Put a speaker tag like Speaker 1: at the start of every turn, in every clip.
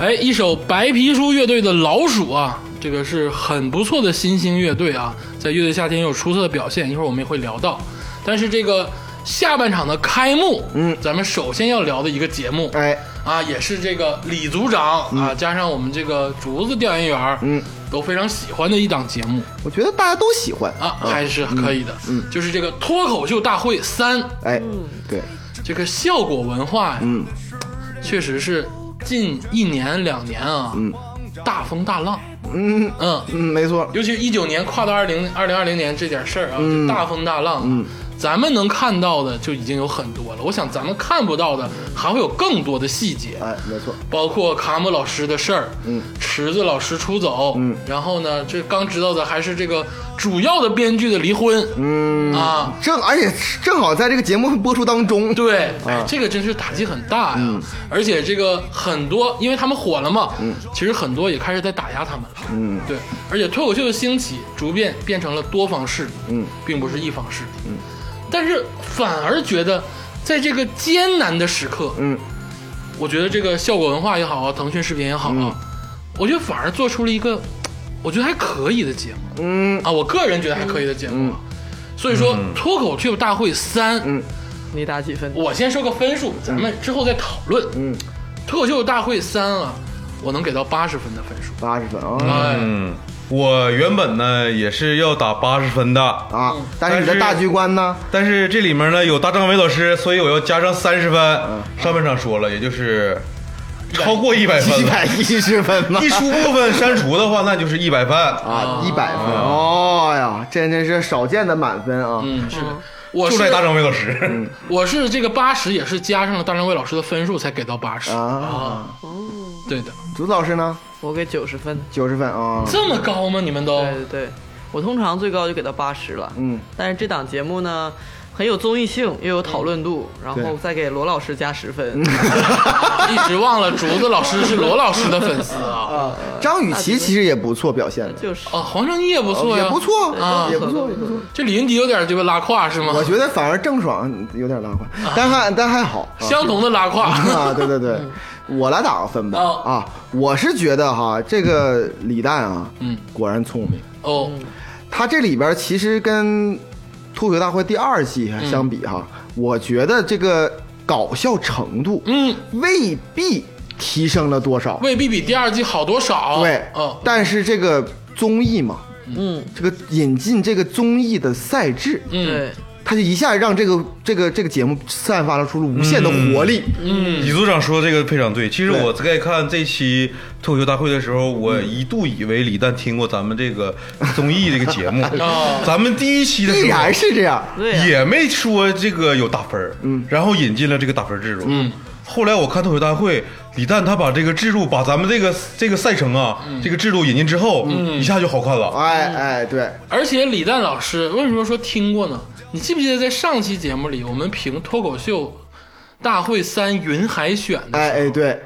Speaker 1: 哎一首白皮书乐队的《老鼠》啊，这个是很不错的新兴乐队啊，在乐队夏天有出色的表现，一会儿我们也会聊到。但是这个下半场的开幕，嗯，咱们首先要聊的一个节目，
Speaker 2: 哎，
Speaker 1: 啊，也是这个李组长啊，加上我们这个竹子调研员，嗯，都非常喜欢的一档节目
Speaker 2: 我觉得大家都喜欢
Speaker 1: 啊，还是可以的，嗯，就是这个脱口秀大会三，
Speaker 2: 哎，
Speaker 1: 嗯
Speaker 2: 对，
Speaker 1: 这个效果文化呀，嗯，确实是近一年两年啊，嗯，大风大浪，
Speaker 2: 嗯
Speaker 1: 嗯，
Speaker 2: 嗯，没错，
Speaker 1: 尤其是一九年跨到二零二零二零年这点事儿啊，就大风大浪，嗯，咱们能看到的就已经有很多了，我想咱们看不到的还会有更多的细节，
Speaker 2: 哎，没错，
Speaker 1: 包括卡姆老师的事儿，嗯，池子老师出走，嗯，然后呢，这刚知道的还是这个主要的编剧的离婚，嗯啊，
Speaker 2: 正而且正好在这个节目播出当 中，
Speaker 1: 对，哎，这个真是打击很大呀，而且这个很多，因为他们火了嘛，嗯，其实很多也开始在打压他们了，嗯，对，而且脱口秀的兴起逐渐变成了多方势力，嗯，并不是一方势力，嗯，但是反而觉得在这个艰难的时刻，
Speaker 2: 嗯，
Speaker 1: 我觉得这个效果文化也好啊，腾讯视频也好啊，我觉得反而做出了一个我觉得还可以的节目，
Speaker 2: 嗯
Speaker 1: 啊，我个人觉得还可以的节目啊，所以说脱口秀大会三，嗯。
Speaker 3: 你打几分？
Speaker 1: 我先说个分数，咱们之后再讨论。
Speaker 2: 嗯，
Speaker 1: 脱口秀大会三啊，我能给到八十分的分数。
Speaker 2: 八十分啊
Speaker 1: 哎，
Speaker 4: 嗯，我原本呢也是要打八十分的，
Speaker 2: 啊，但是你
Speaker 4: 但
Speaker 2: 的
Speaker 4: 是
Speaker 2: 大局观呢？
Speaker 4: 但是这里面呢有大张伟老师，所以我要加上三十分。上半场说了，也就是超过一百分
Speaker 2: 一
Speaker 4: 了。
Speaker 2: 百一十分吗？
Speaker 4: 一出部分删除的话，那就是一百分。
Speaker 2: 啊，一百分哦呀，这真是少见的满分啊！
Speaker 1: 嗯，是，
Speaker 3: 哦
Speaker 1: 我
Speaker 4: 就是赖大张伟老师，
Speaker 1: 我是这个八十，也是加上了大张伟老师的分数才给到八十。
Speaker 2: 啊，
Speaker 3: 哦
Speaker 1: 对的，
Speaker 2: 竹子老师呢？
Speaker 3: 我给九十分。
Speaker 2: 九十分啊，
Speaker 1: 这么高吗？你们都
Speaker 3: 对对对，我通常最高就给到八十了。
Speaker 2: 哦嗯，
Speaker 3: 但是这档节目呢，很有综艺性，又有讨论度，
Speaker 2: 嗯
Speaker 3: 然后再给罗老师加十分。
Speaker 1: 一直忘了竹子老师是罗老师的粉丝 啊。
Speaker 2: 张雨绮其实也不错，表现的
Speaker 3: 就是
Speaker 1: 啊，黄圣依也不错呀，
Speaker 2: 哦也不。错
Speaker 1: 啊
Speaker 2: 哦也不错，也不错。
Speaker 1: 这李云迪有点这个拉胯是吗？
Speaker 2: 我觉得反而郑爽有点拉胯，但还但还好啊
Speaker 1: 相同的拉胯。
Speaker 2: 啊，对对对，我来打个分吧
Speaker 1: 嗯哦
Speaker 2: 啊，我是觉得哈，这个李诞啊，
Speaker 1: 嗯，
Speaker 2: 果然聪明，
Speaker 1: 哦，
Speaker 3: 嗯
Speaker 2: 他这里边其实跟《吐血大会》第二季相比哈，我觉得这个搞笑程度，
Speaker 1: 嗯，
Speaker 2: 未必提升了多少，
Speaker 1: 未必比第二季好多少。
Speaker 2: 对，
Speaker 1: 哦，
Speaker 2: 但是这个综艺嘛，
Speaker 3: 嗯，
Speaker 2: 这个引进这个综艺的赛制，
Speaker 1: 嗯，
Speaker 3: 对，
Speaker 2: 他就一下让这个这个这个节目散发了出了无限的
Speaker 1: 嗯
Speaker 2: 活力，
Speaker 4: 李嗯组长说这个非常对。其实
Speaker 2: 对
Speaker 4: 我在看这期脱口秀大会的时候，我一度以为李诞听过咱们这个综艺这个节目
Speaker 1: 哦。
Speaker 4: 咱们第一期的时候，
Speaker 2: 必然是这样。
Speaker 3: 对啊呀、
Speaker 4: 也没说这个有打分嗯，然后引进了这个打分制度，嗯。后来我看脱口大会，李诞他把这个制度，把咱们这个这个赛程啊，这个制度引进之后，一下就好看
Speaker 1: 嗯
Speaker 4: 了。
Speaker 2: 哎哎，对，
Speaker 1: 而且李诞老师为什么说听过呢？你记不记得在上期节目里，我们评脱口秀大会三云海选的时候
Speaker 2: 哎哎，对，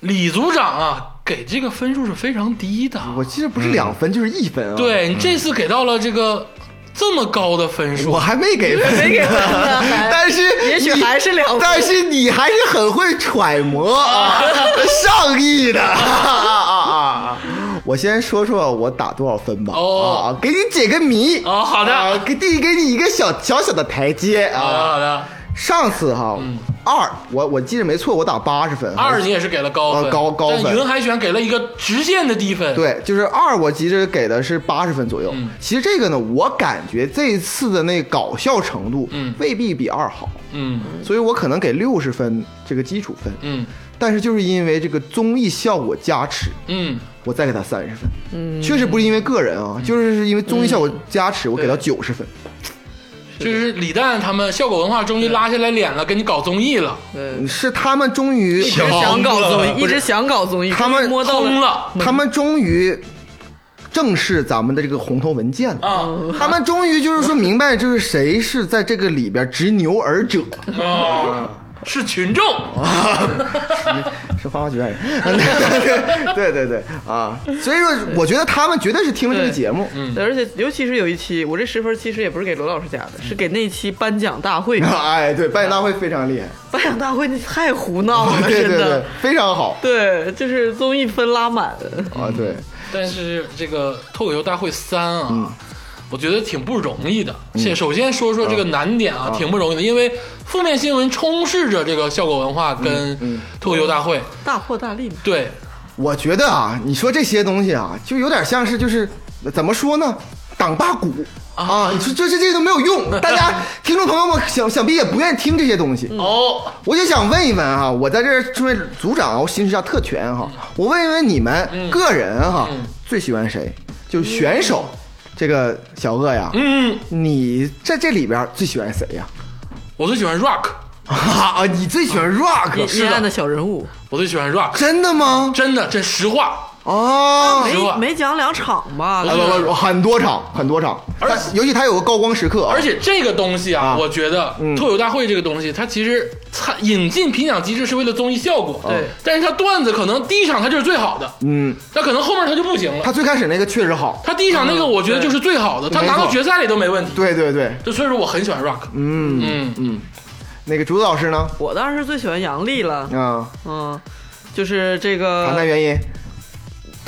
Speaker 1: 李组长啊，给这个分数是非常低的。
Speaker 2: 我其实不是两分就是一分啊。，
Speaker 1: 对你这次给到了这个这么高的分数
Speaker 2: 我，还没给分，
Speaker 3: 没给 分呢，还
Speaker 2: 但是你
Speaker 3: 也许还是两分
Speaker 2: 但是你还是很会揣摩啊， 上意的啊啊啊啊！我先说说我打多少分吧，
Speaker 1: 哦
Speaker 2: 啊，给你解个谜
Speaker 1: 哦好的
Speaker 2: 啊给第给你一个小小小的台阶
Speaker 1: 好的
Speaker 2: 啊。
Speaker 1: 好的，
Speaker 2: 上次哈二，我我记得没错，我打八十分，
Speaker 1: 二你也是给了高分，
Speaker 2: 呃高高分
Speaker 1: 但云海选给了一个直线的低 分，，
Speaker 2: 对，就是二，我其实给的是八十分左右。
Speaker 1: 嗯
Speaker 2: 其实这个呢，我感觉这一次的那搞笑程度，
Speaker 1: 嗯
Speaker 2: 未必比二好，
Speaker 1: 嗯
Speaker 2: 所以我可能给六十分这个基础分。
Speaker 1: 嗯
Speaker 2: 但是就是因为这个综艺效果加持，
Speaker 1: 嗯，
Speaker 2: 我再给他三十分。嗯，确实不是因为个人啊，就是是因为综艺效果
Speaker 1: 嗯
Speaker 2: 加持，我给到九十分。
Speaker 1: 就是李诞他们效果文化终于拉下来脸了，跟你搞综艺了，
Speaker 3: 对，
Speaker 2: 是他们终于，
Speaker 3: 一直想搞综艺，
Speaker 4: 不
Speaker 3: 一直想搞综艺，
Speaker 2: 他们
Speaker 3: 终于摸到
Speaker 1: 通了
Speaker 2: 他们终于正视咱们的这个红头文件了。
Speaker 1: 啊
Speaker 3: 嗯
Speaker 2: 他 们终于就是说明白，就是谁是在这个里边执牛耳者。
Speaker 1: 啊，是群众，
Speaker 2: 是花花局外人，对对对啊，所以说我觉得他们绝对是听了这个节目，
Speaker 3: 对，而且尤其是有一期，我这十分其实也不是给罗老师加的，是给那期颁奖大 会。
Speaker 2: 哎，对，颁奖大会非常厉害，
Speaker 3: 颁奖大会太胡闹了，
Speaker 2: 对
Speaker 3: 真
Speaker 2: 对对
Speaker 3: 的。，
Speaker 2: 非常好
Speaker 3: 对，就是综艺分拉满，嗯
Speaker 2: 啊，对，
Speaker 1: 但是这个脱口秀大会三啊，我觉得挺不容易的。先、首先说说这个难点嗯啊，挺不容易的，因为负面新闻充斥着这个效果文化跟脱口秀大会。
Speaker 3: 大破大立嘛。
Speaker 1: 对，
Speaker 2: 我觉得啊，你说这些东西啊，就有点像是就是怎么说呢，党八股啊，你说这这这都没有用，大 家听众朋友们想想必也不愿意听这些东西。
Speaker 1: 哦，
Speaker 2: 我就想问一问哈、我在这儿作为组长啊，我行使一下特权哈、
Speaker 1: 嗯
Speaker 2: 我问一问你们个人哈、最喜欢谁？就是选手，这个小鳄呀，
Speaker 1: 嗯，
Speaker 2: 你在这里边最喜欢谁 呀？
Speaker 1: 我最喜欢 rock，
Speaker 2: 啊，你最喜
Speaker 1: 嗯
Speaker 2: 欢 Rock，
Speaker 3: 阴暗的小人物，
Speaker 1: 我最喜欢 rock，
Speaker 2: 真的吗？
Speaker 1: 真的，这实话。
Speaker 2: 啊，
Speaker 1: 是吧
Speaker 3: 没没讲两场吧？
Speaker 4: 嗯
Speaker 1: 哎
Speaker 2: 不不，啊很多场，很多场，
Speaker 1: 而
Speaker 2: 但尤其他有个高光时刻啊，
Speaker 1: 而且这个东西啊，
Speaker 2: 啊
Speaker 1: 我觉得脱口大会这个东西，它其实它引进评奖机制是为了综艺效果，
Speaker 3: 对
Speaker 1: 但是它段子可能第一场它就是最好的，
Speaker 2: 嗯，
Speaker 1: 但可能后面它就不行了。
Speaker 2: 他最开始那个确实好，
Speaker 1: 他第一场那个我觉得就是最好的，他拿到决赛里嗯都没问题。
Speaker 2: 对对对，
Speaker 1: 就所以说我很喜欢 rock，
Speaker 2: 嗯，
Speaker 1: 嗯嗯，
Speaker 2: 那个竹子老师呢？
Speaker 3: 我当时最喜欢杨笠了，
Speaker 2: 啊，
Speaker 3: 嗯，就是这
Speaker 2: 谈谈
Speaker 3: 个，
Speaker 2: 原因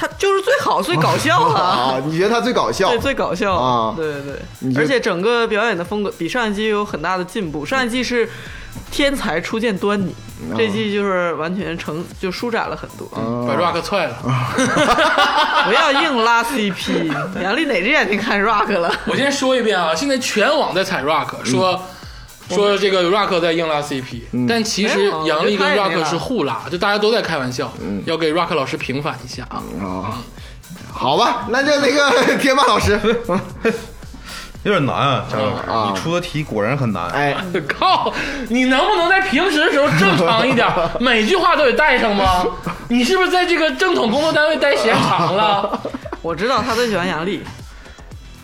Speaker 3: 他就是最好、最搞笑
Speaker 1: 嗯
Speaker 4: 哦
Speaker 3: 啊，
Speaker 2: 啊，你觉得他最搞笑
Speaker 3: 对，？最搞笑
Speaker 2: 啊
Speaker 3: 对对
Speaker 2: 你
Speaker 3: 对，
Speaker 2: 就
Speaker 3: 而且整个表演的风格比上一季有很大的进步，上一季是天才初见端倪，
Speaker 4: 嗯
Speaker 3: 这季就是完全成就舒展了很多。
Speaker 2: 嗯
Speaker 1: 把 rock 踹了。
Speaker 3: 不要硬拉 CP，杨笠哪只眼睛看 Rock 了？
Speaker 1: 我先说一遍啊，现在全网在踩 rock，说说这个 rock 在硬拉 CP，但其
Speaker 3: 没
Speaker 1: 实
Speaker 3: 有
Speaker 1: 杨笠跟
Speaker 3: 我觉得他也没
Speaker 1: rock
Speaker 3: 拉
Speaker 1: 是互拉，就大家都在开玩笑，要给 rock 老师平反一下啊。
Speaker 2: 啊，好吧，那就那个天霸老师，
Speaker 4: 有点难啊，张老
Speaker 2: 啊
Speaker 4: 师，你出的题果然很难。
Speaker 2: 哎，
Speaker 1: 嗯 靠，你能不能在平时的时候正常 一点，每句话都得带上吗？你是不是在这个正统工作单位待时间长了？
Speaker 3: 我知道他最喜欢杨笠，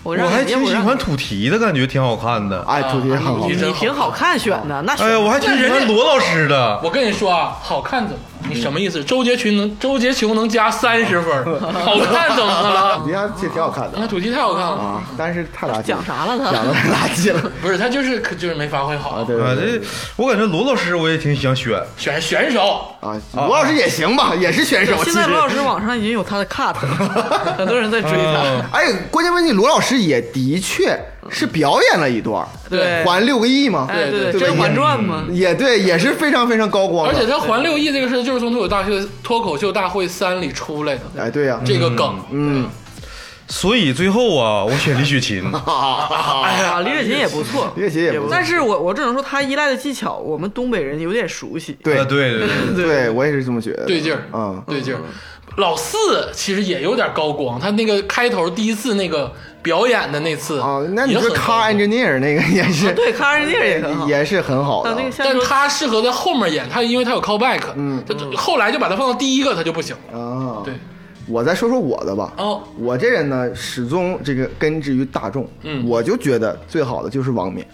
Speaker 3: 我让
Speaker 4: 我
Speaker 3: 你
Speaker 4: 还挺喜欢
Speaker 3: 要
Speaker 4: 土提的感觉，挺好看的。
Speaker 2: 哎，主题很
Speaker 3: 不
Speaker 2: 好
Speaker 3: 让你
Speaker 1: 真
Speaker 3: 你
Speaker 1: 好
Speaker 3: 挺好看选的，那选
Speaker 4: 哎呀，我还挺喜欢罗老师的。
Speaker 1: 我跟你说啊，好看怎么了？你什么意思？周杰群能周杰琼能加三十分 儿，好看怎么了？
Speaker 2: 你看这挺好看的
Speaker 1: 那主题太好看了，
Speaker 2: 啊，但是太垃圾，
Speaker 3: 讲啥了他
Speaker 2: 讲的太垃圾 了
Speaker 1: 不是他就是可就是没发挥好，
Speaker 2: 啊，对
Speaker 4: 啊，
Speaker 2: 对对
Speaker 4: 这我感觉罗老师我也挺想选，
Speaker 1: 选选手
Speaker 2: 啊，罗老师也行吧，也是选手，
Speaker 3: 对现在
Speaker 2: 其实
Speaker 3: 罗老师网上已经有他的 cut，了很多人在追他。
Speaker 1: 哦
Speaker 4: 啊
Speaker 2: 哎，关键问题，罗老师也的确是表演了一段儿，
Speaker 3: 对
Speaker 2: 还六个亿嘛，
Speaker 3: 哎，
Speaker 1: 对
Speaker 2: 对
Speaker 3: 对
Speaker 2: 嗯
Speaker 3: 《甄嬛传》嘛，
Speaker 2: 也对，也是非常非常高光
Speaker 1: 而
Speaker 2: 的。
Speaker 1: 且他还六亿这个事儿就是从脱口大会脱口秀大会三里出来的
Speaker 2: 哎，对呀、
Speaker 1: 这个梗，
Speaker 2: 嗯，
Speaker 4: 所以最后啊，我选李雪琴。
Speaker 1: 哎
Speaker 3: 啊，
Speaker 1: 呀，
Speaker 3: 李雪琴也不错，
Speaker 2: 李雪琴也不错
Speaker 3: 但是我我只能说她依赖的技巧，我们东北人有点熟悉。
Speaker 2: 对
Speaker 4: 啊对对对，
Speaker 2: 对我也是这么觉得。
Speaker 1: 对劲儿
Speaker 2: 嗯，
Speaker 1: 对劲儿。老四其实也有点高光，他那个开头第一次那个表演的那次
Speaker 2: 啊，那你
Speaker 1: 也
Speaker 2: 说
Speaker 1: 很高
Speaker 2: Car
Speaker 1: 光
Speaker 2: Engineer 那个也是，
Speaker 3: 啊对，《康仁烈》也很好。
Speaker 2: 也是很好的啊
Speaker 3: 但那个下
Speaker 1: 但
Speaker 3: 周
Speaker 1: 他适合在后面演，他因为他有 callback，嗯，他后来就把他放到第一个，他就不行了。
Speaker 2: 啊。
Speaker 1: 对，
Speaker 2: 我再说说我的吧。
Speaker 1: 哦
Speaker 2: 我这人呢，始终这个根植于大众。
Speaker 1: 嗯
Speaker 2: 我就觉得最好的就是王冕，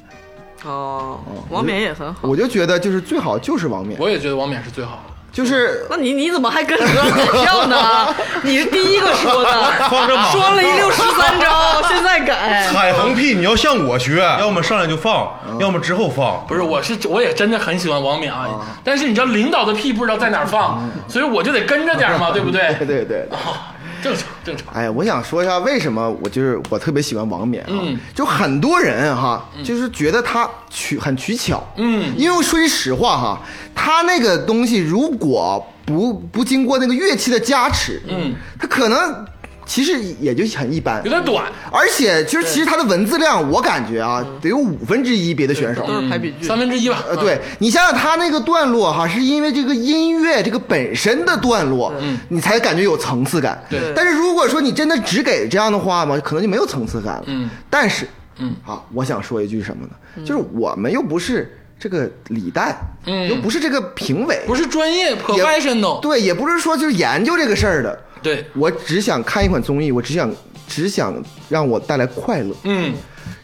Speaker 3: 哦，王冕也很好。
Speaker 2: 嗯我就觉得就是最好就是王冕，
Speaker 1: 我也觉得王冕是最好的。
Speaker 2: 就是
Speaker 3: 那你你怎么还跟罗老师跳呢？你是第一个 说的，
Speaker 4: 放着马
Speaker 3: 说了一溜十三招，现在 改。
Speaker 4: 踩横批，你要向我学，
Speaker 3: 嗯
Speaker 4: 要么上来就放，要么之后放。
Speaker 1: 不是，我是我也真的很喜欢王冕啊，但是你知道领导的屁不知道在哪儿放，所以我就得跟着点儿 嘛，对不对？
Speaker 2: 嗯对对对。
Speaker 1: 啊正常正常。
Speaker 2: 哎，我想说一下为什么我就是我特别喜欢王冕啊，
Speaker 1: 嗯
Speaker 2: 就很多人啊哈，就是觉得他取很取巧，
Speaker 1: 嗯
Speaker 2: 因为说句实话哈，他那个东西如果不不经过那个乐器的加持，
Speaker 1: 嗯，
Speaker 2: 他可能其实也就很一般
Speaker 1: 有，点短，
Speaker 2: 而且就是其实他的文字量，我感觉啊，
Speaker 1: 嗯
Speaker 2: 得有五分之一别的选手，
Speaker 3: 都是排比句
Speaker 1: 三。分之一吧。啊
Speaker 2: 呃，对你想想他那个段落哈，是因为这个音乐这个本身的段落，
Speaker 1: 嗯
Speaker 2: 你才感觉有层次感。
Speaker 1: 对
Speaker 2: 但是如果说你真的只给这样的话嘛，可能就没有层次感了。
Speaker 1: 嗯，
Speaker 2: 但是，
Speaker 1: 嗯，
Speaker 2: 啊，我想说一句什么呢？就是我们又不是这个礼诞，
Speaker 1: 嗯
Speaker 2: 又不是这个评委，
Speaker 1: 不是专业 professional。
Speaker 2: 对，也不是说就是研究这个事儿的。
Speaker 1: 对，
Speaker 2: 我只想看一款综艺，我只想只想让我带来快乐。
Speaker 1: 嗯，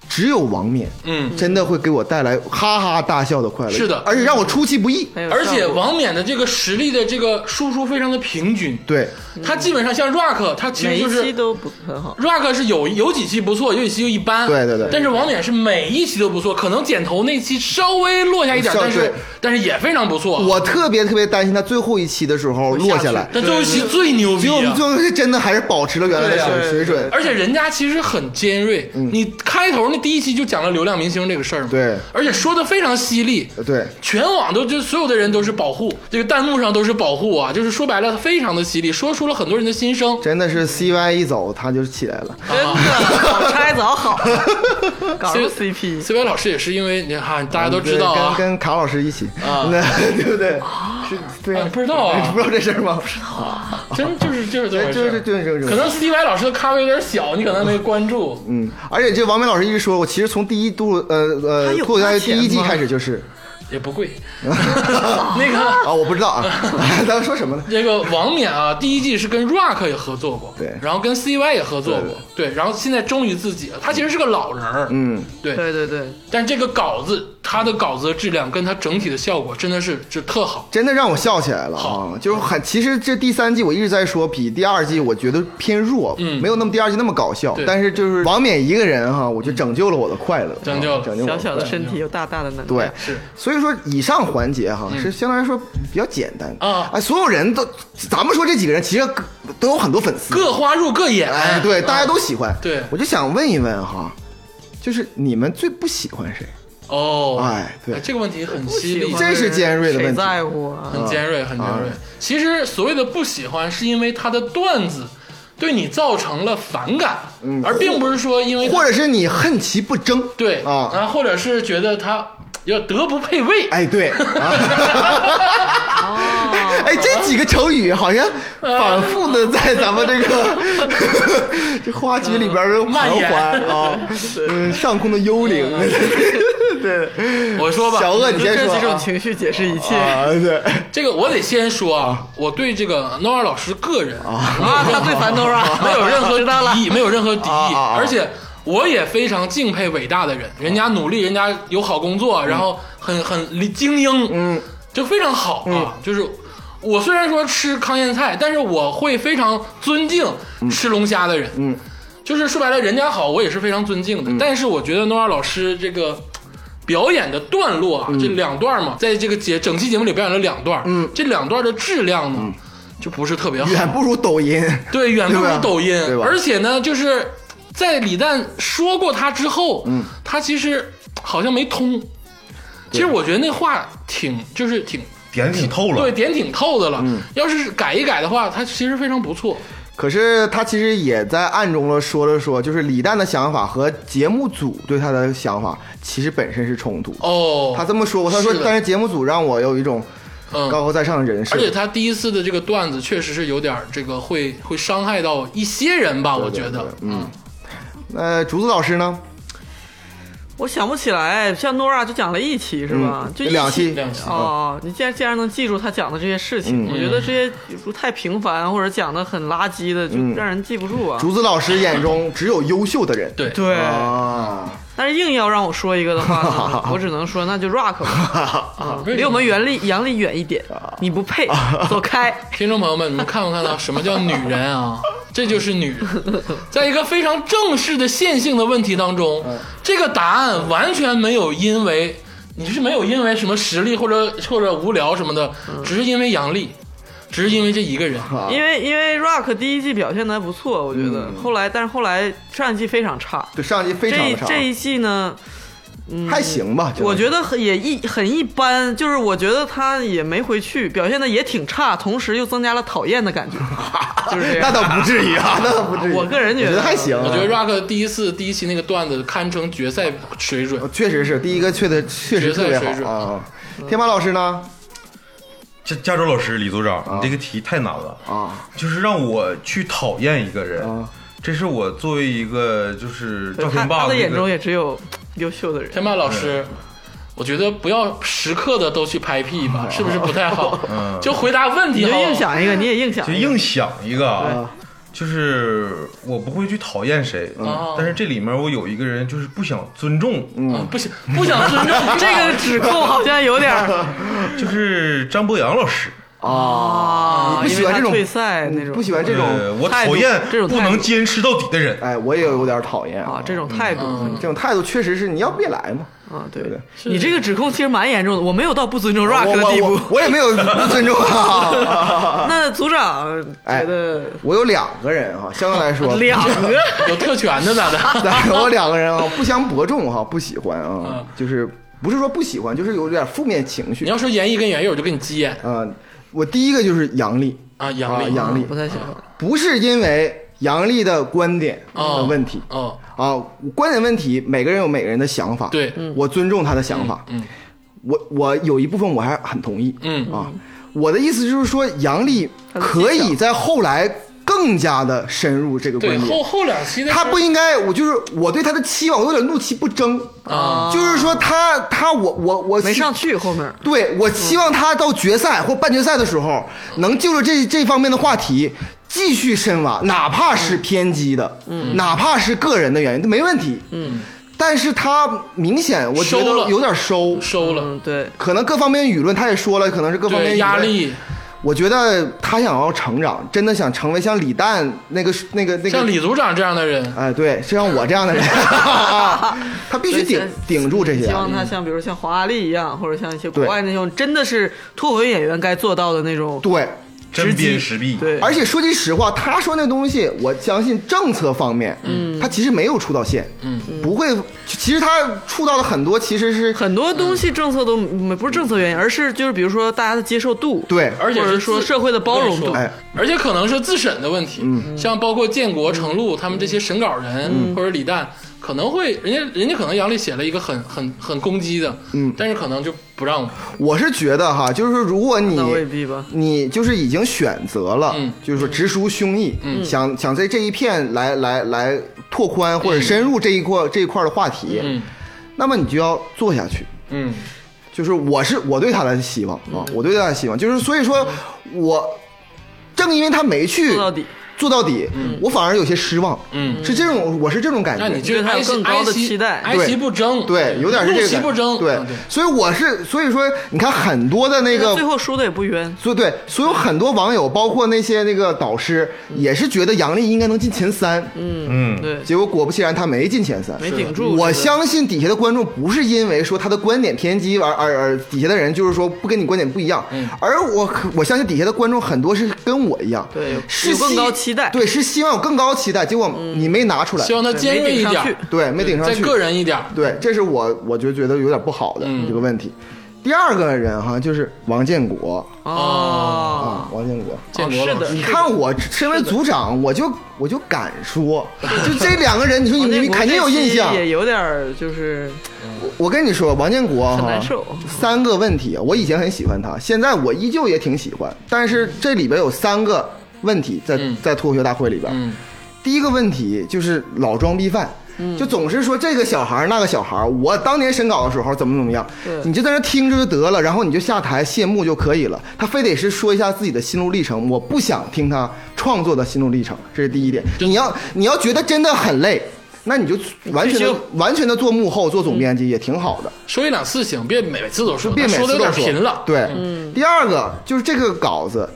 Speaker 2: 只有王冕，
Speaker 1: 嗯，
Speaker 2: 真的会给我带来哈哈大笑的快乐。
Speaker 1: 是的哎
Speaker 2: 而且让我出其不意。
Speaker 3: 很有
Speaker 1: 而且
Speaker 3: 效果
Speaker 1: 王冕的这个实力的这个输出非常的平均，
Speaker 2: 对，
Speaker 1: 他基本上像 Rock，他其实
Speaker 3: 每
Speaker 1: 就
Speaker 3: 一期
Speaker 1: 是
Speaker 3: 都不很好，
Speaker 1: Rock 是有有几期不错，有几期就一般。
Speaker 2: 对对对
Speaker 1: 但是王冕是每一期都不错，可能剪头那期稍微落下一点，
Speaker 2: 稍
Speaker 1: 但是
Speaker 2: 对
Speaker 1: 但是也非常不错。
Speaker 2: 我特别特别担心他最后一期的时候
Speaker 1: 哎
Speaker 2: 落下来，
Speaker 1: 但最后一期最牛逼
Speaker 2: 结
Speaker 1: 啊、
Speaker 2: 果最后是真的还是保持了原来的
Speaker 4: 对啊
Speaker 2: 水水准。
Speaker 1: 而且人家其实很尖锐，你开头那第一期就讲了流量明星这个事儿嘛，
Speaker 2: 嗯对
Speaker 1: 而且说的非常犀利，
Speaker 2: 对，
Speaker 1: 全网都就所有的人都是保护，这个弹幕上都是保护啊，就是说白了非常的犀利，说出了很多人的心声。
Speaker 2: 真的是 CY 一走他就起来了。
Speaker 3: 真的早拆早好， 搞什么 CP？
Speaker 1: C Y 老师也是因为你哈，大家都知道啊
Speaker 2: 跟，跟卡老师一起，那 对不对？是，对
Speaker 1: 啊不知道啊
Speaker 2: 你不知道这事儿吗？不知道，
Speaker 1: 真就是就是这么回事
Speaker 2: 哎就
Speaker 1: 儿
Speaker 2: 是这，就是
Speaker 1: 可
Speaker 2: 这种。
Speaker 1: 能 C Y 老师的咖位有点小，你可能没关注。
Speaker 2: 嗯，而且这王冕老师一直说，我其实从第一度，呃呃
Speaker 3: 他，有
Speaker 2: 脱口秀大会
Speaker 3: 花钱
Speaker 2: 第一季
Speaker 3: 吗
Speaker 2: 开始就是
Speaker 1: 也不贵。 那 个
Speaker 2: 啊，我不 知道啊，咱们说什么呢？
Speaker 1: 这个王冕啊，第一季是跟 Rock 也合作过，
Speaker 2: 对
Speaker 1: 然后跟 CY 也合作过，对然后现在终于自己了，他其实是个老人儿，
Speaker 2: 嗯，
Speaker 1: 对，
Speaker 3: 对对对，
Speaker 1: 但这个稿子，他的稿子的质量跟他整体的效果真的是就特好，
Speaker 2: 真的让我笑起来了啊
Speaker 1: 好！
Speaker 2: 就是很，其实这第三季我一直在说，比第二季我觉得偏弱，
Speaker 1: 嗯
Speaker 2: 没有那么第二季那么搞笑
Speaker 1: 对。
Speaker 2: 但是就是王冕一个人哈，我就拯救了我的快乐，
Speaker 1: 拯救了
Speaker 2: 啊拯救我
Speaker 3: 小
Speaker 2: 快
Speaker 3: 小的
Speaker 2: 乐
Speaker 3: 身体有大大的能
Speaker 2: 对
Speaker 3: 量，，
Speaker 1: 是嗯
Speaker 2: 所以说以上环节哈是相对来说比较简单
Speaker 1: 啊
Speaker 2: 哎，所有人都，咱们说这几个人其实各都有很多粉丝，
Speaker 1: 各花入各眼，
Speaker 2: 哎对，大家
Speaker 1: 都
Speaker 2: 都喜欢。
Speaker 1: 对
Speaker 2: 我就想问一问哈，就是你们最不喜欢谁？
Speaker 1: 哦，
Speaker 2: 哎对
Speaker 1: 这个问题很犀
Speaker 3: 喜
Speaker 1: 利，
Speaker 3: 欢
Speaker 2: 这是尖锐的问题
Speaker 3: 谁在乎啊？
Speaker 1: 很尖锐，很尖锐。其实所谓的不喜欢，是因为他的段子对你造成了反感，而并不是说因为他
Speaker 2: 嗯或者是你恨其不争？
Speaker 1: 对
Speaker 2: 啊
Speaker 1: 然后或者是觉得他要德不配位，
Speaker 2: 哎，对，
Speaker 3: 哦，
Speaker 2: 哎，这几个成语好像反复的在咱们这个 这花局里边儿
Speaker 1: 蔓
Speaker 2: 徘
Speaker 1: 延
Speaker 2: 徊啊，嗯，上空的幽灵，对，
Speaker 1: 我说吧，
Speaker 2: 小鳄，你先
Speaker 3: 这
Speaker 2: 说
Speaker 3: 几种
Speaker 2: 啊
Speaker 3: 情绪解释一切。
Speaker 2: 啊，对，
Speaker 1: 这个我得先说啊，我对这个 Nora 老师个人啊，
Speaker 3: 啊， 他最烦 Nora，
Speaker 1: 没有任何
Speaker 3: 知道了
Speaker 1: 敌，意，没有任何敌意
Speaker 2: 啊啊，
Speaker 1: 而且我也非常敬佩伟大的人，人家努力，人家有好工作，
Speaker 2: 嗯
Speaker 1: 然后很很精英，嗯，就非常好
Speaker 2: 嗯
Speaker 1: 啊。就是我虽然说吃糠咽菜，但是我会非常尊敬吃龙虾的人，嗯，就是说白了，人家好，我也是非常尊敬
Speaker 2: 嗯
Speaker 1: 的。但是我觉得诺尔老师这个表演的段落啊，
Speaker 2: 嗯
Speaker 1: 这两段嘛，在这个节整期节目里表演了两段，嗯，这两段的质量呢，就不是特别好，
Speaker 2: 远不如抖音，
Speaker 1: 对，远不
Speaker 2: 对
Speaker 1: 如
Speaker 2: 吧
Speaker 1: 抖音
Speaker 2: 对，吧
Speaker 1: 而且呢，就是在李诞说过他之后，嗯，他其实好像没通。其实我觉得那话挺，就是挺
Speaker 4: 点挺透了
Speaker 1: 对，。点挺透的了。
Speaker 2: 嗯
Speaker 1: 要是改一改的话，他其实非常不错。
Speaker 2: 可是他其实也在暗中了说了说，就是李诞的想法和节目组对他的想法其实本身是冲突。
Speaker 1: 哦，
Speaker 2: 他这么说过，他说
Speaker 1: 是的，
Speaker 2: 但是节目组让我有一种
Speaker 1: 嗯
Speaker 2: 高高在上的人设，
Speaker 1: 而且他第一次的这个段子确实是有点儿这个会会伤害到一些人吧，我觉得，嗯，
Speaker 2: 呃，竹子老师呢，
Speaker 3: 我想不起来，像 Nora 就讲了一期是吧？就一
Speaker 2: 嗯两期，嗯
Speaker 1: 两期嗯
Speaker 3: 哦，你既然既然能记住他讲的这些事情，我觉得这些不太平凡或者讲的很垃圾的，就
Speaker 2: 嗯
Speaker 3: 让人记不住啊。
Speaker 2: 竹子老师眼中只有优秀的人，
Speaker 1: 对，
Speaker 3: 对，
Speaker 2: 啊，
Speaker 3: 但是硬要让我说一个的 话呢，我只能说那就 Rock 吧，啊
Speaker 1: 为什么
Speaker 3: 离我们原力杨丽远一点，
Speaker 2: 啊
Speaker 3: 你 不配，走开。
Speaker 1: 听众朋友们，你们看没看到什么叫女人啊？这就是女人，在一个非常正式的线性的问题当中，这个答案完全没有因为你是没有因为什么实力或者或者无聊什么的，只是因为杨笠，只是因为这一个人。
Speaker 2: 啊
Speaker 3: 因为因为 Rock 第一季表现的还不错，我觉得后来，但是后来上一季非常差，
Speaker 2: 对，上一季嗯非常
Speaker 3: 这
Speaker 2: 的差，
Speaker 3: 这一季呢，
Speaker 2: 还行吧，
Speaker 3: 我
Speaker 2: 得
Speaker 3: 觉得很也一很一般，就是我觉得他也没回去，表现的也挺差，同时又增加了讨厌 的感觉，就是这
Speaker 2: 那
Speaker 3: 样。
Speaker 2: 倒不至于 啊，那倒不至于，
Speaker 3: 我个人觉得
Speaker 2: 我还行啊，
Speaker 1: 我觉得 Rock 第一次第一期那个段子堪称决赛水准，
Speaker 2: 确实是第一个确的确实特别
Speaker 1: 决赛水
Speaker 2: 好啊。天马老师呢？
Speaker 4: 加加州老师李组长，
Speaker 3: 嗯
Speaker 4: 你这个题太难了
Speaker 2: 啊！
Speaker 4: 就是让我去讨厌一个人
Speaker 3: 嗯
Speaker 2: 啊，
Speaker 4: 这是我作为一个就是赵
Speaker 3: 他
Speaker 4: 天
Speaker 3: 他
Speaker 4: 霸
Speaker 3: 的
Speaker 4: 这
Speaker 3: 眼中
Speaker 4: 个
Speaker 3: 也只有优秀的人。
Speaker 1: 天霸老师，
Speaker 2: 嗯
Speaker 1: 我觉得不要时刻的都去拍屁
Speaker 2: 嗯
Speaker 1: 吧，是不是不太好？就回答问
Speaker 3: 你
Speaker 1: 题
Speaker 3: 就
Speaker 1: 好。
Speaker 3: 硬想一个，你也硬想
Speaker 4: 就
Speaker 3: 一个。
Speaker 4: 硬想一个啊，就是我不会去讨厌谁，
Speaker 3: 嗯
Speaker 4: 但是这里面我有一个人就是不想尊重，
Speaker 3: 嗯
Speaker 1: 啊，不想不想尊重
Speaker 3: 这个指控好像有 点儿
Speaker 4: 就是张博洋老师。
Speaker 3: 啊，
Speaker 2: 你不喜欢这种
Speaker 3: 因为他退赛那种，
Speaker 2: 不喜欢这种，
Speaker 4: 呃，我
Speaker 3: 态度
Speaker 4: 讨厌
Speaker 3: 这种态
Speaker 4: 不
Speaker 3: 度
Speaker 4: 能坚持到底的人。
Speaker 2: 哎，我也有点讨厌
Speaker 3: 啊，这种态度
Speaker 2: 这种态度确实是你要不也来嘛。
Speaker 3: 啊，
Speaker 2: 嗯
Speaker 3: 对
Speaker 2: 对对啊
Speaker 3: 你这个指控其实蛮严重的，我没有到不尊重 Rock
Speaker 2: 我
Speaker 3: 的地
Speaker 2: 我
Speaker 3: 步
Speaker 2: 我。我也没有不尊重 啊。
Speaker 3: 那组长
Speaker 2: 哎
Speaker 3: 觉得
Speaker 2: 我有两个 人哈，相对来说
Speaker 3: 两个
Speaker 1: 有特权的咋的？
Speaker 2: 对 我两个人啊，不相伯仲哈，不喜欢啊
Speaker 1: 嗯，
Speaker 2: 就是不是说不喜欢，就是有点负面情绪
Speaker 1: 你。要说严艺跟袁友，我就跟你急眼
Speaker 2: 嗯、我第一个就是杨笠
Speaker 1: 啊，
Speaker 2: 啊
Speaker 1: 杨丽，
Speaker 2: 杨笠
Speaker 3: 不太喜欢，
Speaker 2: 不是因为杨笠的观点的问题、
Speaker 1: 哦，
Speaker 2: 啊，观点问题，每个人有每个人的想法，
Speaker 1: 对
Speaker 2: 我尊重他的想法，
Speaker 1: 嗯
Speaker 2: 我我有一部分我还很同意，
Speaker 1: 嗯
Speaker 2: 啊，我的意思就是说，杨笠
Speaker 3: 他的思
Speaker 2: 可以
Speaker 3: 想
Speaker 2: 在后来更加的深入这个观
Speaker 1: 对，
Speaker 2: 点，
Speaker 1: 后后两期的
Speaker 2: 他
Speaker 1: 时候
Speaker 2: 不应该，我就是我对他的期望，我有点怒其不争
Speaker 1: 啊
Speaker 2: 就是说他他我我我
Speaker 3: 没
Speaker 2: 希
Speaker 3: 上去后面。
Speaker 2: 对我希望他到决赛或半决赛的时候，能就着这这方面的话题继续深挖，哪怕是偏激的，嗯，哪怕是个人的原因，都没问题，嗯。但是他明显我觉
Speaker 1: 收
Speaker 2: 得
Speaker 1: 了
Speaker 2: 有点收，
Speaker 1: 收了，
Speaker 3: 嗯，对，
Speaker 2: 可能各方面舆论他也说了，可能是各方面
Speaker 1: 对
Speaker 2: 舆
Speaker 1: 压
Speaker 2: 论。
Speaker 1: 力，
Speaker 2: 我觉得他想要成长，真的想成为像李诞那个那个那个
Speaker 1: 像李组长这样的人，
Speaker 2: 哎，对，就像我这样的人，啊他必须
Speaker 3: 所以
Speaker 2: 顶
Speaker 3: 像
Speaker 2: 顶住这些
Speaker 3: 希。望他像比如像黄阿丽一样，或者像一些国
Speaker 2: 对
Speaker 3: 外那种真的是脱口秀演员该做到的那种。
Speaker 2: 对，
Speaker 4: 针砭时弊。
Speaker 3: 对，
Speaker 2: 而且说句实话，他说那东西，我相信政策方面，嗯，他其实没有触到线，嗯，不会。其实他触到了很多，其实是
Speaker 3: 很多东西政策都没不是政策原因，而是就是比如说大家的接受度，
Speaker 2: 对，
Speaker 1: 而且
Speaker 3: 或者
Speaker 1: 是
Speaker 3: 说
Speaker 1: 自
Speaker 3: 社会的包容
Speaker 1: 我跟
Speaker 3: 度嗯
Speaker 1: 你说
Speaker 2: 哎嗯
Speaker 1: 而且可能是自审的问题，像包括建国、程璐他们这些审稿人或者李诞，可能会人家人家可能杨笠写了一个很很很攻击的，嗯，但是可能就不让我，
Speaker 2: 我是觉得哈，就是说，如果你
Speaker 3: 那未必吧
Speaker 2: 你就是已经选择了，
Speaker 1: 嗯
Speaker 2: 就是说直抒胸臆，
Speaker 3: 嗯
Speaker 2: 想想在这一片来来来拓宽或者深入这一块、这一块的话题，
Speaker 1: 嗯
Speaker 2: 那么你就要做下去。
Speaker 1: 嗯
Speaker 2: 就是我是我对他的希望啊，我对他的希望就是，所以说我正因为他没去
Speaker 3: 做到底。
Speaker 2: 做到底，我反而有些失望，
Speaker 1: 嗯
Speaker 2: 是这种我是这种感
Speaker 1: 那你
Speaker 2: 觉，
Speaker 1: 就
Speaker 3: 对他有
Speaker 1: 哀惜
Speaker 3: 更高的
Speaker 1: 哀惜
Speaker 3: 期待
Speaker 1: 哀惜不争，
Speaker 2: 对，有点是这
Speaker 1: 怒
Speaker 2: 个
Speaker 1: 其
Speaker 2: 感觉
Speaker 1: 不争，
Speaker 2: 对
Speaker 1: 啊对，
Speaker 2: 所以我是所以说，你看很多的那个
Speaker 3: 最后输的也不冤，
Speaker 2: 所以对，所有很多网友，包括那些那个导师，
Speaker 1: 嗯
Speaker 2: 也是觉得杨笠应该能进前三，
Speaker 4: 嗯，
Speaker 3: 对，
Speaker 2: 结果果不其然，他没进前三，
Speaker 3: 没顶住。
Speaker 2: 我
Speaker 3: 是的
Speaker 2: 相信底下的观众不是因为说他的观点偏激而而而底下的人就是说不跟你观点不一样，
Speaker 3: 嗯
Speaker 2: 而我可我相信底下的观众很多是跟我一样，
Speaker 3: 对有
Speaker 2: 是
Speaker 3: 有更
Speaker 2: 希
Speaker 3: 高期待嗯
Speaker 2: 对，是希望有更高期待，结果你没拿出来
Speaker 1: 希，望他
Speaker 3: 对
Speaker 1: 尖锐一
Speaker 3: 没顶
Speaker 1: 点
Speaker 3: 上去嗯
Speaker 1: 儿，
Speaker 2: 对，没顶上
Speaker 1: 再
Speaker 2: 去，
Speaker 1: 个人一点儿，
Speaker 2: 对，这是我我就觉得有点不好的这个问题。第二个人哈就是王建国
Speaker 3: 哦，
Speaker 2: 啊，王建国，
Speaker 1: 建国老
Speaker 3: 是的
Speaker 1: 师
Speaker 2: 你看我身为组长，我就我就敢说， 就这两个人，你说
Speaker 3: 王
Speaker 2: 你
Speaker 3: 建
Speaker 2: 你
Speaker 3: 国
Speaker 2: 肯定有印
Speaker 3: 这
Speaker 2: 象
Speaker 3: 期。也有点儿就是
Speaker 2: 我跟你说，王建国
Speaker 3: 很
Speaker 2: 哈
Speaker 3: 难受，
Speaker 2: 三个问题，我以前很喜欢他，现在我依旧也挺喜欢，但是这里边有三个问题在
Speaker 1: 嗯
Speaker 2: 在脱口秀大会里边，
Speaker 1: 嗯
Speaker 2: 第一个问题就是老装逼犯。就总是说这个小孩儿那个小孩儿，我当年审稿的时候怎么怎么样
Speaker 3: 对，
Speaker 2: 你就在那听着就得了，然后你就下台谢幕就可以了。他非得是说一下自己的心路历程，我不想听他创作的心路历程，这是第一点。你要你要觉得真的很累，那你就嗯完全
Speaker 3: 退
Speaker 2: 的
Speaker 3: 休
Speaker 2: 完全的做幕后做总编辑也挺好的。
Speaker 1: 说一两次行，别每次都说，
Speaker 2: 别每
Speaker 1: 说的
Speaker 2: 次
Speaker 1: 有
Speaker 2: 都
Speaker 1: 点
Speaker 2: 说
Speaker 1: 贫了，嗯
Speaker 2: 对，第二个就是这个稿子，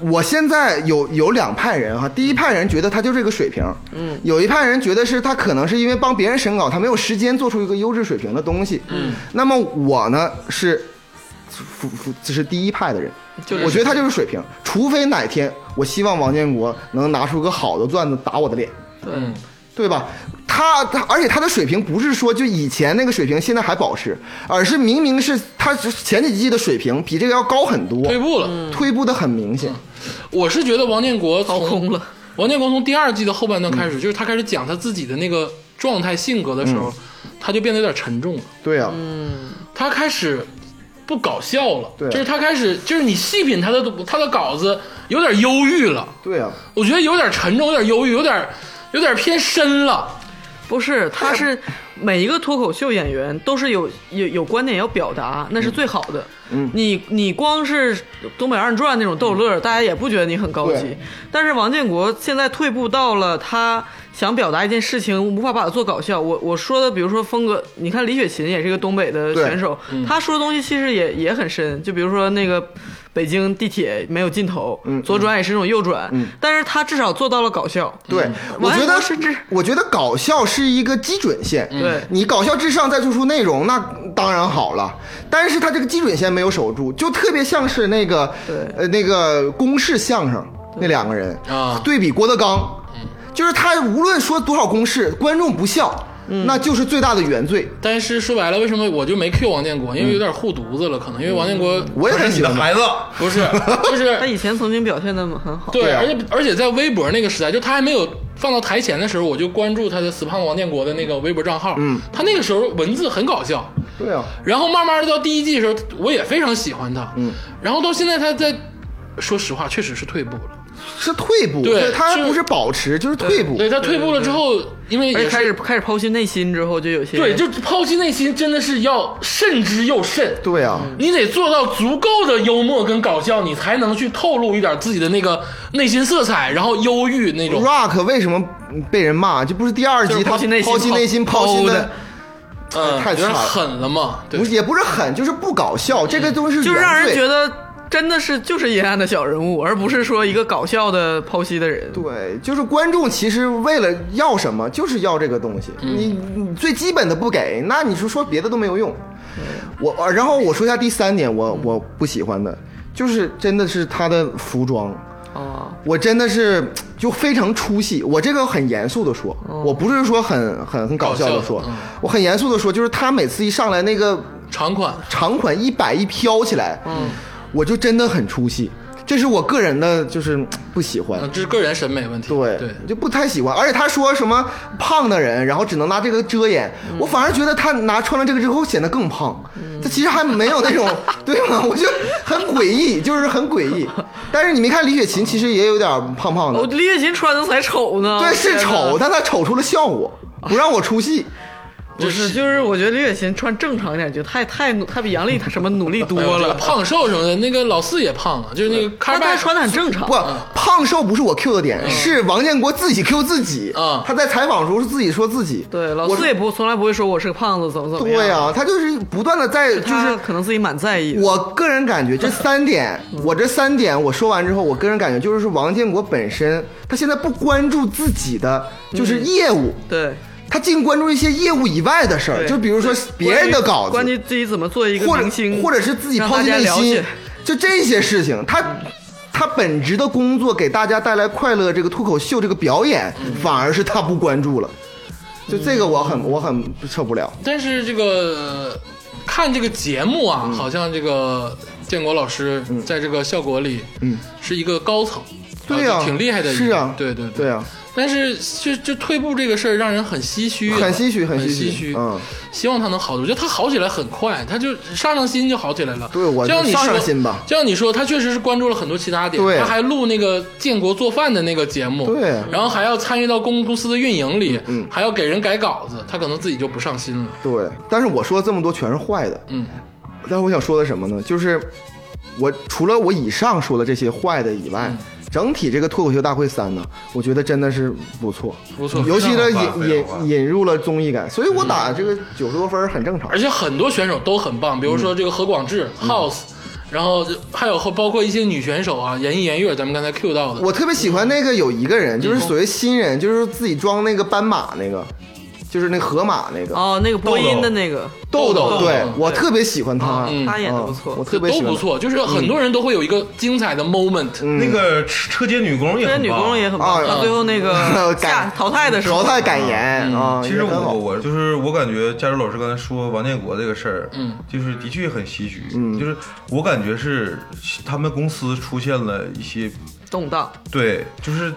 Speaker 2: 我现在有有两派人哈，第一派人觉得他就这个水平，嗯，有一派人觉得是他可能是因为帮别人审稿，他没有时间做出一个优质水平的东西，嗯，那么我呢是。服服，这是第一派的人，
Speaker 3: 就是
Speaker 2: 我觉得他就是水平，除非哪天我希望王建国能拿出个好的段子打我的脸，
Speaker 1: 嗯，
Speaker 2: 对吧？他他，而且他的水平不是说就以前那个水平，现在还保持，而是明明是他前几季的水平比这个要高很多，
Speaker 1: 退步了。
Speaker 3: 嗯
Speaker 2: 退步的很明显。
Speaker 1: 我是觉得王建国
Speaker 3: 掏
Speaker 1: 从
Speaker 3: 空了，
Speaker 1: 王建国从第二季的后半段开始，就是他开始讲他自己的那个状态、性格的时候，他就变得有点沉重了。
Speaker 2: 对啊，
Speaker 1: 他开始不搞笑了，
Speaker 2: 对
Speaker 1: 就是他开始，就是你细品他的他的稿子，有点忧郁了。
Speaker 2: 对啊，
Speaker 1: 我觉得有点沉重，有点忧郁，有点有点偏深了。
Speaker 3: 不是，他是每一个脱口秀演员都是有有有观点要表达，那是最好的。嗯，你你光是东北二传那种逗乐，大家也不觉得你很高级
Speaker 2: 对。
Speaker 3: 但是王建国现在退步到了他想表达一件事情，无法把它做搞笑。我我说的，比如说风格，你看李雪琴也是一个东北的
Speaker 2: 对
Speaker 3: 选手，他说的东西其实也也很深，就比如说那个。北京地铁没有尽头，左转也是一种右转，但是他至少做到了搞笑。
Speaker 2: 对，我
Speaker 3: 王
Speaker 2: 觉
Speaker 3: 建
Speaker 2: 得
Speaker 3: 国甚至
Speaker 2: 我觉得搞笑是一个基准线，
Speaker 3: 嗯对
Speaker 2: 你搞笑至上再做出内容，那当然好了。但是他这个基准线没有守住，就特别像是那个
Speaker 3: 对
Speaker 2: 呃那个公式相声那两个人
Speaker 1: 啊
Speaker 2: 对比郭德纲，就是他无论说多少公式，观众不笑，
Speaker 3: 嗯
Speaker 2: 那就是最大的原罪。
Speaker 1: 但是说白了，为什么我就没 Q 王建国？因为有点护犊子了，可能因为王建国
Speaker 2: 我也
Speaker 4: 不
Speaker 2: 很
Speaker 4: 是你
Speaker 2: 喜
Speaker 4: 的
Speaker 2: 欢他，
Speaker 4: 孩子，
Speaker 1: 不是， 就是
Speaker 3: 他以前曾经表现的很好，
Speaker 1: 对，
Speaker 2: 对啊
Speaker 1: 而且而且在微博那个时代，就他还没有放到台前的时候，我就关注他的死胖子王建国的那个微博账号。嗯，他那个时候文字很搞笑，
Speaker 2: 对啊，
Speaker 1: 然后慢慢的到第一季的时候，我也非常喜欢他。嗯，然后到现在他在，说实话确实是退步了。
Speaker 2: 是退步，
Speaker 1: 对
Speaker 2: 他还
Speaker 1: 是
Speaker 2: 不是保持，就是退步。
Speaker 1: 对他退步了之后，因为
Speaker 3: 而
Speaker 1: 也
Speaker 3: 且开
Speaker 1: 是
Speaker 3: 始开始剖析内心之后，就有些
Speaker 1: 对，就抛弃内心真的是要慎之又慎。
Speaker 2: 对啊，
Speaker 1: 你得做到足够的幽默跟搞笑，你才能去透露一点自己的那个内心色彩，然后忧郁那种。
Speaker 2: Rock 为什么被人骂？这不是第二
Speaker 3: 就
Speaker 2: 集
Speaker 3: 是
Speaker 2: 他
Speaker 3: 抛弃内心
Speaker 2: 抛弃
Speaker 3: 抛
Speaker 2: 内心抛心
Speaker 3: 抛
Speaker 2: 的
Speaker 3: 的，
Speaker 1: 嗯，
Speaker 2: 太
Speaker 1: 有点
Speaker 2: 差了
Speaker 1: 狠了嘛，对
Speaker 2: 不，是也不是狠，就是不搞笑，这个东西是
Speaker 3: 就是
Speaker 2: 原
Speaker 3: 让人
Speaker 2: 罪
Speaker 3: 觉得真的是就是阴暗的小人物，而不是说一个搞笑的剖析的人。
Speaker 2: 对，就是观众其实为了要什么，就是要这个东西。你你最基本的不给，那你是说别的都没有用。我啊然后我说一下第三点，我我不喜欢的就是真的是他的服装，
Speaker 3: 啊，
Speaker 2: 我真的是就非常出戏。我这个很严肃的说，我不是说很很很哦搞笑
Speaker 1: 搞笑
Speaker 2: 的说
Speaker 1: 嗯，
Speaker 2: 我很严肃的说，就是他每次一上来那个
Speaker 1: 长款，
Speaker 2: 长款一摆一飘起来，嗯，我就真的很出戏，这是我个人的，就是嗯不喜欢。
Speaker 1: 嗯，这是个人审美问题。
Speaker 2: 对
Speaker 1: 对，
Speaker 2: 就不太喜欢，而且他说什么胖的人，然后只能拿这个遮掩，
Speaker 1: 嗯
Speaker 2: 我反而觉得他拿穿了这个之后显得更胖，他其实还没有那 种，对吗？我就很诡异，就是很诡异。但是你没看李雪琴，其实也有点胖胖
Speaker 1: 哦
Speaker 3: 我
Speaker 2: 的，
Speaker 3: 哦李雪琴穿的才丑呢，
Speaker 1: 啊
Speaker 2: 对，是丑，
Speaker 3: 的，
Speaker 2: 但她丑出了效果，不让我出戏。
Speaker 3: 不是，就是我觉得李雪琴穿正常一点就太太努太比杨笠她什么努 力多
Speaker 1: 哎呦这个
Speaker 3: 了，嗯
Speaker 1: 胖瘦什么的，那个老四也胖啊，就是那个卡
Speaker 3: 但
Speaker 1: 尔
Speaker 3: 她
Speaker 1: 拜
Speaker 3: 穿的很正常嗯
Speaker 2: 不。，胖瘦不是我 Q 的点，是王建国自己 Q 自己。
Speaker 1: 嗯
Speaker 2: 他在采访的时候是自己说自己。
Speaker 3: 对，老
Speaker 2: 我
Speaker 3: 四也不从来不会说我是个胖子，怎么怎么样。
Speaker 2: 对呀、啊他就是不断的在，就
Speaker 3: 她
Speaker 2: 是
Speaker 3: 可能自己蛮在意的。
Speaker 2: 我个人感觉这三 点，
Speaker 3: 嗯
Speaker 2: 我这三点我说完之后，我个人感觉就是王建国本身他现在不关注自己的就是
Speaker 3: 嗯
Speaker 2: 业务，
Speaker 3: 对，
Speaker 2: 他净关注一些业务以外的事儿，
Speaker 3: 对
Speaker 2: 就比如说别人的稿
Speaker 3: 关于
Speaker 2: 子，
Speaker 3: 自己怎么做一个
Speaker 2: 或
Speaker 3: 明
Speaker 2: 者
Speaker 3: 星，
Speaker 2: 或者是自己
Speaker 3: 让
Speaker 2: 抛弃
Speaker 3: 大家
Speaker 2: 内
Speaker 3: 了
Speaker 2: 心
Speaker 3: 解，
Speaker 2: 就这些事情，他。他本职的工作给大家带来快乐，这个脱口秀这个表演，反而是他不关注了，就这个我很我很受不了。
Speaker 1: 但是这个呃看这个节目
Speaker 2: 嗯
Speaker 1: 啊，好像这个建国老师在这个效果里，嗯，是一个高层，
Speaker 2: 对呀、
Speaker 1: 啊挺厉害的一个，
Speaker 2: 是啊，
Speaker 1: 对对
Speaker 2: 对。啊，
Speaker 1: 但是就就退步这个事儿让人很唏嘘啊，
Speaker 2: 很唏嘘，
Speaker 1: 很
Speaker 2: 唏
Speaker 1: 唏
Speaker 2: 嗯。
Speaker 1: 希望他能好，我觉得他好起来很快，他就上上心就好起来了。
Speaker 2: 对我
Speaker 1: 就像你
Speaker 2: 上
Speaker 1: 说
Speaker 2: 上心吧
Speaker 1: 就像你说，他确实是关注了很多其他点，
Speaker 2: 对
Speaker 1: 他还录那个建国做饭的那个节目，
Speaker 2: 对嗯
Speaker 1: 然后还要参与到公公司的运营里，还要给人改稿子，他可能自己就不上心了。
Speaker 2: 对，但是我说这么多全是坏的，
Speaker 1: 嗯，
Speaker 2: 但是我想说的什么呢？就是我除了我以上说的这些坏的以外，整体这个脱口秀大会三呢，我觉得真的是不错，
Speaker 1: 不错
Speaker 2: 尤其
Speaker 4: 非
Speaker 2: 是
Speaker 4: 常好看
Speaker 2: 引
Speaker 4: 非常好
Speaker 2: 引
Speaker 4: 看
Speaker 2: 引入了综艺感，所以我打这个九十多分儿很正常
Speaker 1: 而。且很多选手都很棒，比如
Speaker 2: 嗯
Speaker 1: 说这个何广智、House，然后还有包括一些女选手啊，严艺、严悦，咱们刚才 Q 到的，
Speaker 2: 我特别喜欢那个有一个人，就是所谓新人，就是自己装那个斑马那个，就是那河马那个
Speaker 3: 哦，那个播
Speaker 4: 豆豆
Speaker 3: 音的那个，
Speaker 2: 豆
Speaker 1: 豆豆
Speaker 2: 对
Speaker 1: 嗯
Speaker 2: 我特别喜欢他，
Speaker 1: 嗯
Speaker 3: 她演的
Speaker 2: 嗯
Speaker 3: 不错。
Speaker 2: 我特别
Speaker 1: 都
Speaker 2: 喜欢嗯
Speaker 1: 不
Speaker 2: 他。
Speaker 1: 错，就是很多人都会有一个精彩的 moment，
Speaker 4: 那个车车间女工也
Speaker 3: 虽然
Speaker 4: 很
Speaker 3: 女
Speaker 4: 棒
Speaker 3: 工也很棒，
Speaker 2: 啊
Speaker 3: 到最后那个 下
Speaker 2: 感
Speaker 3: 淘汰的时候，
Speaker 2: 淘汰感言啊，
Speaker 4: 嗯其实
Speaker 2: 也很
Speaker 4: 我
Speaker 2: 好
Speaker 4: 我就是我感觉加州老师刚才说王建国这个事儿，嗯，就是的确很唏嘘，嗯，就是我感觉是他们公司出现了一些
Speaker 3: 动荡，
Speaker 4: 对，就是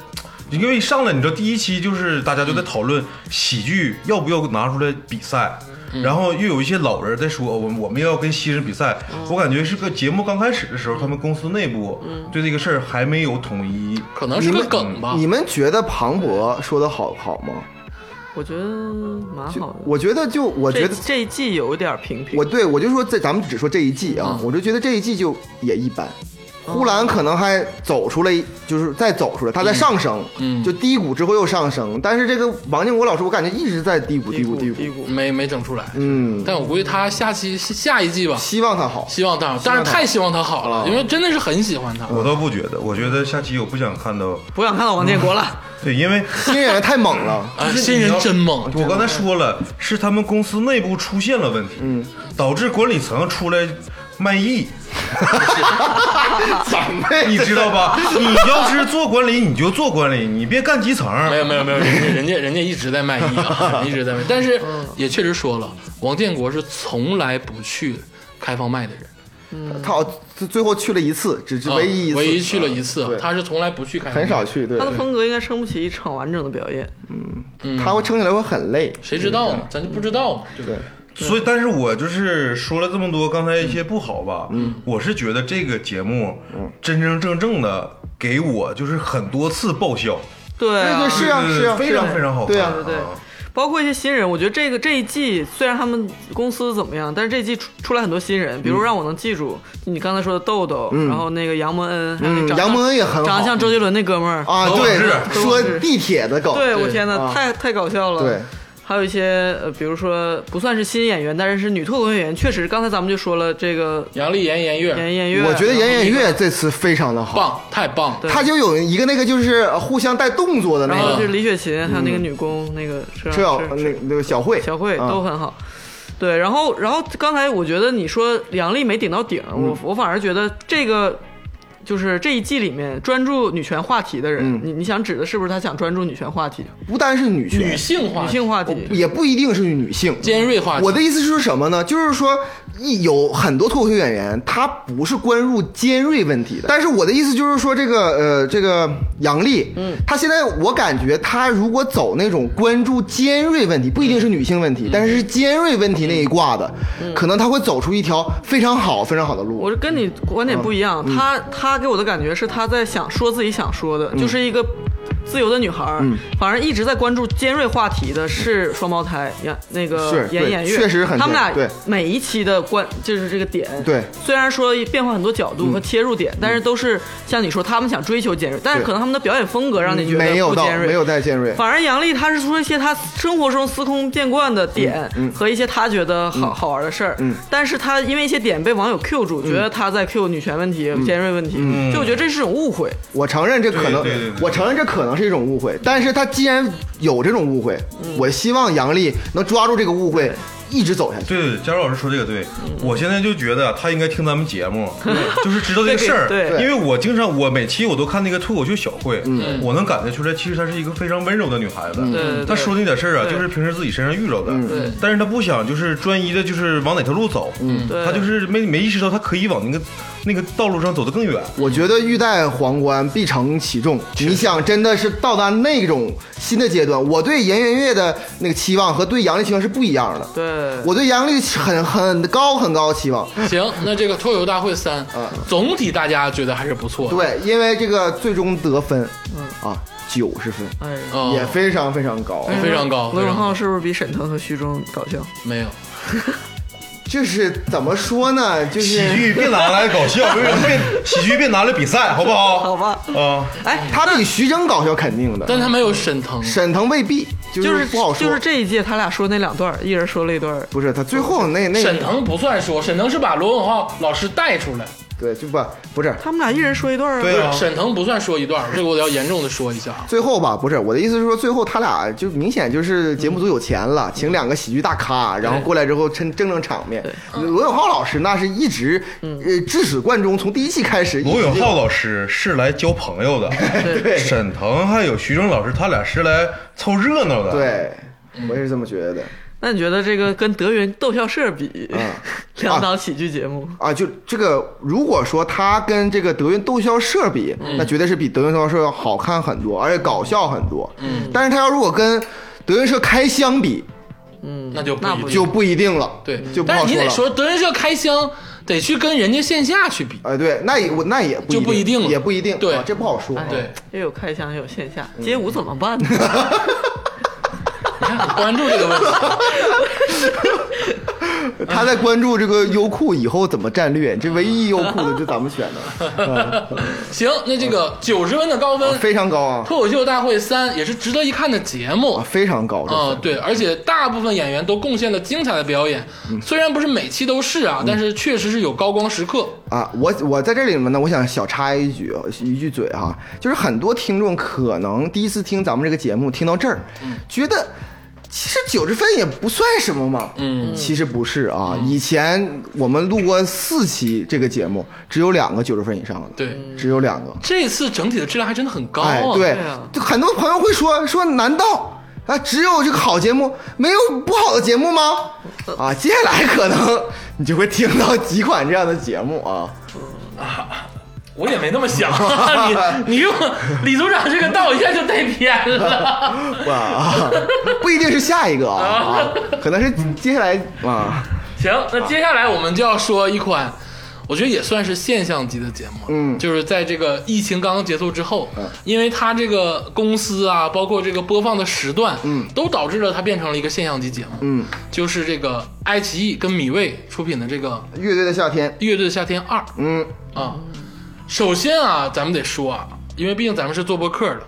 Speaker 4: 因为上来你知道第一期就是大家
Speaker 1: 嗯
Speaker 4: 就在讨论喜剧要不要拿出来比赛。
Speaker 1: 嗯
Speaker 4: 然后又有一些老人在说，我们我们要跟新人比赛。
Speaker 1: 嗯
Speaker 4: 我感觉是个节目刚开始的时候，他们公司内部
Speaker 1: 嗯
Speaker 4: 对这个事儿还没有统一。
Speaker 1: 啊可能是个梗吧。
Speaker 2: 你们觉得庞博说的好好吗？
Speaker 3: 我觉得蛮好的。
Speaker 2: 我觉得就我觉
Speaker 3: 这
Speaker 2: 得
Speaker 3: 这一季有点平平，
Speaker 2: 我对我就说这咱们只说这一季啊，
Speaker 3: 嗯
Speaker 2: 我就觉得这一季就也一般。
Speaker 3: 哦
Speaker 2: 呼兰可能还走出了一，就是再走出来，他在上升，
Speaker 1: 嗯嗯
Speaker 2: 就低谷之后又上升。但是这个王建国老师，我感觉一直在低谷，低
Speaker 3: 低
Speaker 2: 谷，低
Speaker 3: 低
Speaker 2: 谷。
Speaker 3: 谷，
Speaker 1: 没没整出来。
Speaker 2: 嗯，
Speaker 1: 但我估计他下期下一季吧，
Speaker 2: 希望他嗯好。
Speaker 1: 希望他好，但是太希望他好了，
Speaker 2: 嗯
Speaker 1: 因为真的是很喜欢他。
Speaker 4: 我倒不觉得，我觉得下期我不想看到，
Speaker 3: 不想看到王建国了。
Speaker 2: 嗯
Speaker 4: 对，因为
Speaker 2: 新演员太猛了，
Speaker 1: 啊，新人真
Speaker 2: 嗯
Speaker 1: 猛，
Speaker 4: 我刚才说了，是他们公司内部出现了问题，
Speaker 1: 嗯
Speaker 4: 导致管理层出来 卖艺，
Speaker 2: 咱们
Speaker 4: 你知 道吧？你要是做管理，你就做管理，你别干基层。
Speaker 1: 没有没有没有，人家人家人家一直在卖艺 啊，一直在卖，但是
Speaker 2: 嗯
Speaker 1: 也确实说了，王建国是从来不去开放麦的人，
Speaker 2: 他好最后去了一次，只是
Speaker 1: 啊
Speaker 2: 唯一一次，嗯
Speaker 1: 唯一去了一次啊
Speaker 2: 对，
Speaker 1: 他是从来不去开放麦，
Speaker 2: 很少去。对
Speaker 3: 他，的风格应该撑不起一场完整的表演。
Speaker 2: 他会撑起来会很累。
Speaker 1: 谁知道
Speaker 2: 嗯
Speaker 1: 呢？咱就不知道嘛，对
Speaker 4: 嗯
Speaker 1: 不对？
Speaker 4: 所以，但是我就是说了这么多，刚才一些不好吧，
Speaker 1: 嗯
Speaker 4: 我是觉得这个节目真真正正的给我就是很多次爆 笑，
Speaker 3: 对
Speaker 2: 对
Speaker 3: 啊，
Speaker 2: 对，是啊，
Speaker 4: 就是
Speaker 2: 啊，
Speaker 4: 嗯非
Speaker 2: 是
Speaker 4: 常
Speaker 2: 啊
Speaker 4: 非常好看，
Speaker 2: 对啊，
Speaker 3: 对包括一些新人，我觉得这个这一季虽然他们公司怎么样，但是这一季出出来很多新人，比
Speaker 2: 嗯
Speaker 3: 如让我能记住你刚才说的豆豆，然后那个杨蒙恩，还有那
Speaker 2: 嗯，
Speaker 3: 长
Speaker 2: 杨蒙恩也很好，
Speaker 3: 长得像周杰伦那哥们儿，
Speaker 2: 啊，
Speaker 4: 都
Speaker 2: 对
Speaker 4: 是，
Speaker 2: 说地铁的狗，
Speaker 3: 对我
Speaker 1: 对
Speaker 3: 天哪，
Speaker 2: 啊
Speaker 3: 太太搞笑了。
Speaker 2: 对。
Speaker 3: 还有一些呃，比如说不算是新演员，但是是女脱口秀演员，确实刚才咱们就说了这个
Speaker 1: 杨丽妍、颜悦
Speaker 3: 严艳月，
Speaker 2: 我觉得
Speaker 3: 然后
Speaker 2: 严
Speaker 3: 那
Speaker 2: 演
Speaker 3: 嗯个
Speaker 2: 月这次非常的好，
Speaker 1: 棒，太棒了，
Speaker 3: 对
Speaker 2: 他就有一个那个就是互相带动作的那
Speaker 3: 然后
Speaker 2: 个嗯
Speaker 3: 就是李雪琴，还有那个女工，那个车
Speaker 2: 车友，
Speaker 3: 车
Speaker 2: 那那个小慧，
Speaker 3: 小慧
Speaker 2: 啊
Speaker 3: 都很好。对，然后然后刚才我觉得你说杨笠没顶到顶儿，
Speaker 2: 嗯
Speaker 3: 我我反而觉得这个。就是这一季里面专注女权话题的人，
Speaker 2: 嗯
Speaker 3: 你你想指的是不是他想专注女权话题、
Speaker 2: 不单是女
Speaker 1: 女
Speaker 2: 权，
Speaker 1: 性化，
Speaker 3: 女性话题？
Speaker 2: 也不一定是女性。
Speaker 1: 尖锐
Speaker 3: 啊
Speaker 1: 化，
Speaker 2: 我的意思是什么呢？就是说，一有很多脱口秀演员，他不是关注尖锐问题的。但是我的意思就是说，这个呃，这个杨笠，嗯，他现在我感觉他如果走那种关注尖锐问题，不一定是女性问
Speaker 3: 嗯
Speaker 2: 题，但是是尖锐问题那一挂的，可能他会走出一条非常好、非常好的路。
Speaker 3: 我是跟你观点不一样，
Speaker 2: 嗯
Speaker 3: 她她给我的感觉是她在想说自己想
Speaker 2: 嗯
Speaker 3: 说的，就是一个自由的女孩儿。反而一直在关注尖锐话题的是双胞胎杨
Speaker 2: 嗯
Speaker 3: 那
Speaker 2: 是
Speaker 3: 个
Speaker 2: 对
Speaker 3: 严演月，
Speaker 2: 确实很
Speaker 3: 他们俩
Speaker 2: 对对
Speaker 3: 每一期的关就是这个点。
Speaker 2: 对，嗯
Speaker 3: 虽然说变化很多角度和切入点，但是都是像你说他们想追求尖锐，但是
Speaker 2: 对
Speaker 3: 可能他们的表演风格让你觉得
Speaker 2: 没有
Speaker 3: 不
Speaker 2: 到
Speaker 3: 尖锐，
Speaker 2: 没有带尖锐，
Speaker 3: 反而杨笠她是说一些她生活中司空见惯的点
Speaker 2: 嗯
Speaker 3: 和一些她觉得好好玩的事儿，但是她因为一些点被网友 Q 住，觉
Speaker 2: 嗯
Speaker 3: 得她在 Q 女权问题、尖锐问题，就我觉得这是种误会。
Speaker 2: 我承认这可能
Speaker 4: 对对对，对
Speaker 2: 我承认这可能是一种误会，但是他既然有这种误会，
Speaker 3: 嗯
Speaker 2: 我希望杨笠能抓住这个误会，一直走下去。
Speaker 4: 对对，对佳茹老师说这个对，
Speaker 3: 嗯
Speaker 4: 我现在就觉得啊他应该听咱们节 目，就是知道这个事儿。
Speaker 3: 对对
Speaker 4: 因为我经常我每期我都看那个脱口秀小慧，我能感觉出来，其实她是一个非常温柔的女孩子。
Speaker 3: 对嗯对
Speaker 4: 她说那点事儿啊，
Speaker 3: 对
Speaker 4: 就是平时自己身上遇着的，
Speaker 2: 嗯
Speaker 3: 对
Speaker 4: 但是她不想就是专一的，就是往哪条路走，
Speaker 3: 对
Speaker 4: 她就是没没意识到她可以往那个那个道路上走得更远。
Speaker 2: 我觉得欲戴皇冠，必承其重。你想，真的是到达那种新的阶段，我对严元月的那个期望和对杨笠期望是不一样的。
Speaker 3: 对，
Speaker 2: 我对杨笠很很高很高期望，
Speaker 3: 嗯
Speaker 1: 行，那这个脱口秀大会三，总体大家觉得还是不错的，
Speaker 2: 啊对，因为这个最终得分，
Speaker 3: 嗯
Speaker 2: 啊，九十分，
Speaker 3: 哎呀，
Speaker 1: 嗯
Speaker 2: 也非常非常高。
Speaker 3: 嗯
Speaker 1: 非常高，
Speaker 3: 罗
Speaker 1: 非
Speaker 3: 永
Speaker 1: 常
Speaker 3: 浩
Speaker 1: 高，
Speaker 3: 是不是比沈腾和徐峥搞笑？
Speaker 1: 没有，
Speaker 2: 就是怎么说呢，就是
Speaker 4: 喜剧别拿来搞笑，不是别喜剧别拿来比赛，好不好？
Speaker 3: 好吧，
Speaker 4: 啊，
Speaker 3: 哎，
Speaker 2: 他比徐峥搞笑肯定的，
Speaker 1: 但他没有沈腾，
Speaker 2: 沈腾未必，就
Speaker 3: 就是
Speaker 2: 不好说。
Speaker 3: 就是这一届他俩说那两段儿，一人说了一段儿，
Speaker 2: 不是他最后那那
Speaker 1: 沈腾不算说，沈腾是把罗永浩老师带出来，
Speaker 2: 对就不不是
Speaker 3: 他们俩一人说一段儿啊。
Speaker 4: 对啊，
Speaker 1: 沈腾不算说一段，这个我要严重的说一下啊。
Speaker 2: 最后吧，不是我的意思是说，最后他俩就明显就是节目组有钱
Speaker 1: 嗯
Speaker 2: 了，请两个喜剧大咖，然后过来之后趁正正场面。罗永浩老师那是一直呃至始贯终，从第一期开始。
Speaker 4: 罗
Speaker 2: 一
Speaker 4: 永
Speaker 2: 直
Speaker 4: 浩老师是来交朋友的，
Speaker 2: 对
Speaker 4: 沈腾还有徐峥老师，他俩是来凑热闹的。，
Speaker 2: 对，我也是这么觉得的
Speaker 3: 那你觉得这个跟德云逗笑社比，
Speaker 2: 嗯
Speaker 3: 两档喜剧节目？
Speaker 2: 啊。就这个，如果说他跟这个德云逗笑社比，
Speaker 1: 嗯
Speaker 2: 那绝对是比德云逗笑社要好看很多，而且搞笑很多。嗯，但是他要如果跟德云社开箱比，
Speaker 1: 那就不
Speaker 3: 那
Speaker 1: 一
Speaker 3: 不
Speaker 1: 定
Speaker 2: 就不一定了，
Speaker 1: 对，
Speaker 2: 嗯就不
Speaker 1: 但
Speaker 2: 好
Speaker 1: 是你
Speaker 2: 说
Speaker 1: 得
Speaker 2: 了。
Speaker 1: 说德云社开箱得去跟人家线下去 比，
Speaker 2: 呃，对，那也我那也不
Speaker 1: 就不一定了
Speaker 2: 也不一定，
Speaker 1: 对
Speaker 2: 啊这不好说。
Speaker 3: 哎
Speaker 1: 对，
Speaker 3: 又有开箱，又有线下，街舞怎么办呢？
Speaker 1: 我关注这个问题。
Speaker 2: 他在关注这个优酷以后怎么战略，这唯一优酷的就咱们选的，
Speaker 1: 行，那这个九十分的高分，
Speaker 2: 非常高啊，
Speaker 1: 脱口秀大会三也是值得一看的节目。
Speaker 2: 非常高这
Speaker 1: 嗯，
Speaker 2: 分。
Speaker 1: 对，而且大部分演员都贡献了精彩的表演，
Speaker 2: 嗯
Speaker 1: 虽然不是每期都是啊，但是确实是有高光时刻。
Speaker 2: 啊，我我在这里面呢，我想小插一句啊一句嘴哈，就是很多听众可能第一次听咱们这个节目，听到这儿，
Speaker 1: 嗯
Speaker 2: 觉得其实九十分也不算什么嘛。嗯，其实不是啊，
Speaker 1: 嗯
Speaker 2: 以前我们录过四期这个节目，只有两个九十分以上的，
Speaker 1: 对，
Speaker 2: 只有两个。
Speaker 1: 这次整体的质量还真的很高
Speaker 2: 哎
Speaker 1: 啊。，
Speaker 2: 对
Speaker 3: 啊，
Speaker 2: 就很多朋友会说说，难道啊只有这个好节目，没有不好的节目吗？啊，接下来可能你就会听到几款这样的节目啊。
Speaker 1: 我也没那么想，啊 你你用李组长这个道一下就带偏了。
Speaker 2: 哇啊，不一定是下一个啊，啊可能是接下来啊，
Speaker 1: 行，那接下来我们就要说一款，我觉得也算是现象级的节目，
Speaker 2: 嗯
Speaker 1: 就是在这个疫情刚刚结束之后，因为它这个公司啊，包括这个播放的时段，嗯，都导致了它变成了一个现象级节目，
Speaker 2: 嗯，
Speaker 1: 就是这个爱奇艺跟米未出品的这个《
Speaker 2: 乐队的夏天，
Speaker 1: 乐队的夏天二》
Speaker 2: 嗯，
Speaker 1: 啊。首先啊，咱们得说啊，因为毕竟咱们是做播客的，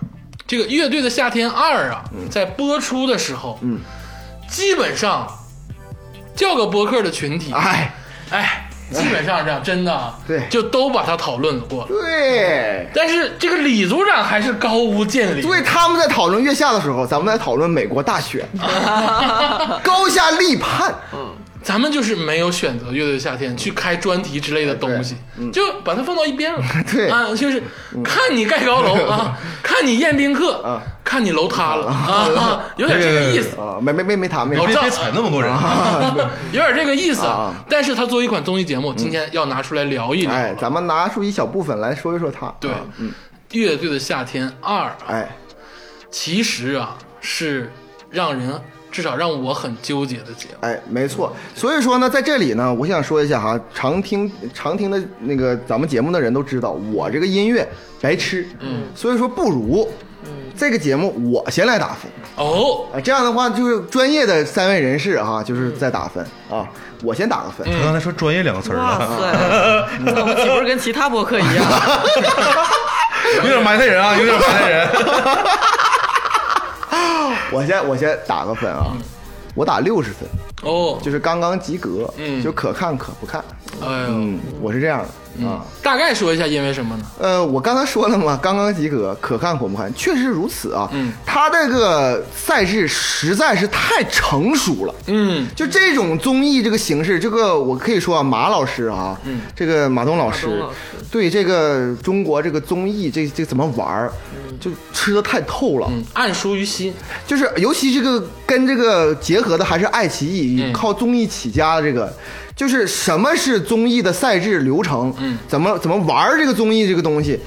Speaker 1: 这个《乐队的夏天二》啊，在播出的时候，嗯，基本上叫个播客的群体，
Speaker 2: 哎，
Speaker 1: 哎，基本上这样，真的啊，
Speaker 2: 对
Speaker 1: 就都把它讨论了过了。
Speaker 2: 对。
Speaker 1: 但是这个李组长还是高屋建瓴，
Speaker 2: 对，他们在讨论月下的时候，咱们在讨论美国大选，高下立判。
Speaker 1: 咱们就是没有选择乐队夏天去开专题之类的东西，就把它放到一边了。
Speaker 2: 哎嗯 对嗯
Speaker 1: 啊，就是看你盖 高楼啊，看你宴宾客
Speaker 2: 啊，
Speaker 1: 看你楼塌了啊，有点这个意思。
Speaker 2: 啊，没没没没谈没
Speaker 1: 我
Speaker 2: 谈
Speaker 1: 知
Speaker 4: 别
Speaker 1: 道
Speaker 4: 别踩那么多人，
Speaker 1: 有点这个意思
Speaker 2: 啊
Speaker 1: 啊
Speaker 2: 啊，
Speaker 1: 但是它作为一款综艺节目，今天要拿出来聊一聊。
Speaker 2: 哎，咱们拿出一小部分来说一说他。
Speaker 1: 对
Speaker 2: 啊，
Speaker 1: 乐队的夏天二啊，
Speaker 2: 哎，
Speaker 1: 其实啊是让人至少让我很纠结的节目。
Speaker 2: 哎，没错。所以说呢，在这里呢，我想说一下哈，常听常听的那个咱们节目的人都知道，我这个音乐白痴，嗯，所以说不如，这个节目我先来打分
Speaker 1: 哦，
Speaker 2: 啊，这样的话就是专业的三位人士哈，就是在打分啊，我先打个分，
Speaker 4: 他刚才说专业两个词儿
Speaker 3: 哇
Speaker 4: 了，
Speaker 3: 塞，那我们岂不是跟其他博客一样？
Speaker 4: 有点埋汰人啊，有点埋汰人。
Speaker 2: 我先我先打个分啊，我打六十分，
Speaker 1: 哦，
Speaker 2: 就是刚刚及格，
Speaker 1: 嗯
Speaker 2: 就可看可不看，
Speaker 1: 哎呦，
Speaker 2: 嗯，我是这样的啊。
Speaker 1: 大概说一下因为什么呢？
Speaker 2: 呃，我刚才说了嘛，刚刚及格，可看可不看，确实如此啊。
Speaker 1: 嗯，
Speaker 2: 他这个赛制实在是太成熟了。
Speaker 1: 嗯，
Speaker 2: 就这种综艺这个形式，这个我可以说啊，马老师啊，嗯，这个马东老师，
Speaker 3: 马东老师
Speaker 2: 对这个中国这个综艺这这怎么玩儿，
Speaker 3: 嗯
Speaker 2: 就吃的太透了。
Speaker 1: 嗯，暗熟于心，
Speaker 2: 就是尤其这个跟这个结合的还是爱奇艺，以靠综艺起家的这个，就是什么是综艺的赛制流程，
Speaker 1: 嗯
Speaker 2: 怎么怎么玩儿这个综艺这个东西，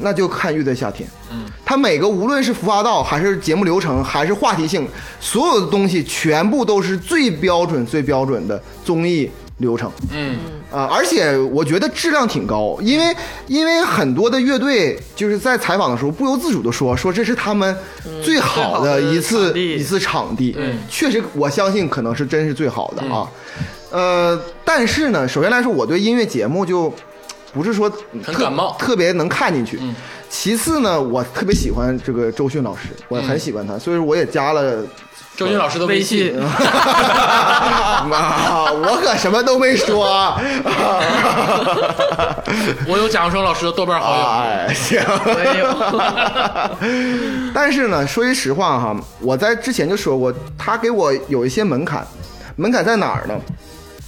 Speaker 2: 那就看《乐队夏天》。嗯，它每个无论是服化道，还是节目流程，还是话题性，所有的东西全部都是最标准、最标准的综艺流程。
Speaker 1: 嗯
Speaker 2: 啊、而且我觉得质量挺高，因为因为很多的乐队就是在采访的时候不由自主的说说这是他们最好的一
Speaker 3: 最好
Speaker 2: 次、
Speaker 3: 的场地
Speaker 2: 一次场地，
Speaker 1: 嗯
Speaker 2: 确实我相信可能是真是最好的啊。呃，但是呢，首先来说，我对音乐节目就不是说
Speaker 1: 很
Speaker 2: 特
Speaker 1: 感冒
Speaker 2: 特别能看进去。其次呢，我特别喜欢这个周迅老师，我很喜欢他，所以说我也加了
Speaker 1: 周军老师的微
Speaker 3: 微
Speaker 1: 信
Speaker 3: 信，
Speaker 2: 妈，啊我可什么都没说啊。
Speaker 1: 我有贾永生老师的豆瓣好友。
Speaker 2: 啊，哎，行。
Speaker 3: 我也有。
Speaker 2: 但是呢，说句实话哈，我在之前就说过，他给我有一些门槛，门槛在哪儿呢？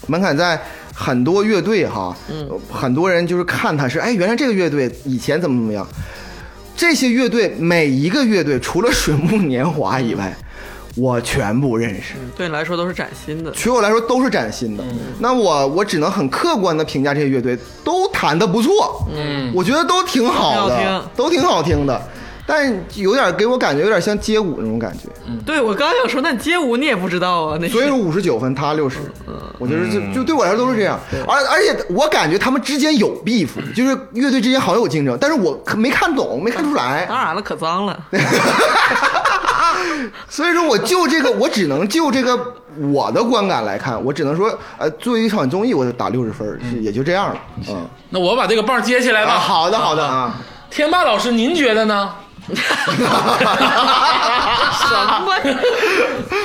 Speaker 2: 门槛在很多乐队哈，嗯，很多人就是看他是，哎，原来这个乐队以前怎么怎么样，这些乐队每一个乐队除了水木年华以外，我全部认识。
Speaker 3: 对你来说都是崭新的，
Speaker 2: 对我来说都是崭新的。那我我只能很客观的评价这些乐队都弹的不错，
Speaker 1: 嗯
Speaker 2: 我觉得都挺好
Speaker 3: 挺好
Speaker 2: 的
Speaker 3: 听，
Speaker 2: 都挺好听的，但有点给我感觉有点像街舞那种感觉。
Speaker 3: 对我刚想说，那你街舞你也不知道啊，那
Speaker 2: 所以
Speaker 3: 是
Speaker 2: 说五十九分，他六十，我觉得就就对我来说都是这样。而而且我感觉他们之间有 beef，就是乐队之间
Speaker 3: 啊
Speaker 2: 好像有竞争，但是我没看懂，没看出来。
Speaker 3: 当然了，可脏了，
Speaker 2: 所以说，我就这个，我只能就这个我的观感来看，我只能说，呃，作为一场综艺，我打六十分，是也就这样了。嗯，
Speaker 1: 那我把这个棒接起来吧。
Speaker 2: 啊，好的，好的啊。
Speaker 1: 天霸老师，您觉得 呢？
Speaker 3: 什么？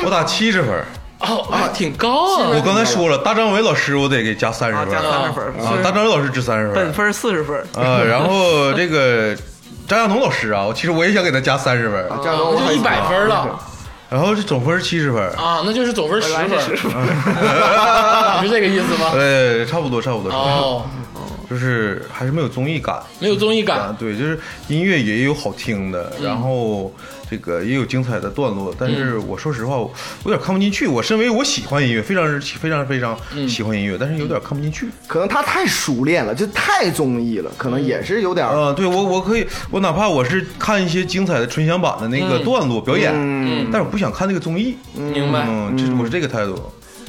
Speaker 4: 我打七十分儿。
Speaker 1: 哦，啊，挺高啊
Speaker 4: 我。刚才说了，大张伟老师我得给加三十
Speaker 3: 啊，
Speaker 4: 分
Speaker 3: 加
Speaker 4: 儿
Speaker 3: 三十分儿，
Speaker 4: 啊，大张伟老师值三十分
Speaker 3: 本
Speaker 4: 儿
Speaker 3: 分四十分儿。
Speaker 4: 啊，然后这个张亚东老师啊，我其实我也想给他加三十分儿，
Speaker 2: 啊这样的我
Speaker 1: 就
Speaker 2: 很
Speaker 1: 一百分了
Speaker 4: 然后这总分是七十分儿，
Speaker 1: 啊，那就是总分十分， 你是这个意思吗？
Speaker 4: 呃，差不多差不多，差不多
Speaker 1: 哦，
Speaker 4: 就是还是没有综艺感。
Speaker 1: 没有综艺感
Speaker 4: 啊，，对，就是音乐也有好听的，然后这个也有精彩的段落，但是我说实话，我我有点看不进去。我身为我喜欢音乐，非常非常非常喜欢音乐，但是有点看不进去。
Speaker 2: 可能他太熟练了，就太综艺了，可能也是有点儿。
Speaker 4: 啊，对我我可以，我哪怕我是看一些精彩的纯享版的那个段落表演，
Speaker 2: 嗯
Speaker 4: 但是我不想看那个综艺。
Speaker 1: 明白？
Speaker 4: 嗯，这是我是这个态度。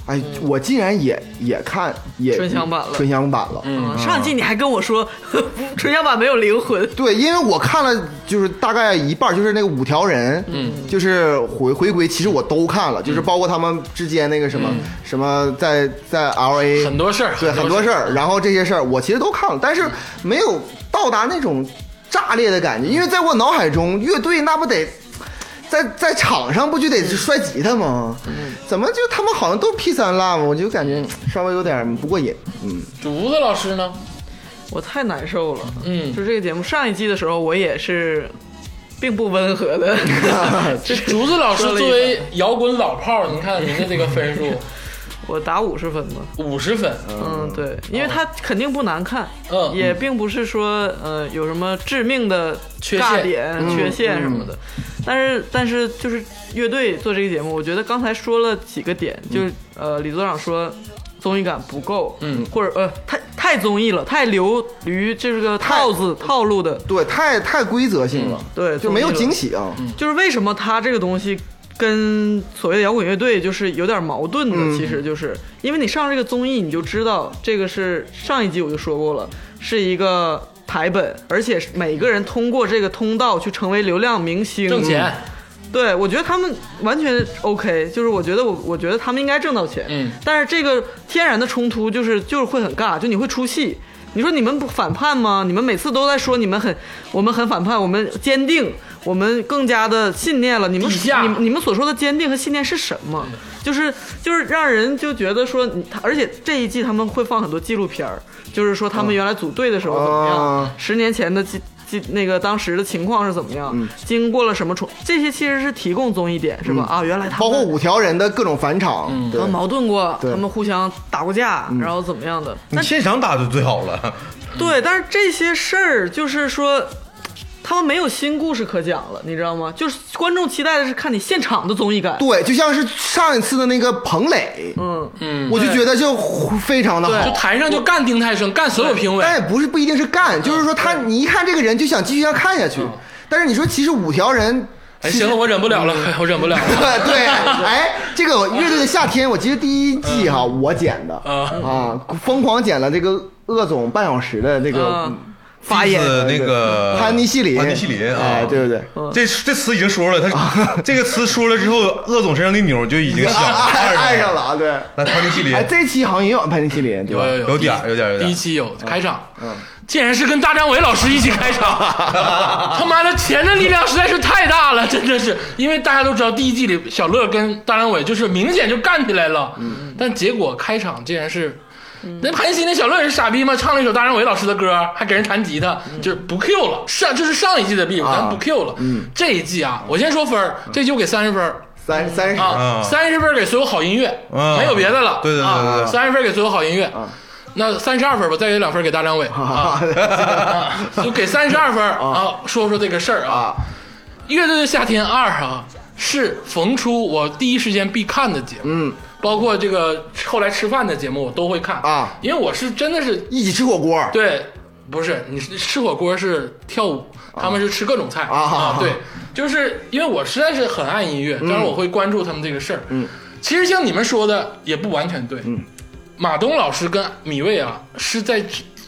Speaker 2: 哎，我竟然也也看也
Speaker 3: 春香版了
Speaker 2: 春香版了。
Speaker 3: 嗯上季你还跟我说 纯享版没有灵魂，
Speaker 2: 对，因为我看了，就是大概一半，就是那个五条人，嗯，就是回回归，其实我都看了，就是包括他们之间那个什么、什么在在 L A
Speaker 1: 很多事儿，
Speaker 2: 对嗯很多事儿，然后这些事儿我其实都看了，但是没有到达那种炸裂
Speaker 1: 嗯
Speaker 2: 的感觉，因为在我脑海中，乐队那不得在在场上不就得摔吉他吗？
Speaker 1: 嗯
Speaker 2: 怎么就他们好像都 P 三 Love，我就感觉稍微有点不过瘾。嗯，
Speaker 1: 竹子老师呢？
Speaker 3: 我太难受了。
Speaker 1: 嗯
Speaker 3: 就这个节目上一季的时候，我也是并不温和的。
Speaker 1: 这竹子老师
Speaker 3: 说了一
Speaker 1: 作为摇滚老炮儿，你看您的这个分数
Speaker 3: 我打五十分吧，
Speaker 1: 五十分，
Speaker 3: 嗯，对，因为它肯定不难看，
Speaker 1: 嗯
Speaker 3: 也并不是说呃有什么致命的
Speaker 1: 缺
Speaker 3: 尬
Speaker 1: 陷
Speaker 3: 点、缺陷什么的，但是但是就是乐队做这个节目，我觉得刚才说了几个点，就是呃李组长说综艺感不够，
Speaker 1: 嗯
Speaker 3: 或者呃太太综艺了，太流于这个套子套路的，
Speaker 2: 对，太太规则性了，
Speaker 1: 嗯
Speaker 3: 对，
Speaker 2: 就没有
Speaker 3: 综艺了
Speaker 2: 惊喜啊。
Speaker 3: 就是为什么他这个东西跟所谓的摇滚乐队就是有点矛盾呢？
Speaker 2: 嗯
Speaker 3: 其实就是因为你上这个综艺，你就知道这个是上一集我就说过了，是一个台本，而且是每个人通过这个通道去成为流量明星
Speaker 1: 挣钱。
Speaker 2: 嗯
Speaker 3: 对，我觉得他们完全 OK，就是我觉得我我觉得他们应该挣到钱，
Speaker 1: 嗯，
Speaker 3: 但是这个天然的冲突就是就是会很尬，就你会出戏。你说你们不反叛吗？你们每次都在说你们很，我们很反叛，我们坚定，我们更加的信念了。你们
Speaker 1: 地下嗯
Speaker 3: 你你们所说的坚定和信念是什么？就是就是让人就觉得说你，他而且这一季他们会放很多纪录片儿，就是说
Speaker 1: 嗯
Speaker 3: 他们原来组队的时候怎么样，
Speaker 2: 啊
Speaker 3: 十年前的记记那个当时的情况是怎么样，
Speaker 2: 嗯
Speaker 3: 经过了什么冲，这些其实是提供综艺点是吧？啊，原来
Speaker 2: 嗯
Speaker 3: 他
Speaker 2: 包
Speaker 3: 们
Speaker 2: 括
Speaker 1: 嗯
Speaker 2: 五条人的各种返场，对
Speaker 3: 他们矛盾过，
Speaker 2: 对嗯
Speaker 3: 他们互相打过架，然后怎么样的？
Speaker 4: 你
Speaker 3: 但
Speaker 4: 现场打就最好了，
Speaker 3: 对，但是这些事儿就是说。他们没有新故事可讲了，你知道吗？就是观众期待的是看你现场的综艺感。
Speaker 2: 对，就像是上一次的那个彭磊，
Speaker 3: 嗯，
Speaker 1: 嗯，
Speaker 2: 我就觉得就非常的
Speaker 1: 就
Speaker 2: 好。
Speaker 1: 台上就干丁太升，干所有评委，
Speaker 2: 但也不是不一定是干，就是说他你一看这个人就想继续要看下去。但是你说其实五条人，
Speaker 1: 哎，行了，我忍不了了，
Speaker 4: 嗯
Speaker 1: 哎我忍不了了。
Speaker 2: 对，哎，这个乐队的夏天，我记得第一季哈我剪的啊，疯狂剪了这个鄂总半小时的这个
Speaker 3: 嗯发言
Speaker 4: 是那个
Speaker 2: 潘尼西林，
Speaker 4: 潘尼西林啊
Speaker 2: 哎，，对不对？
Speaker 4: 这这词已经说了， 他这个词说了之后，鄂总身上的钮就已经响了，
Speaker 2: 爱爱上了，啊，对。
Speaker 4: 来，潘尼西林
Speaker 2: 哎，这期好像也有潘尼西林，对吧？
Speaker 1: 有
Speaker 4: 有点儿有点儿有
Speaker 1: 哎
Speaker 4: 点儿嗯
Speaker 1: 第一期有开场，竟然是跟大张伟老师一起 开场，他妈的钱的力量实在是太大了，真的是，因为大家都知道第一季里小乐跟大张伟就是明显就干起来了，
Speaker 4: 嗯
Speaker 1: 嗯但结果开场竟然是。那潘西那小乐也是傻逼吗？唱了一首大张伟老师的歌，还给人弹吉他，
Speaker 4: 嗯
Speaker 1: 就是不 Q 了。上这是上一季的 B，咱
Speaker 4: 啊
Speaker 1: 不 Q 了。
Speaker 4: 嗯
Speaker 1: 这一季啊，我先说分儿，这一季我给三十分儿
Speaker 2: 三三十，
Speaker 1: 啊，
Speaker 4: 嗯
Speaker 1: 三十分儿给所有好音乐，
Speaker 4: 嗯
Speaker 1: 没有别的了。啊
Speaker 4: 对对对对对
Speaker 1: 三十分儿给所有好音乐。那三十二分吧，再给两分给大张伟啊， 啊就给三十二分啊。说说这个事儿啊，《乐队的夏天二》啊，是逢出我第一时间必看的节目，嗯，包括这个后来吃饭的节目我都会看
Speaker 2: 啊，
Speaker 1: 因为我是真的是
Speaker 2: 一起吃火锅，
Speaker 1: 对，不是你是吃火锅是跳舞，他们是吃各种菜
Speaker 2: 啊
Speaker 1: 对，就是因为我实在是很爱音乐，当然我会关注他们这个事儿。嗯，其实像你们说的也不完全对。嗯，马东老师跟米未啊是在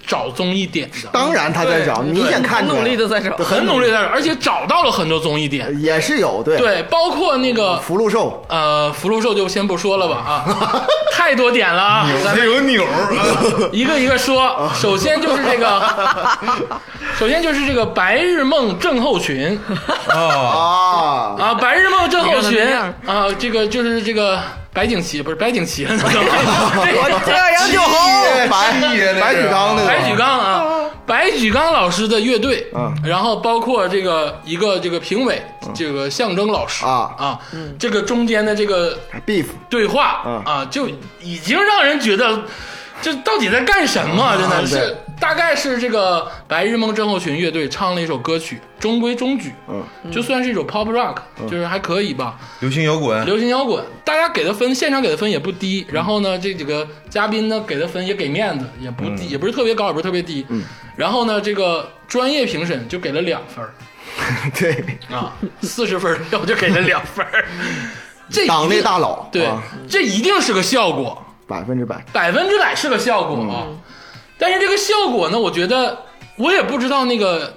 Speaker 1: 找综艺点的，
Speaker 2: 当然他在找，
Speaker 1: 对
Speaker 2: 明显看出来
Speaker 3: 努力 的在找，
Speaker 1: 很努力在哎找，而且找到了很多综艺点。
Speaker 2: 也是有对
Speaker 1: 对，包括那个
Speaker 2: 福禄寿，
Speaker 1: 呃，福禄寿就先不说了吧 啊，太多点了啊，咱
Speaker 4: 还
Speaker 1: 们
Speaker 4: 有钮 儿，
Speaker 1: 一个一个说。首先就是这个，首先就是这个白日梦症候群
Speaker 4: 啊，
Speaker 2: 啊，
Speaker 1: 啊，白日梦症候
Speaker 3: 你
Speaker 1: 群
Speaker 3: 看
Speaker 1: 啊，这个就是这个白景琦不是白景琦了，
Speaker 3: 我这杨九红，
Speaker 2: 白白举纲那种，
Speaker 1: 白举纲啊，白举纲老师的乐队，然后包括这个一个这个评委，这个象征老师
Speaker 2: 啊
Speaker 1: 啊，
Speaker 3: 嗯
Speaker 1: 这个中间的这个
Speaker 2: beef，
Speaker 1: 对话
Speaker 2: 嗯
Speaker 1: 啊，就已经让人觉得这到底在干什么？啊真的
Speaker 2: 嗯对
Speaker 1: 是，大概是这个白日梦症候群乐队唱了一首歌曲，中规中矩，
Speaker 2: 嗯
Speaker 1: 就算是一首 pop rock，就是还可以吧。
Speaker 4: 流行摇滚，
Speaker 1: 流行摇滚，大家给的分，现场给的分也不低。然后呢，这几个嘉宾呢给的分也给面子，也不
Speaker 2: 嗯
Speaker 1: 低，也不是特别高，也不是特别低。然后呢，这个专业评审就给了两分儿
Speaker 2: 对，
Speaker 1: 啊，四十分儿票就给了两分儿这一定
Speaker 2: 党内大佬，
Speaker 1: 对，
Speaker 2: 啊
Speaker 1: 这一定是个效果，
Speaker 2: 百分之百，
Speaker 1: 百分之百是个效果啊。
Speaker 2: 嗯
Speaker 1: 但是这个效果呢，我觉得我也不知道那个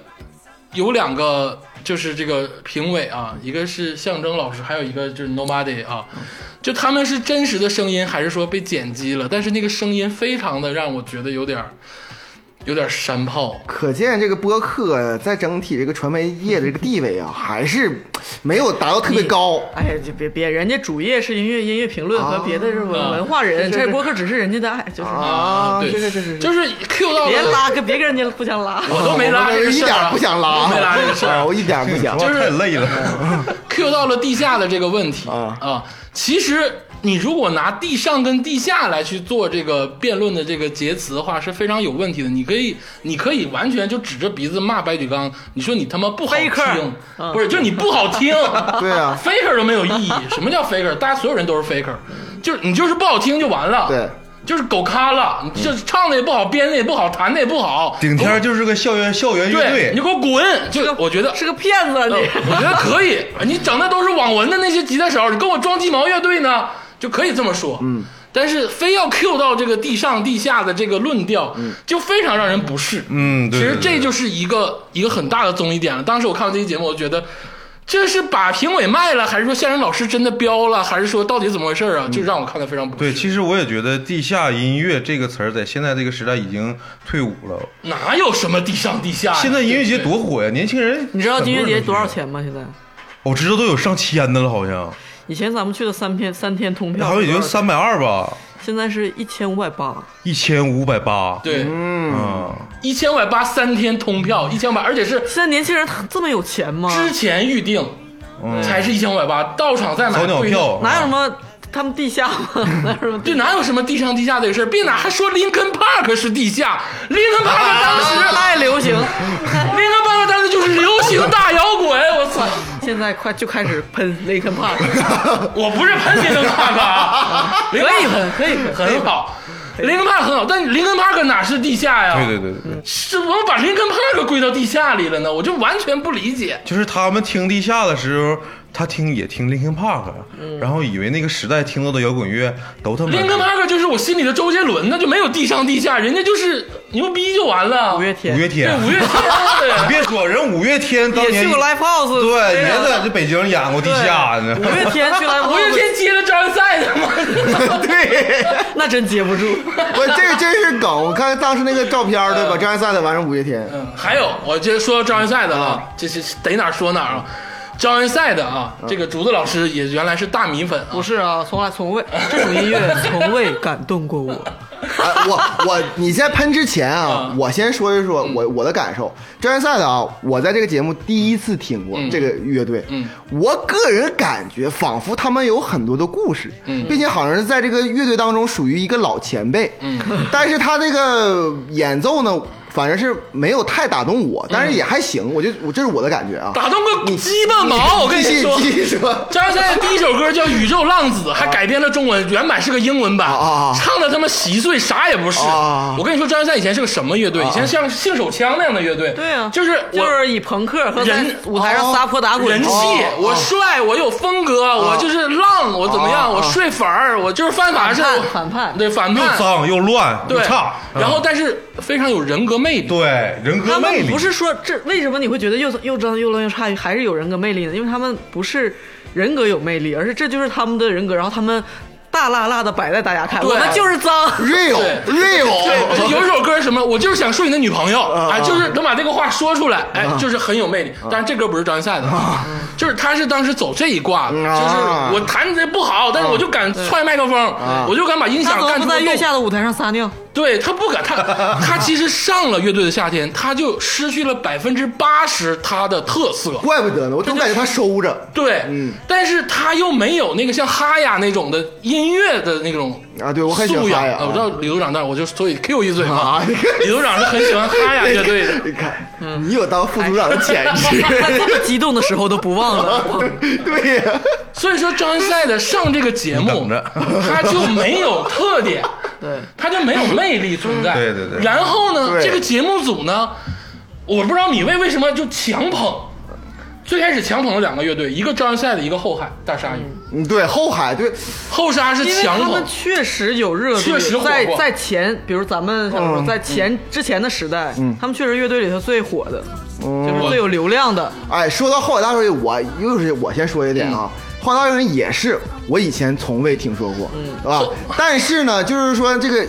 Speaker 1: 有两个就是这个评委啊，一个是象征老师，还有一个就是 Nobody 啊，就他们是真实的声音还是说被剪辑了？但是那个声音非常的让我觉得有点儿有点儿山炮。
Speaker 2: 可见这个播客在整体这个传媒业的这个地位啊，还是没有达到特
Speaker 1: 嗯
Speaker 2: 别高。
Speaker 3: 哎呀，就别别，人家主业是音乐音乐评论和别的这种
Speaker 1: 啊
Speaker 3: 文化人，
Speaker 2: 是是
Speaker 3: 这播客只是人家的爱，就是
Speaker 2: 啊
Speaker 1: 对，
Speaker 2: 是是是是
Speaker 1: 就是 Q 到
Speaker 3: 别
Speaker 1: 了，
Speaker 3: 拉，跟别跟人家互相拉。
Speaker 2: 哦
Speaker 1: 我都没拉
Speaker 2: 我
Speaker 1: 这个
Speaker 2: 一
Speaker 1: 事儿啊，
Speaker 2: 点不想拉，
Speaker 1: 我都没拉这个事儿
Speaker 2: 啊，，我一点不想
Speaker 4: 说。话
Speaker 1: 就是
Speaker 4: 太累了，
Speaker 1: Q 到了地下的这个问题
Speaker 2: 啊
Speaker 1: 其实你如果拿地上跟地下来去做这个辩论的这个结词的话，是非常有问题的。你可以，你可以完全就指着鼻子骂白举纲，你说你他妈不好
Speaker 3: Faker
Speaker 1: 听，不是，就是你不好听。
Speaker 2: 对啊，
Speaker 1: faker 都没有意义，什么叫 faker？大家所有人都是 faker，就是你就是不好听就完了。
Speaker 2: 对。
Speaker 1: 就是狗咖了，你这唱的也不好，编的也不好，弹的也不好，
Speaker 4: 顶天儿就是个校园校园乐
Speaker 1: 对，你就，
Speaker 4: 队
Speaker 1: 给我滚！就我觉得
Speaker 3: 是个骗子，啊 你
Speaker 4: 哦
Speaker 1: 我觉得可以，你整的都是网文的那些吉他手，你跟我装鸡毛乐队呢，就可以这么说。嗯，但是非要 Q 到这个地上地下的这个论调，就非常让人不适。
Speaker 4: 嗯对对
Speaker 1: 其实
Speaker 4: 对
Speaker 1: 这就是一个一个很大的综艺点了。当时我看完这期节目，我觉得。这是把评委卖了，还是说相声老师真的标了，还是说到底怎么回事啊？就让我看的非常不适。
Speaker 4: 嗯对，其实我也觉得“地下音乐”这个词儿在现在这个时代已经退伍了。
Speaker 1: 哪有什么地上地下呀？
Speaker 4: 现在音乐节
Speaker 1: 哎对不对
Speaker 4: 多火呀，年轻人
Speaker 3: 你知道音乐节多少
Speaker 4: 钱？
Speaker 3: 钱吗？现在
Speaker 4: 我哦知道都有上千的了，好像
Speaker 3: 以前咱们去的三天三天通票，
Speaker 4: 好像也就三百二吧，
Speaker 3: 现在是一千五百八，
Speaker 4: 一千五百八。，
Speaker 1: 对，
Speaker 4: 嗯，
Speaker 1: 一千五百八三天通票，一千五百，而且是
Speaker 3: 现在年轻人他这么有钱吗？
Speaker 1: 之前预定才是一千五百八，到场再买
Speaker 4: 早鸟
Speaker 1: 贵一点
Speaker 4: 票
Speaker 3: 哪有什么他们地下吗？ 哪有什么地
Speaker 1: 对，哪有什么地上地下这个事儿？别拿还说林肯 Park 是地下，林肯 Park 当时，
Speaker 4: 啊
Speaker 3: 太流行，
Speaker 1: 林肯 Park 当时就是流行大摇滚，我操！
Speaker 3: 现在快就开始喷雷肯帕克，
Speaker 1: 我不是喷林肯 Park 啊，
Speaker 3: 可以喷，可以喷，
Speaker 1: 很好，林肯 Park 很好，但林肯 Park 哪是地下呀？
Speaker 4: 对对对对对，
Speaker 1: 是怎么把林肯 Park 归到地下里了呢？我就完全不理解。
Speaker 4: 就是他们听地下的时候，他听也听 Linkin Park，然啊后以为那个时代听到的摇滚乐都他妈
Speaker 1: 林肯 Park 就是我心里的周杰伦，那就没有地上地下，人家就是牛逼就完了。
Speaker 3: 五月
Speaker 4: 五
Speaker 3: 天
Speaker 1: 对
Speaker 4: 月天。
Speaker 1: 五月天，啊对。
Speaker 4: 你别说，人五月天当
Speaker 3: 也
Speaker 4: 年
Speaker 3: 去过 Live House，
Speaker 4: 对，
Speaker 3: 对
Speaker 4: 也
Speaker 3: 呀
Speaker 4: 在这北京演过地下呢。
Speaker 3: 五月天 去 Live
Speaker 1: 五月
Speaker 3: House，
Speaker 1: 天接了张赛的吗？
Speaker 2: 对，
Speaker 3: 那真接不住。
Speaker 2: 我这个真是梗。我看当时那个照片儿对吧？张艾赛的完上五月天，
Speaker 1: 嗯， 还有，我接着说张元赛的啊，这是逮哪儿说哪儿啊。张元赛的啊，这个竹子老师也原来是大米粉啊
Speaker 3: 不。是啊，从来从未这种音乐从未感动过我。
Speaker 2: 哎，我我你在喷之前啊
Speaker 1: 啊，
Speaker 2: 我先说一说
Speaker 1: 嗯
Speaker 2: 我我的感受。张艾赛的啊，我在这个节目第一次听过这个乐队，
Speaker 1: 嗯
Speaker 2: 我个人感觉仿佛他们有很多的故事，
Speaker 1: 嗯
Speaker 2: 并且好像是在这个乐队当中属于一个老前辈，嗯， 但是他这个演奏呢，反正是没有太打动我，但是也还行，我就我这是我的感觉啊。
Speaker 1: 嗯打动个鸡巴毛！我跟
Speaker 2: 继
Speaker 1: 你啊
Speaker 2: 续
Speaker 1: 说，
Speaker 2: 继续说，
Speaker 1: 张元赛的第一首歌叫《宇宙浪子》，还改编了中文，原版是个英文版
Speaker 2: 啊啊啊，
Speaker 1: 唱的他妈稀碎，啥也不是
Speaker 2: 啊啊。
Speaker 1: 我跟你说，张元赛以前是个什么乐队？以前像性手枪那样的乐队，
Speaker 3: 对啊，
Speaker 1: 啊就是
Speaker 3: 就
Speaker 1: 我
Speaker 3: 是以朋克和在
Speaker 1: 人哦
Speaker 3: 舞台上撒泼打滚
Speaker 1: 人气，我帅，我有风格，我就是浪，我怎么样？
Speaker 2: 哦
Speaker 1: 我睡粉儿，我就是犯法事儿
Speaker 3: 反叛反叛
Speaker 1: 对反
Speaker 4: 又
Speaker 1: 叛，
Speaker 4: 脏又乱又
Speaker 1: 对
Speaker 4: 差，，嗯
Speaker 1: 然后但是非常有人格魅力。
Speaker 4: 对人格
Speaker 3: 他
Speaker 4: 魅
Speaker 3: 们
Speaker 4: 力，
Speaker 3: 不是说这为什么你会觉得又又脏又乱又差，还是有人格魅力呢？因为他们不是人格有魅力，而是这就是他们的人格，然后他们大辣辣的摆在大家看，
Speaker 1: 对
Speaker 3: 我们就是脏。
Speaker 2: real
Speaker 1: 对
Speaker 2: real，
Speaker 1: 对，有一首歌是什么？我就是想睡你的女朋友，哎，就是能把这个话说出来，哎，就是很有魅力。但是这歌不是张一下的， 就是他是当时走这一挂的，就
Speaker 2: 嗯
Speaker 1: 是
Speaker 2: 啊
Speaker 1: 我弹的不好，但是我就敢踹麦克风，我就敢把音
Speaker 3: 他
Speaker 1: 响
Speaker 3: 怎么
Speaker 1: 干
Speaker 3: 不
Speaker 1: 出
Speaker 3: 在
Speaker 1: 个
Speaker 3: 月
Speaker 1: 洞。
Speaker 3: 下的舞台上撒 尿？
Speaker 1: 对他不敢，他 他其实上了乐队的夏天，他就失去了百分之八十他的特色。
Speaker 2: 怪不得呢，我总感觉他收着
Speaker 1: 对，
Speaker 2: 嗯
Speaker 1: 但是他又没有那个像哈雅那种的音乐的那种
Speaker 2: 啊。对我很喜欢
Speaker 1: 素
Speaker 2: 哈
Speaker 1: 养
Speaker 2: 呀，
Speaker 1: 啊我知道李组长那儿，我就所以 Q 一嘴嘛。
Speaker 2: 啊，你看
Speaker 1: 李组长是很喜欢哈雅乐队的，
Speaker 2: 你看，你有当副组长的潜质，
Speaker 3: 他这么激动的时候都不忘了。
Speaker 1: 嗯
Speaker 2: 对呀，
Speaker 1: 所以说张赛的上这个节
Speaker 4: 你
Speaker 1: 目
Speaker 4: 等着，
Speaker 1: 他就没有特点，
Speaker 3: 对，
Speaker 1: 他就没有魅力存在。
Speaker 4: 对对对
Speaker 1: 然后呢，
Speaker 2: 对
Speaker 1: 这个节目组呢，我不知道米未为什么就强捧，最开始强捧了两个乐队，一个张赛的，一个后海大鲨鱼。
Speaker 2: 嗯，对后海对，
Speaker 1: 后沙是
Speaker 3: 因 为
Speaker 1: 强
Speaker 3: 他
Speaker 1: 捧
Speaker 3: 们，确实有热度，
Speaker 1: 确实火嗯
Speaker 3: 在
Speaker 1: 过
Speaker 3: 在前，比如咱们像说在前之前的时代，
Speaker 1: 嗯
Speaker 3: 他们确实乐队里头最火的，就是最有流量的。
Speaker 2: 哎，说到后海大鲨鱼，我又是我先说一点啊，
Speaker 1: 嗯
Speaker 2: 后海大鲨鱼也是我以前从未听说过，是吧？但是呢，就是说这个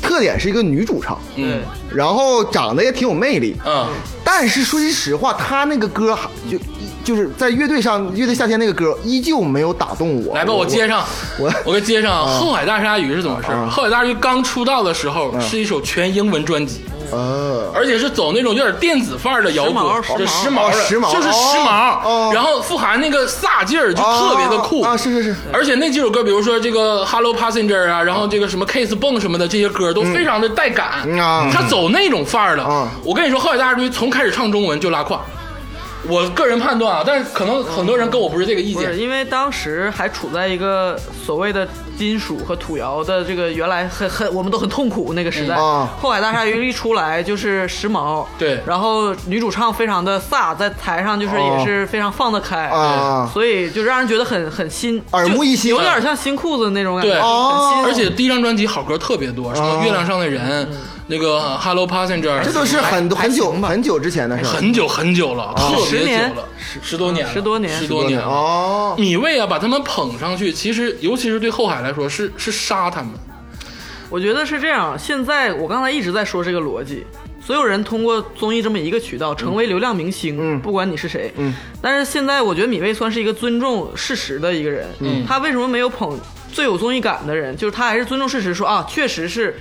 Speaker 2: 特点是一个女主唱，
Speaker 1: 嗯
Speaker 2: 然后长得也挺有魅力，
Speaker 1: 嗯，
Speaker 2: 但是说句实话，他那个歌还就就是在乐队上，乐队夏天那个歌依旧没有打动我。
Speaker 1: 来吧，我接上，
Speaker 2: 我
Speaker 1: 我给接上。后海大鲨鱼是怎么回事？
Speaker 3: 啊
Speaker 1: 后海大鲨鱼刚出道的时候是一首全英文专辑，
Speaker 2: 呃，
Speaker 1: 而且是走那种有点电子范儿的摇滚，
Speaker 3: 时髦
Speaker 1: 就
Speaker 3: 时
Speaker 1: 时髦
Speaker 2: 髦
Speaker 1: 的，
Speaker 2: 时髦
Speaker 1: 就是时
Speaker 2: 哦哦
Speaker 1: 髦。然后富含那个飒劲儿，就特别的酷
Speaker 2: 啊！啊是是是，
Speaker 1: 而且那几首歌，比如说这个《Hello Passenger》啊，然后这个什么《Kiss 蹦》什么的，这些歌都非常的带感
Speaker 2: 嗯啊。
Speaker 1: 他走那种范儿的
Speaker 2: 嗯。
Speaker 1: 我跟你说，后海大鲨鱼从开始唱中文就拉胯。我个人判断啊，但是可能很多人跟我不是这个意
Speaker 3: 不
Speaker 1: 见
Speaker 3: 是，。因为当时还处在一个所谓的金属和土窑的这个原来很很我们都很痛苦那个时代。
Speaker 2: 嗯啊
Speaker 3: 后海大鲨鱼一出来就是时髦，
Speaker 1: 对
Speaker 3: 然后女主唱非常的飒，在台上就是也是非常放得开
Speaker 2: 哦啊
Speaker 3: 所以就让人觉得很很新，
Speaker 2: 耳目一新啊
Speaker 3: 就有点像新裤子那种感觉，
Speaker 1: 对
Speaker 3: 很新
Speaker 2: 哦
Speaker 1: 而且第一张专辑好歌特别多，什么《月亮上的人》，
Speaker 3: 嗯
Speaker 1: 那个《Hello Passenger》，
Speaker 2: 这都是很很久很久之前的事儿。
Speaker 1: 很久很久了，特别
Speaker 3: 十年
Speaker 1: 久了，十十多年了，
Speaker 3: 十多年
Speaker 1: 啊十多年了。
Speaker 2: 哦，
Speaker 1: 米未啊，把他们捧上去，其实尤其是对后海来说，是是杀他们。
Speaker 3: 我觉得是这样。现在我刚才一直在说这个逻辑，所有人通过综艺这么一个渠道成为流量明星，不管你是谁，嗯。但是现在我觉得米未算是一个尊重事实的一个人，嗯。他为什么没有捧最有综艺感的人？就是他还是尊重事实说，啊，确实是。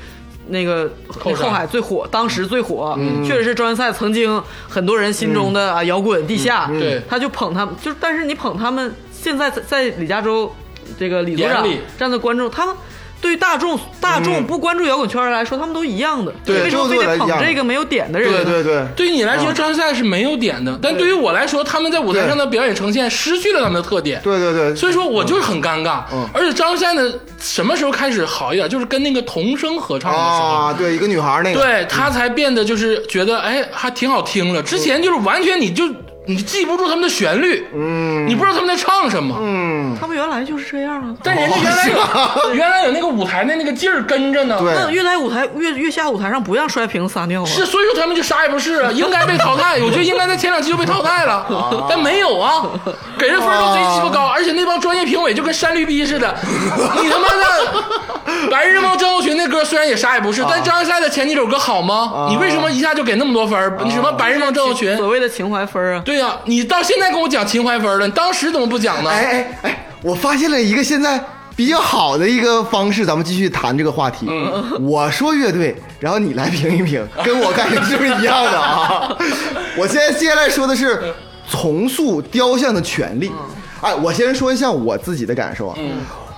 Speaker 3: 那个
Speaker 1: 后山
Speaker 3: 后海最火，当时最火，确实是专业赛曾经很多人心中的啊摇滚地下，
Speaker 1: 对
Speaker 3: 他就捧他们，就是但是你捧他们，现在在在李嘉洲这个李组长
Speaker 1: 眼里
Speaker 3: 啊站在观众，他们对于大众大众不关注摇滚圈的来说，他们都一样的，
Speaker 2: 对
Speaker 3: 为什么非
Speaker 2: 就是
Speaker 3: 得
Speaker 2: 来一
Speaker 3: 捧
Speaker 2: 样的
Speaker 3: 这个没有点的人？
Speaker 2: 对对对，
Speaker 1: 对于你来说，张赛是没有点的，但对于我来说，他们在舞台上的表演呈现失去了他们的特点。
Speaker 2: 对对对，
Speaker 1: 所以说我就是很尴尬
Speaker 2: 嗯。
Speaker 1: 而且张善的什么时候开始好一点？就是跟那个童声合唱的时候。
Speaker 2: 啊，对一个女孩那个，
Speaker 1: 对他才变得就是觉得哎还挺好听了。之前就是完全你就你记不住他们的旋律，嗯，你不知道他们在唱什么，嗯，
Speaker 3: 他们原来就是这样啊。
Speaker 1: 但
Speaker 2: 哦
Speaker 1: 人家原来有 原来有那个舞台的那个劲儿跟着呢，
Speaker 2: 对
Speaker 3: 那月台舞台月月下舞台上不让摔瓶子撒尿啊，
Speaker 1: 是，所以说他们就啥也不是啊，应该被淘汰。我觉得应该在前两期就被淘汰
Speaker 2: 哦
Speaker 1: 了， 但没有啊，给人分儿都贼鸡巴高，而且那帮专业评委就跟山驴逼似的。你他妈的，白日梦症候群那歌虽然也啥也不
Speaker 2: 哦
Speaker 1: 是，但张一山的前几首歌好吗？你为什么一下就给那么多分儿？你什么白日梦症候群？
Speaker 3: 所
Speaker 2: 哦
Speaker 3: 谓的情怀分啊。
Speaker 1: 对呀、你到现在跟我讲秦淮分了，你当时怎么不讲呢？
Speaker 2: 哎哎哎，我发现了一个现在比较好的一个方式，咱们继续谈这个话题。我说乐队，然后你来评一评，跟我感觉是不是一样的啊？我现在接下来说的是重塑雕像的权利。哎，我先说一下我自己的感受啊。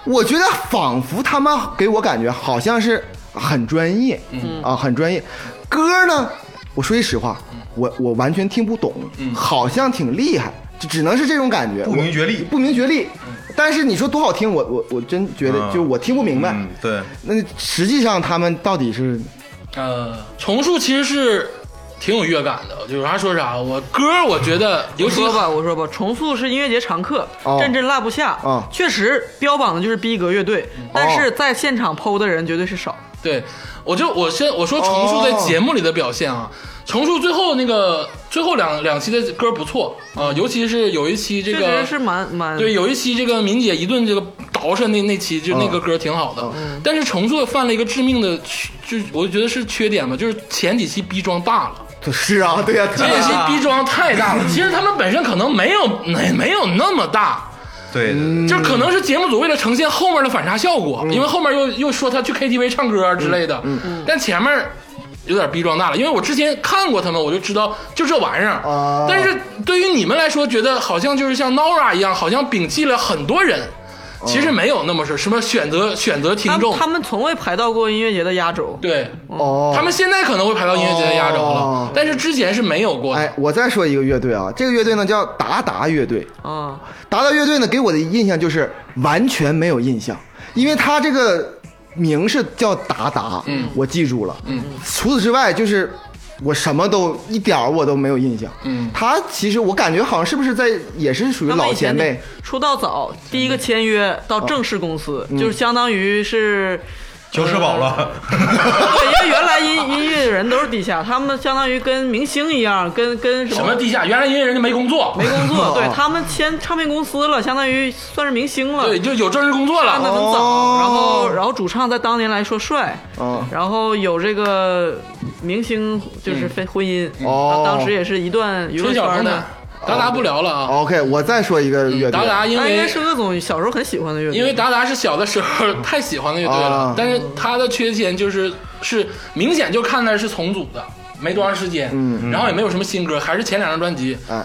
Speaker 2: 我觉得仿佛他们给我感觉好像是很专业，啊，很专业。歌呢，我说句实话，我我完全听不懂，好像挺厉害，就只能是这种感觉。
Speaker 4: 不明觉厉
Speaker 2: 我不明觉厉。但是你说多好听，我我我真觉得
Speaker 4: 嗯
Speaker 2: 就我听不明白。
Speaker 4: 嗯，对，
Speaker 2: 那实际上他们到底是
Speaker 1: 呃，重塑其实是挺有乐感的，就是他说啥，我歌我觉得尤
Speaker 3: 嗯我
Speaker 1: 其
Speaker 3: 说吧，我说吧，重塑是音乐节常客
Speaker 2: 哦，
Speaker 3: 阵阵落不下
Speaker 2: 哦。
Speaker 3: 确实标榜的就是逼格乐队，但是在现场剖的人绝对是少。
Speaker 1: 对，我就我先我说重塑在节目里的表现啊，重塑最后那个最后两两期的歌不错啊、尤其是有一期这
Speaker 3: 确
Speaker 1: 个
Speaker 3: 实是蛮蛮
Speaker 1: 对，有一期这个敏姐一顿这个捯饬那那期就那个歌挺好的，
Speaker 3: 嗯
Speaker 1: 但是重塑犯了一个致命的缺，就是我觉得是缺点吧，就是前几期逼装大了。
Speaker 2: 是啊，对呀、
Speaker 1: 前几 期逼装太大了，其实他们本身可能没有没没有那么大，
Speaker 4: 对对
Speaker 1: 就可能是节目组为了呈现后面的反差效果，因为后面又又说他去 KTV 唱歌之类的，
Speaker 3: 嗯
Speaker 1: 但前面有点逼装大了，因为我之前看过他们，我就知道就这玩意儿。
Speaker 2: 哦
Speaker 1: 但是对于你们来说，觉得好像就是像 Nora 一样，好像摒弃了很多人，其实没有那么事，什么选择选择听
Speaker 3: 他
Speaker 1: 众
Speaker 3: 们，他们从未排到过音乐节的压轴，
Speaker 1: 对。
Speaker 2: 哦，
Speaker 1: 他们现在可能会排到音乐节的压轴
Speaker 2: 哦
Speaker 1: 了，但是之前是没有过的。
Speaker 2: 哎，我再说一个乐队啊，这个乐队呢叫达达乐队。
Speaker 3: 啊，
Speaker 2: 达达乐队呢给我的印象就是完全没有印象，因为他这个名是叫达达，嗯，我记住了，嗯。除此之外，就是我什么都一点儿我都没有印象，嗯。他其实我感觉好像是不是在也是属于
Speaker 3: 他们
Speaker 2: 老
Speaker 3: 以
Speaker 2: 前
Speaker 3: 前那
Speaker 2: 辈，
Speaker 3: 出道早，第一个签约到正式公司，就是相当于是。
Speaker 4: 乔世宝了，
Speaker 3: 对，因为原来音 音乐人都是地下，他们相当于跟明星一样，跟跟什
Speaker 1: 什么
Speaker 3: 么
Speaker 1: 地下？原来音乐人就没工作，
Speaker 3: 没工作，对
Speaker 2: 哦
Speaker 3: 他们签唱片公司了，相当于算是明星 了。
Speaker 1: 对，就有正式工作
Speaker 3: 干的
Speaker 1: 了。
Speaker 3: 很早，
Speaker 2: 哦
Speaker 3: 然后然后主唱在当年来说帅，
Speaker 2: 嗯
Speaker 3: 然后有这个呃明星就是非婚姻，
Speaker 2: 哦
Speaker 3: 他当时也是一段娱乐
Speaker 1: 春晓
Speaker 3: 圈
Speaker 1: 鹏
Speaker 3: 的
Speaker 1: 呢，？达达不聊了啊。
Speaker 2: OK，我再说一个
Speaker 3: 嗯
Speaker 2: 乐队，
Speaker 1: 达
Speaker 2: 啊
Speaker 1: 达因
Speaker 3: 他
Speaker 1: 为
Speaker 3: 应该是各总小时候很喜欢的乐队，
Speaker 1: 因为达达是小的时候太喜欢的乐队了，
Speaker 2: 啊
Speaker 1: 但是他的缺陷就是是明显就看出来是重组的，没多长时间，嗯，然后也没有什么新歌，还是前两张专辑，
Speaker 2: 哎，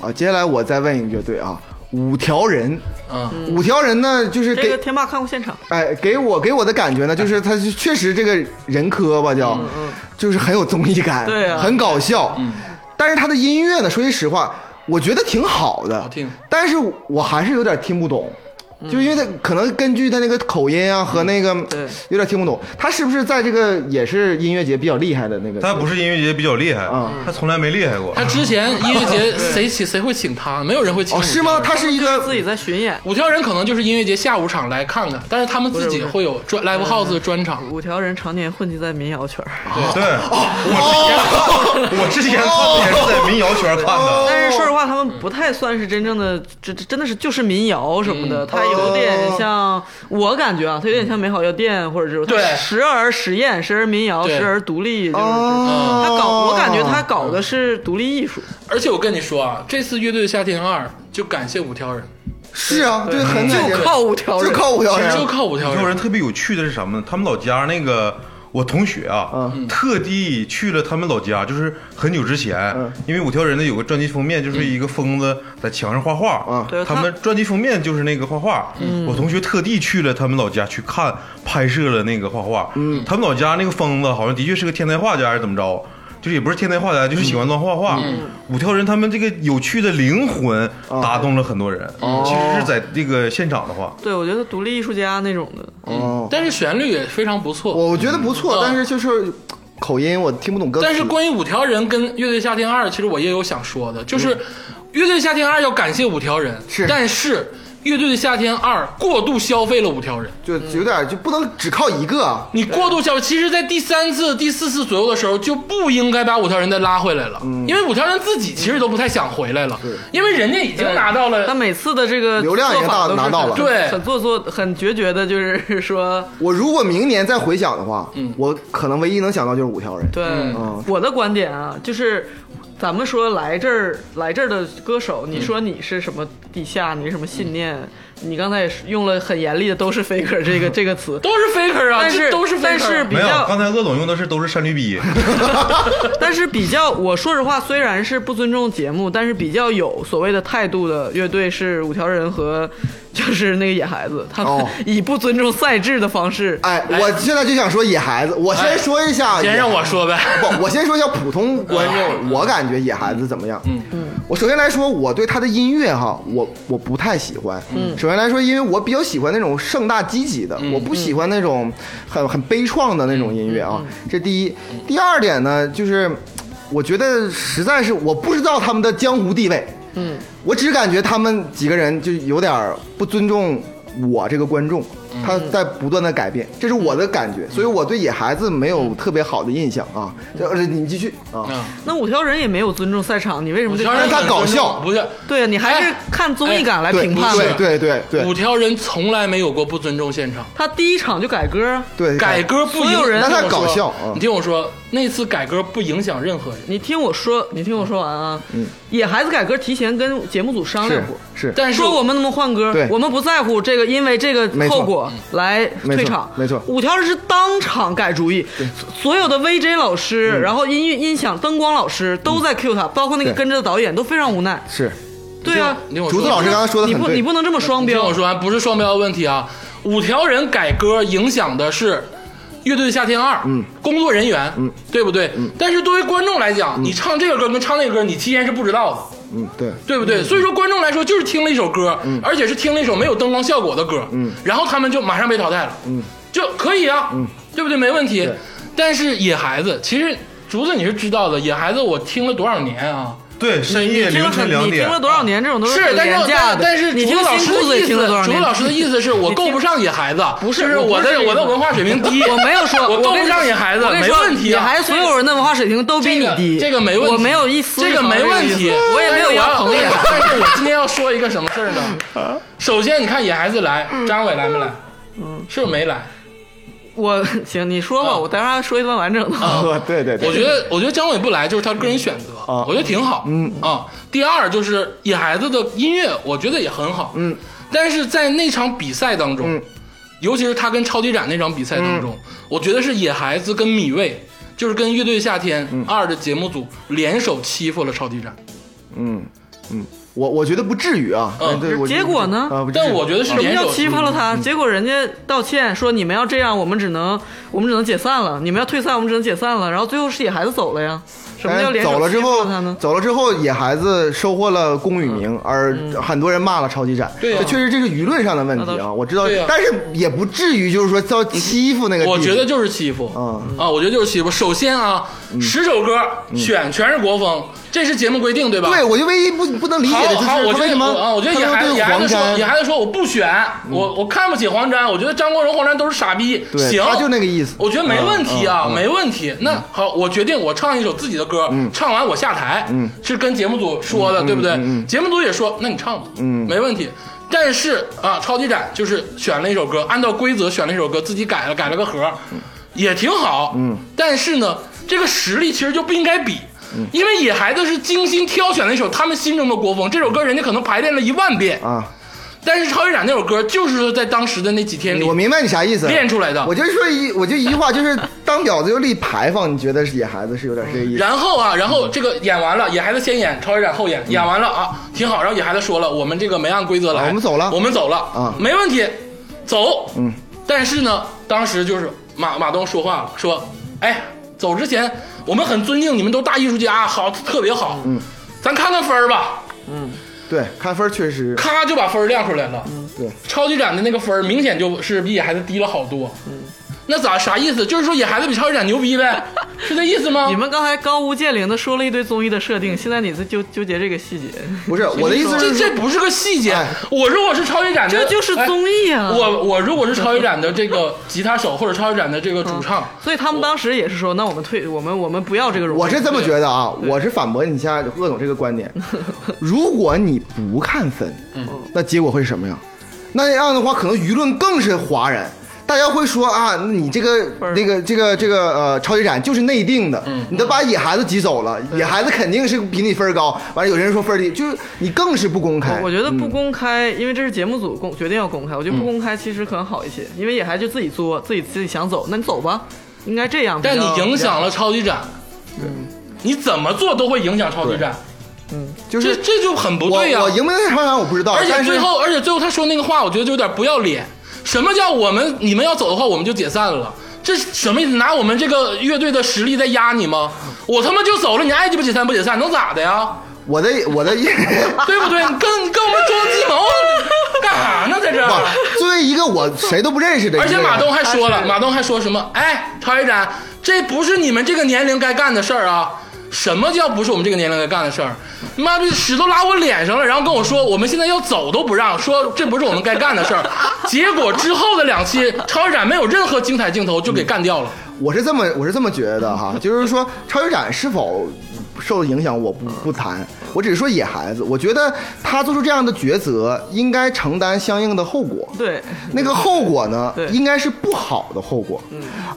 Speaker 2: 啊，接下来我再问一个乐队啊，五条人，
Speaker 1: 嗯，
Speaker 2: 五条人呢就是
Speaker 3: 这
Speaker 2: 给
Speaker 3: 个天霸看过现场，
Speaker 2: 哎，给我给我的感觉呢，就是他是确实这个人科吧叫，就是很有综艺感，
Speaker 3: 嗯对啊
Speaker 2: 很搞笑。但是他的音乐呢，说句实话，我觉得挺好的，
Speaker 1: 好听
Speaker 2: 但是我还是有点听不懂。就是因为他可能根据他那个口音啊和那个
Speaker 3: 嗯对
Speaker 2: 有点听不懂，他是不是在这个也是音乐节比较厉害的那个？
Speaker 4: 他不是音乐节比较厉害
Speaker 2: 嗯，
Speaker 4: 他从来没厉害过
Speaker 1: 他。之前音乐节谁请谁会请他？没有人会请
Speaker 2: 哦
Speaker 1: 五
Speaker 2: 是
Speaker 1: 条
Speaker 2: 吗？
Speaker 1: 人？
Speaker 2: 他是一
Speaker 3: 自
Speaker 2: 个
Speaker 3: 己在巡演。
Speaker 1: 五条人可能就是音乐节下午场来看看，但是他们自己
Speaker 3: 不是不是
Speaker 1: 会有专 live house 的专场，
Speaker 3: 五条人常年混迹在民谣圈儿，
Speaker 4: 对，我之前看我之前看的也是在民谣圈看
Speaker 2: 哦
Speaker 4: 的，
Speaker 3: 但是说实话，他们不太算是真正的，这这真的是就是民谣什
Speaker 2: 嗯
Speaker 3: 么的，他有点像我感觉啊，他有点像美好药店或者这种，它
Speaker 1: 对
Speaker 3: 时而实验，时而民谣，
Speaker 1: 对
Speaker 3: 时而独立，就是
Speaker 2: 哦
Speaker 3: 他搞，我感觉他搞的是独立艺术，
Speaker 1: 而且我跟你说啊，这次乐队的夏天二就感谢五条人，
Speaker 2: 是啊，对，很感觉
Speaker 3: 嗯就靠五条人，
Speaker 2: 就靠五条人，
Speaker 1: 就靠五条
Speaker 4: 有人特别有趣的是什么呢？他们老家那个。我同学啊，特地去了他们老家，就是很久之前，因为五条人的有个专辑封面，就是一个疯子在墙上画画
Speaker 3: 对，
Speaker 4: 他
Speaker 3: 他
Speaker 4: 们专辑封面就是那个画画。我同学特地去了他们老家去看拍摄了那个画画。他们老家那个疯子好像的确是个天才画家，还是怎么着？就是也不是天才画家，就是喜欢乱画画。五条人他们这个有趣的灵魂打动了很多人，其实是在这个现场的话，
Speaker 3: 对，我觉得独立艺术家那种的，
Speaker 2: 哦，
Speaker 1: 但是旋律也非常不错。
Speaker 2: 我觉得不错，
Speaker 1: 嗯
Speaker 2: 但是就是口音我听不懂歌词。
Speaker 1: 但是关于五条人跟乐队夏天二，其实我也有想说的，就是乐队夏天二要感谢五条人，
Speaker 2: 是
Speaker 1: 但是乐队夏天二过度消费了五条人。
Speaker 2: 就有点就不能只靠一个啊。
Speaker 1: 你过度消费，其实，在第三次、第四次左右的时候，就不应该把五条人再拉回来了，因为五条人自己其实都不太想回来了，因为人家已经拿到
Speaker 3: 他
Speaker 1: 了，
Speaker 3: 每次的这个
Speaker 2: 流量也
Speaker 3: 做法
Speaker 2: 大
Speaker 3: 都是
Speaker 2: 拿到了
Speaker 3: 很
Speaker 1: 对
Speaker 3: 很做作，很决绝的，就是说，
Speaker 2: 我如果明年再回想的话，
Speaker 3: 嗯
Speaker 2: 我可能唯一能想到就是五条人。
Speaker 3: 对，
Speaker 2: 嗯
Speaker 3: 我的观点啊，就是咱们说来这儿来这儿的歌手，你说你是什么地下，你是什么信念，你刚才也是用了很严厉的“都是 faker” 这个这个词，
Speaker 1: 都是 faker 啊，
Speaker 3: 但是
Speaker 1: 这都是 faker。
Speaker 3: 但是
Speaker 4: 没
Speaker 3: 比
Speaker 4: 有，
Speaker 3: 较
Speaker 4: 刚才鄂总用的是都是山驴逼，
Speaker 3: 但是比较，我说实话，虽然是不尊重节目，但是比较有所谓的态度的乐队是五条人和 就是那个野孩子，他们
Speaker 2: 哦
Speaker 3: 以不尊重赛制的方式，
Speaker 2: 哎，我现在就想说野孩子，我
Speaker 3: 哎
Speaker 2: 先说一下野孩子，
Speaker 1: 先让我说呗，
Speaker 2: 不，我先说一下普通观众，我感觉野孩子怎么样？嗯嗯，我首先来说，我对他的音乐哈，我我不太喜欢。嗯，首先来说，因为我比较喜欢那种盛大积极的，我不喜欢那种很很悲怆的那种音乐啊。这第一，第二点呢，就是我觉得实在是我不知道他们的江湖地位。嗯，我只感觉他们几个人就有点儿不尊重我这个观众。它在不断的改变，这是我的感觉，所以我对野孩子没有特别好的印象啊。这你继续啊，
Speaker 1: 啊，
Speaker 3: 那五条人也没有尊重赛场，你为什么对
Speaker 1: 五条
Speaker 3: 他
Speaker 1: 人
Speaker 2: 他搞笑
Speaker 1: 不是？
Speaker 3: 对啊你还是
Speaker 1: 哎
Speaker 3: 看综艺感来
Speaker 2: 对
Speaker 3: 评判
Speaker 2: 对
Speaker 3: 的。
Speaker 2: 对对
Speaker 1: 五
Speaker 2: 对
Speaker 1: 条人从来没有过不尊重现场，
Speaker 3: 他第一场就改歌啊，
Speaker 2: 对，
Speaker 1: 改歌不影
Speaker 3: 所有人
Speaker 1: 你听我
Speaker 2: 那他搞
Speaker 1: 说
Speaker 2: 笑嗯
Speaker 1: 你听我说，那次改歌不影响任何人，
Speaker 3: 你听我说，你听我说完啊。野孩子改歌提前跟节目组商量
Speaker 2: 是
Speaker 3: 过，
Speaker 2: 是
Speaker 1: 但嗯是
Speaker 3: 说我们能不能换歌
Speaker 2: 对，
Speaker 3: 我们不在乎这个，因为这个
Speaker 2: 没错
Speaker 3: 后果来退场。
Speaker 2: 没错没错
Speaker 3: 五条人是当场改主意，所有的 VJ 老
Speaker 1: 嗯
Speaker 3: 师，然后音乐、音响、灯光老师都在 Q 他，包括那个
Speaker 2: 对
Speaker 3: 跟着的导演都非常无奈。
Speaker 2: 是。
Speaker 3: 对啊，
Speaker 1: 你听我说
Speaker 2: 竹子老师刚才说的
Speaker 3: 你
Speaker 2: 很
Speaker 3: 不你
Speaker 2: 对，
Speaker 3: 不能这么双
Speaker 1: 听
Speaker 3: 标
Speaker 1: 我。说完，不是双标的问题啊。五条人改歌影响的是乐队夏天二，嗯，工作人员，嗯，对不对？嗯。但是作为观众来讲，你唱这个歌跟唱那个歌，你提前是不知道的。
Speaker 2: 嗯，对，
Speaker 1: 对不对？所以说观众来说就是听了一首歌，
Speaker 3: 嗯
Speaker 1: 而且是听了一首没有灯光效果的歌，然后他们就马上被淘汰了，
Speaker 3: 嗯
Speaker 1: 就可以啊，对不对？没问题。但是野孩子，其实竹子你是知道的，野孩子我听了多少年啊？
Speaker 4: 对，深夜
Speaker 3: 听
Speaker 4: 凌
Speaker 3: 了
Speaker 4: 晨
Speaker 3: 很，
Speaker 4: 两
Speaker 3: 你
Speaker 4: 点
Speaker 3: 听了，多少年这种都
Speaker 1: 是
Speaker 3: 很，
Speaker 1: 但
Speaker 3: 廉
Speaker 1: 是
Speaker 3: 价的。
Speaker 1: 但是
Speaker 3: 你
Speaker 1: 竹
Speaker 3: 听
Speaker 1: 子老
Speaker 3: 新
Speaker 1: 师
Speaker 3: 裤
Speaker 1: 的
Speaker 3: 子也
Speaker 1: 意思，
Speaker 3: 听了多少
Speaker 1: 竹
Speaker 3: 年
Speaker 1: 子？老师的意 思是我够不上野孩子，
Speaker 3: 不是
Speaker 1: 就是
Speaker 3: 我不
Speaker 1: 我
Speaker 3: 是
Speaker 1: 的
Speaker 3: 这个
Speaker 1: 我的文化水平低，
Speaker 3: 我没有说，
Speaker 1: 我够
Speaker 3: 跟
Speaker 1: 不
Speaker 3: 你
Speaker 1: 上野孩子，
Speaker 3: 我跟你
Speaker 1: 没
Speaker 3: 说
Speaker 1: 问题
Speaker 3: 野
Speaker 1: 啊。
Speaker 3: 孩子所有人的文化水平都比
Speaker 1: 这
Speaker 3: 你
Speaker 1: 个
Speaker 3: 低，
Speaker 1: 这个没问题，
Speaker 3: 我没有一丝
Speaker 1: 这个没问题，
Speaker 3: 我也没有
Speaker 1: 要啊
Speaker 3: 要捧野孩子。
Speaker 1: 但是我今天要说一个什么事儿呢？首先，你看野孩子来，张伟来没来？嗯，是不是没来？
Speaker 3: 我 行，你说吧，
Speaker 1: 啊
Speaker 3: 我待会儿还说一段完整的。
Speaker 2: 啊， 对对对，
Speaker 1: 哦我觉得，我觉得张伟不来就是他个人选择，
Speaker 2: 啊
Speaker 1: 我觉得挺好。嗯啊，第二就是野孩子的音乐，我觉得也很好。嗯，但是在那场比赛当中，尤其是他跟超级展那场比赛当中，我觉得是野孩子跟米未，就是跟乐队夏天二的节目组联手欺负了超级展。
Speaker 2: 嗯我我觉得不至于啊，
Speaker 1: 嗯
Speaker 2: 嗯对，我觉得
Speaker 3: 结果呢
Speaker 2: 啊不至于
Speaker 1: 但我觉得是
Speaker 3: 什么
Speaker 1: 联
Speaker 3: 叫
Speaker 1: 手
Speaker 3: 欺负了
Speaker 1: 嗯
Speaker 3: 他？结果人家道歉说你们要这样，我们只能我们只能解散了，你们要退赛，我们只能解散了。然后最后是野孩子走了呀？什么
Speaker 2: 但
Speaker 3: 叫
Speaker 2: 是
Speaker 3: 联手
Speaker 2: 哎走了之
Speaker 3: 欺
Speaker 2: 后
Speaker 3: 负他呢？嗯
Speaker 2: 走了之后，野孩子收获了功与名，而很多人骂了超级展。
Speaker 1: 对啊
Speaker 2: 这确实这是舆论上的问
Speaker 3: 那
Speaker 2: 题
Speaker 3: 倒
Speaker 2: 啊，
Speaker 3: 是
Speaker 2: 我知道
Speaker 1: 对啊，
Speaker 2: 但是也不至于就是说到欺负那个地步。
Speaker 1: 我觉得就是欺负，
Speaker 2: 嗯
Speaker 1: 啊，我觉得就是欺负。首先啊，十首歌选全是国风，这是节目规定对吧？
Speaker 2: 对，我就唯一不不能理解
Speaker 1: 好
Speaker 2: 的就是
Speaker 1: 好，
Speaker 2: 他
Speaker 1: 我觉
Speaker 2: 为
Speaker 1: 得
Speaker 2: 什么
Speaker 1: 我啊，我觉得
Speaker 2: 他
Speaker 1: 野
Speaker 2: 们
Speaker 1: 孩
Speaker 2: 对
Speaker 1: 野孩
Speaker 2: 黄
Speaker 1: 子说，野
Speaker 2: 沾，嗯
Speaker 1: 孩子说我不选，我我看不起黄沾，我觉得张国荣、黄沾都是傻逼。
Speaker 2: 对，
Speaker 1: 行，
Speaker 2: 他就那个意思。
Speaker 1: 我觉得没问题啊，
Speaker 2: 嗯嗯嗯嗯
Speaker 1: 没问题。那好，我决定我唱一首自己的歌，唱完我下台，是跟节目组说的，对不对？
Speaker 2: 嗯
Speaker 1: 节目组也说，那你唱吧，没问题。但是啊，超级展就是选了一首歌，按照规则选了一首歌，自己改了改了个盒，
Speaker 2: 嗯
Speaker 1: 也挺好。但是呢，这个实力其实就不应该比。
Speaker 2: 嗯
Speaker 1: 因为野孩子是精心挑选了一首他们心中的国风，这首歌人家可能排练了一万遍，
Speaker 2: 啊，
Speaker 1: 但是超级展那首歌就是说在当时的那几天里
Speaker 2: 我明白你啥意思。
Speaker 1: 练出来的。
Speaker 2: 我就说一，我就一句话，就是当婊子又立牌坊，你觉得是野孩子是有点这个意思。
Speaker 1: 然后啊，然
Speaker 2: 嗯
Speaker 1: 后这个演完了，野孩子先演，超人展后演，演完了啊，挺好。然后野孩子说了，我们这个没按规则来，
Speaker 2: 啊我们走了
Speaker 1: 我们走了
Speaker 2: 啊
Speaker 1: 没问题，走。嗯，但是呢，当时就是马马东说话了，说，哎，走之前我们很尊敬你们，都大艺术家，好，特别好。嗯，咱看看分儿吧，
Speaker 2: 对，看分儿确实
Speaker 1: 咔就把分儿亮出来了。
Speaker 2: 嗯对，
Speaker 1: 超级展的那个分儿明显就是比野孩子低了好多。嗯，那咋啥意思？就是说野孩子比超级展牛逼呗，是这意思 吗？
Speaker 3: 你们刚才高屋建瓴的说了一堆综艺的设定，现在你在纠纠结这个细节，
Speaker 2: 不是我的意思
Speaker 1: 这
Speaker 2: 是说
Speaker 1: 这不是个细节
Speaker 2: 哎。
Speaker 1: 我如果是超越展的，
Speaker 3: 这就是综艺啊
Speaker 1: 哎。我我如果是超越展的这个吉他手或者超越展的这个主唱，
Speaker 3: 所以他们当时也是说，那我们退，我们我们不要这个荣誉。
Speaker 2: 我是这么觉得啊，我是反驳你现在鄂总这个观 点。如果你不看分，
Speaker 1: 嗯
Speaker 2: 那结果会是什么样？那样的话，可能舆论更是哗然。大家会说啊，那你这个
Speaker 3: 不是
Speaker 2: 那个这个这个呃，超级展就是内定的，
Speaker 1: 嗯
Speaker 2: 你都把野孩子挤走了，野孩子肯定是比你分儿高。完了，有人说分儿低，就是你更是不公开嗯
Speaker 3: 我。我觉得不公开，因为这是节目组公决定要公开，我觉得不公开其实可能好一些，因为野孩就自己作，自己自己想走，那你走吧，应该这样。
Speaker 1: 但
Speaker 3: 比
Speaker 1: 你
Speaker 3: 较
Speaker 1: 影响了超级展，
Speaker 2: 嗯
Speaker 1: 你怎么做都会影响超级展，
Speaker 2: 就
Speaker 1: 这
Speaker 2: 是
Speaker 1: 这就很不
Speaker 2: 我
Speaker 1: 对呀啊
Speaker 2: 我。赢不赢那场场我不知道，
Speaker 1: 而且
Speaker 2: 但是
Speaker 1: 最后，而且最后他说那个话，我觉得就有点不要脸。什么叫我们你们要走的话，我们就解散了？这是什么意思？拿我们这个乐队的实力在压你吗？我他妈就走了，你爱鸡巴解散不解散，能咋的呀？
Speaker 2: 我的我 的 意。
Speaker 1: 对不对？你跟你跟我们装鸡毛干啥呢？在这儿，
Speaker 2: 不，作为一个我谁都不认识的一个
Speaker 1: 而
Speaker 2: 人，
Speaker 1: 且马东还说了，马东还说什么？哎，陶一展，这不是你们这个年龄该干的事儿啊！什么叫不是我们这个年龄该干的事儿？妈逼，屎都拉我脸上了，然后跟我说我们现在要走都不让，说这不是我们该干的事儿。 结果之后的两期超越展没有任何精彩镜头就给干掉了。
Speaker 2: 我是这么我是这么觉得 哈，就是说超越展是否受影响，我不
Speaker 3: 嗯
Speaker 2: 不谈，我只是说野孩子，我觉得他做出这样的抉择，应该承担相应的后果。
Speaker 3: 对，
Speaker 2: 那个后果呢
Speaker 3: 对，嗯
Speaker 2: 应该是不好的后果。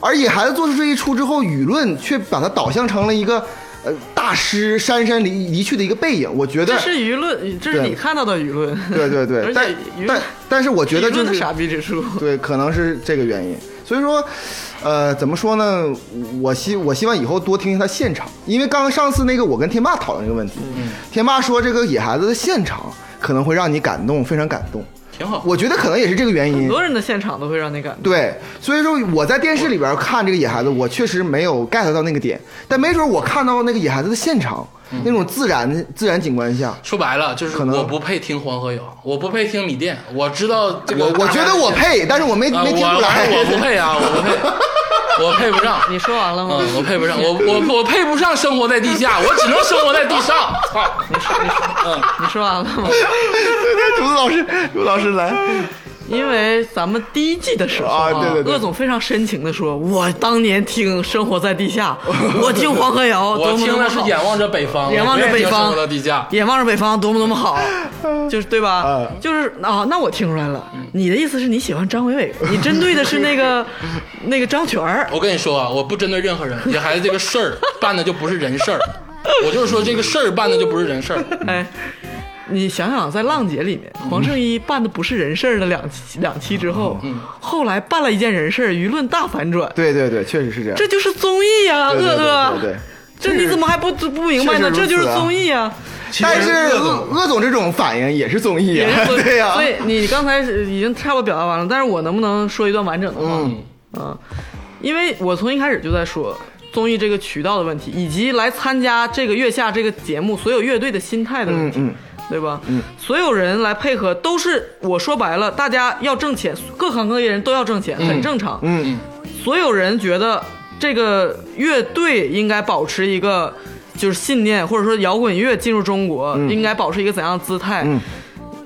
Speaker 2: 而野孩子做出这一出之后，舆论却把他导向成了一个呃大师姗姗离离去的一个背影。我觉得
Speaker 3: 这，是舆论，这是
Speaker 2: 对
Speaker 3: 你看到的舆论，
Speaker 2: 对对对
Speaker 3: 而，且
Speaker 2: 但
Speaker 3: 舆
Speaker 2: 但
Speaker 3: 论
Speaker 2: 但是我觉得
Speaker 3: 舆
Speaker 2: 就
Speaker 3: 论的
Speaker 2: 是嗯
Speaker 3: 傻逼之处。
Speaker 2: 对，可能是这个原因。所以说，呃，怎么说呢？我希我希望以后多听听他现场，因为刚刚上次那个我跟天霸讨论这个问题，天霸说这个野孩子的现场可能会让你感动，非常感动。
Speaker 1: 挺好，
Speaker 2: 我觉得可能也是这个原
Speaker 3: 很
Speaker 2: 因。
Speaker 3: 多人的现场都会让你感动。
Speaker 2: 对，所以说我在电视里边看这个野孩子，我确实没有 get 到那个点，但没准我看到那个野孩子的现场，那种自然自然景观下，
Speaker 1: 说白了就是
Speaker 2: 可能
Speaker 1: 我不配听黄河谣，我不配听米店，我知道这个
Speaker 2: 我我觉得我配，但是我没
Speaker 1: 啊，
Speaker 2: 没听
Speaker 1: 我
Speaker 2: 出来。
Speaker 1: 我不配啊，我不配，我配不上。
Speaker 3: 你说完了吗？
Speaker 1: 嗯，我配不上，我我我配不上生活在地下，我只能生活在地上。嗯操，
Speaker 3: 你说完 了吗？
Speaker 2: 竹子老师，竹子老师来，
Speaker 3: 因为咱们第一季的时候
Speaker 2: 啊对对对
Speaker 3: 鄂总非常深情的说：“我当年听《生活在 地下》，我听黄河谣，多
Speaker 1: 我
Speaker 3: 么
Speaker 1: 听
Speaker 3: 多
Speaker 1: 的
Speaker 3: 么
Speaker 1: 是
Speaker 3: 好，
Speaker 1: 眼望着北方，
Speaker 3: 眼望着北
Speaker 1: 我
Speaker 3: 方
Speaker 1: 不愿意听生活在地下。
Speaker 3: 眼望着北方，多么多 么好，就是对吧？
Speaker 2: 嗯
Speaker 3: 就是啊，那我听出来了，你的意思是你喜欢张伟伟，你针对的是 那个那个张全儿。
Speaker 1: 我跟你说啊，我不针对任何人，野孩子这个事儿办的就不是人事儿，我就是说这个事儿办的就不是人事儿。
Speaker 3: 哎，你想想，在《浪姐》里面，黄圣依办的不是人事儿的两期两期之后，后来办了一件人事儿，舆论大反转，
Speaker 2: 嗯对对对，确实是这样。
Speaker 3: 这就是综艺呀、
Speaker 2: 对
Speaker 3: 恶
Speaker 2: 对
Speaker 3: 恶
Speaker 2: 对对。对。
Speaker 3: 这你怎么还不不明白呢？
Speaker 2: 确
Speaker 3: 这
Speaker 2: 实
Speaker 3: 就是
Speaker 2: 如此啊
Speaker 3: 综艺啊，
Speaker 2: 但是
Speaker 4: 其实
Speaker 2: 鄂鄂总这种反应也是综艺
Speaker 3: 也
Speaker 2: 啊
Speaker 3: 是，综艺
Speaker 2: 对呀、
Speaker 3: 所以你刚才已经差不多表达完了，但是我能不能说一段完整的话？
Speaker 1: 嗯
Speaker 3: 嗯，因为我从一开始就在说综艺这个渠道的问题，以及来参加这个月下这个节目所有乐队的心态的问
Speaker 2: 嗯
Speaker 3: 题。对吧？嗯，所有人来配合都是我说白了，大家要挣钱，各行各业人都要挣钱，很正常。
Speaker 2: 嗯，
Speaker 3: 所有人觉得这个乐队应该保持一个就是信念，或者说摇滚乐进入中国、应该保持一个怎样的姿态？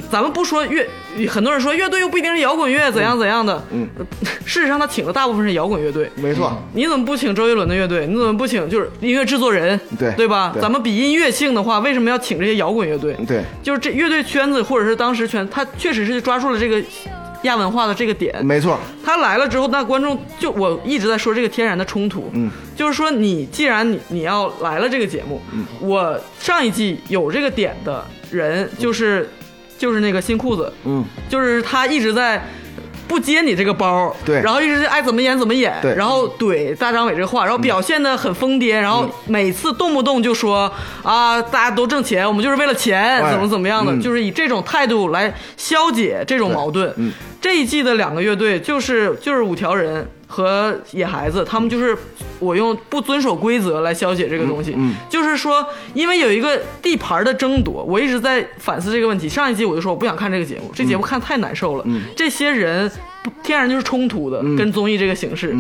Speaker 3: 咱们不说乐，很多人说乐队又不一定是摇滚乐，怎样怎样的。嗯， 事实上他请的大部分是摇滚乐队。
Speaker 2: 没错，
Speaker 3: 你怎么不请周杰伦的乐队？你怎么不请就是音乐制作人？
Speaker 2: 对
Speaker 3: 对吧？
Speaker 2: 对
Speaker 3: 咱们比音乐性的话，为什么要请这些摇滚乐队？
Speaker 2: 对，
Speaker 3: 就是这乐队圈子或者是当时圈，他确实是抓住了这个亚文化的这个点。
Speaker 2: 没错，
Speaker 3: 他来了之后，那观众就我一直在说这个天然的冲突，嗯，就是说你既然你你要来了这个节目，
Speaker 2: 嗯
Speaker 3: 我上一季有这个点的人就是、就是那个新裤子，
Speaker 2: 嗯，
Speaker 3: 就是他一直在。不接你这个包，
Speaker 2: 对
Speaker 3: 然后一直爱怎么演怎么演，
Speaker 2: 对
Speaker 3: 然后怼大张伟这话，然后表现的很疯癫，
Speaker 2: 嗯
Speaker 3: 然后每次动不动就说啊，大家都挣钱，我们就是为了钱，
Speaker 2: 哎
Speaker 3: 怎么怎么样的，
Speaker 2: 嗯
Speaker 3: 就是以这种态度来消解这种矛盾。
Speaker 2: 嗯
Speaker 3: 这一季的两个乐队就是就是五条人和野孩子，他们就是我用不遵守规则来消解这个东西，
Speaker 2: 嗯嗯
Speaker 3: 就是说，因为有一个地盘的争夺，我一直在反思这个问题。上一季我就说我不想看这个节目，这节目
Speaker 2: 嗯
Speaker 3: 看太难受了，这些人不天然就是冲突的，
Speaker 2: 嗯
Speaker 3: 跟综艺这个形式。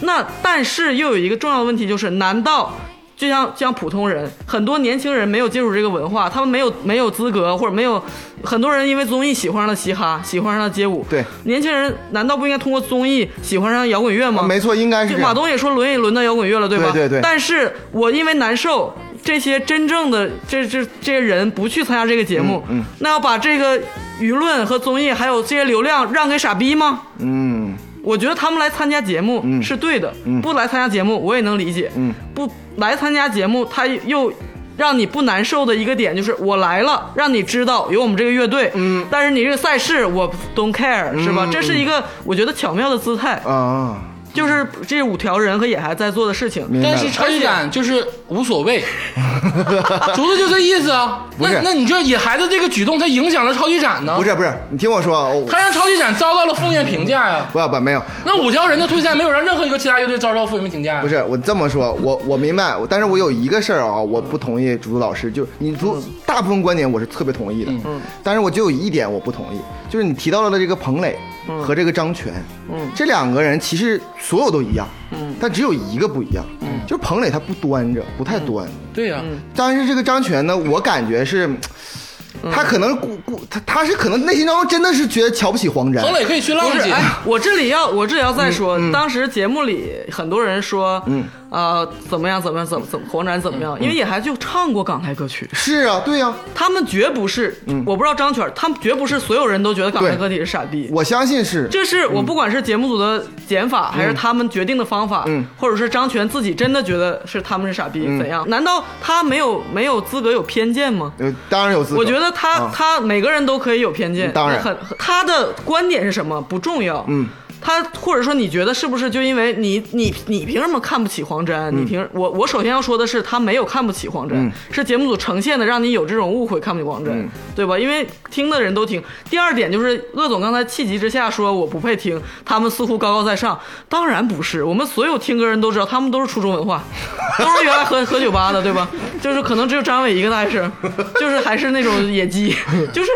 Speaker 3: 那但是又有一个重要的问题就是，难道？就像就像普通人，很多年轻人没有接触这个文化，他们没有没有资格，或者没有很多人因为综艺喜欢上了嘻哈，喜欢上了街舞。
Speaker 2: 对，
Speaker 3: 年轻人难道不应该通过综艺喜欢上摇滚乐吗？
Speaker 2: 没错，应该是
Speaker 3: 就
Speaker 2: 这
Speaker 3: 马
Speaker 2: 样。
Speaker 3: 东也说轮也轮到摇滚乐了，对吧？
Speaker 2: 对对对
Speaker 3: 但是我因为难受，这些真正的这这这些人不去参加这个节目，
Speaker 2: 嗯嗯
Speaker 3: 那要把这个舆论和综艺还有这些流量让给傻逼吗？
Speaker 2: 嗯，
Speaker 3: 我觉得他们来参加节目是对的，不来参加节目我也能理解。
Speaker 2: 嗯
Speaker 3: 不来参加节目，他又让你不难受的一个点就是，我来了，让你知道有我们这个乐队，嗯，但是你这个赛事我 don't care，、是
Speaker 2: 嗯
Speaker 3: 吧？这是一个我觉得巧妙的姿态，
Speaker 2: 啊，
Speaker 3: 就是这五条人和野孩在做的事情。
Speaker 2: 明白
Speaker 1: 但
Speaker 2: 了
Speaker 1: 是超级感就是无所谓，竹子就这意思啊。
Speaker 2: 不是
Speaker 1: 那那你这野孩子这个举动，他影响了超级展呢？
Speaker 2: 不，是不是，你听我说，我
Speaker 1: 他让超级展遭到了负面评价呀、
Speaker 2: 不不没有，
Speaker 1: 那五条人的退赛没有让任何一个其他乐队遭到负面评价、呀
Speaker 2: 不是我这么说，我我明白，但是我有一个事儿啊，我不同意竹子老师，就是你竹、大部分观点我是特别同意的，嗯，但是我就有一点我不同意，就是你提到了这个彭磊和这个张全，嗯，这两个人其实所有都一样，嗯，但只有一个不一样，嗯，就是彭磊他不端着，不太端。
Speaker 1: 对呀、
Speaker 3: 嗯
Speaker 2: 但是这个张全呢，我感觉是，他可能故故他他是可能内心当中真的是觉得瞧不起黄沾
Speaker 1: 彭。磊可以去浪
Speaker 3: 不是，
Speaker 1: 姐，
Speaker 3: 哎，我这里要我这里要
Speaker 2: 嗯
Speaker 3: 再说，当时节目里很多人说，嗯啊、怎么样怎么样怎么怎么黄沾怎么
Speaker 2: 嗯
Speaker 3: 样，因为也还就唱过港台歌曲，
Speaker 2: 是啊，对呀、
Speaker 3: 他们绝不是，
Speaker 2: 嗯
Speaker 3: 我不知道张全，他们绝不是所有人都觉得港台
Speaker 2: 对
Speaker 3: 歌体是傻逼。
Speaker 2: 我相信是。
Speaker 3: 这是我不管是节目组的剪法，还是他们决定的方法，
Speaker 2: 嗯
Speaker 3: 或者是张全自己真的觉得是他们是傻逼、怎样？难道他没有没有资格有偏见吗？
Speaker 2: 呃，当然有资格。
Speaker 3: 我觉得他、
Speaker 2: 啊
Speaker 3: 他每个人都可以有偏见，
Speaker 2: 当然
Speaker 3: 很很他的观点是什么不重要，嗯。他或者说你觉得是不是就因为你你你凭什么看不起黄
Speaker 2: 嗯
Speaker 3: 沾？你凭我我首先要说的是他没有看不起黄沾，是节目组呈现的让你有这种误会看不起黄
Speaker 2: 嗯
Speaker 3: 沾，对吧？因为听的人都听。第二点就是鄂总刚才气急之下说我不配听，他们似乎高高在上，当然不是。我们所有听歌人都知道，他们都是初中 文化，都是原来喝喝酒吧的，对吧？就是可能只有张伟一个大学生，就是还是那种野鸡，就是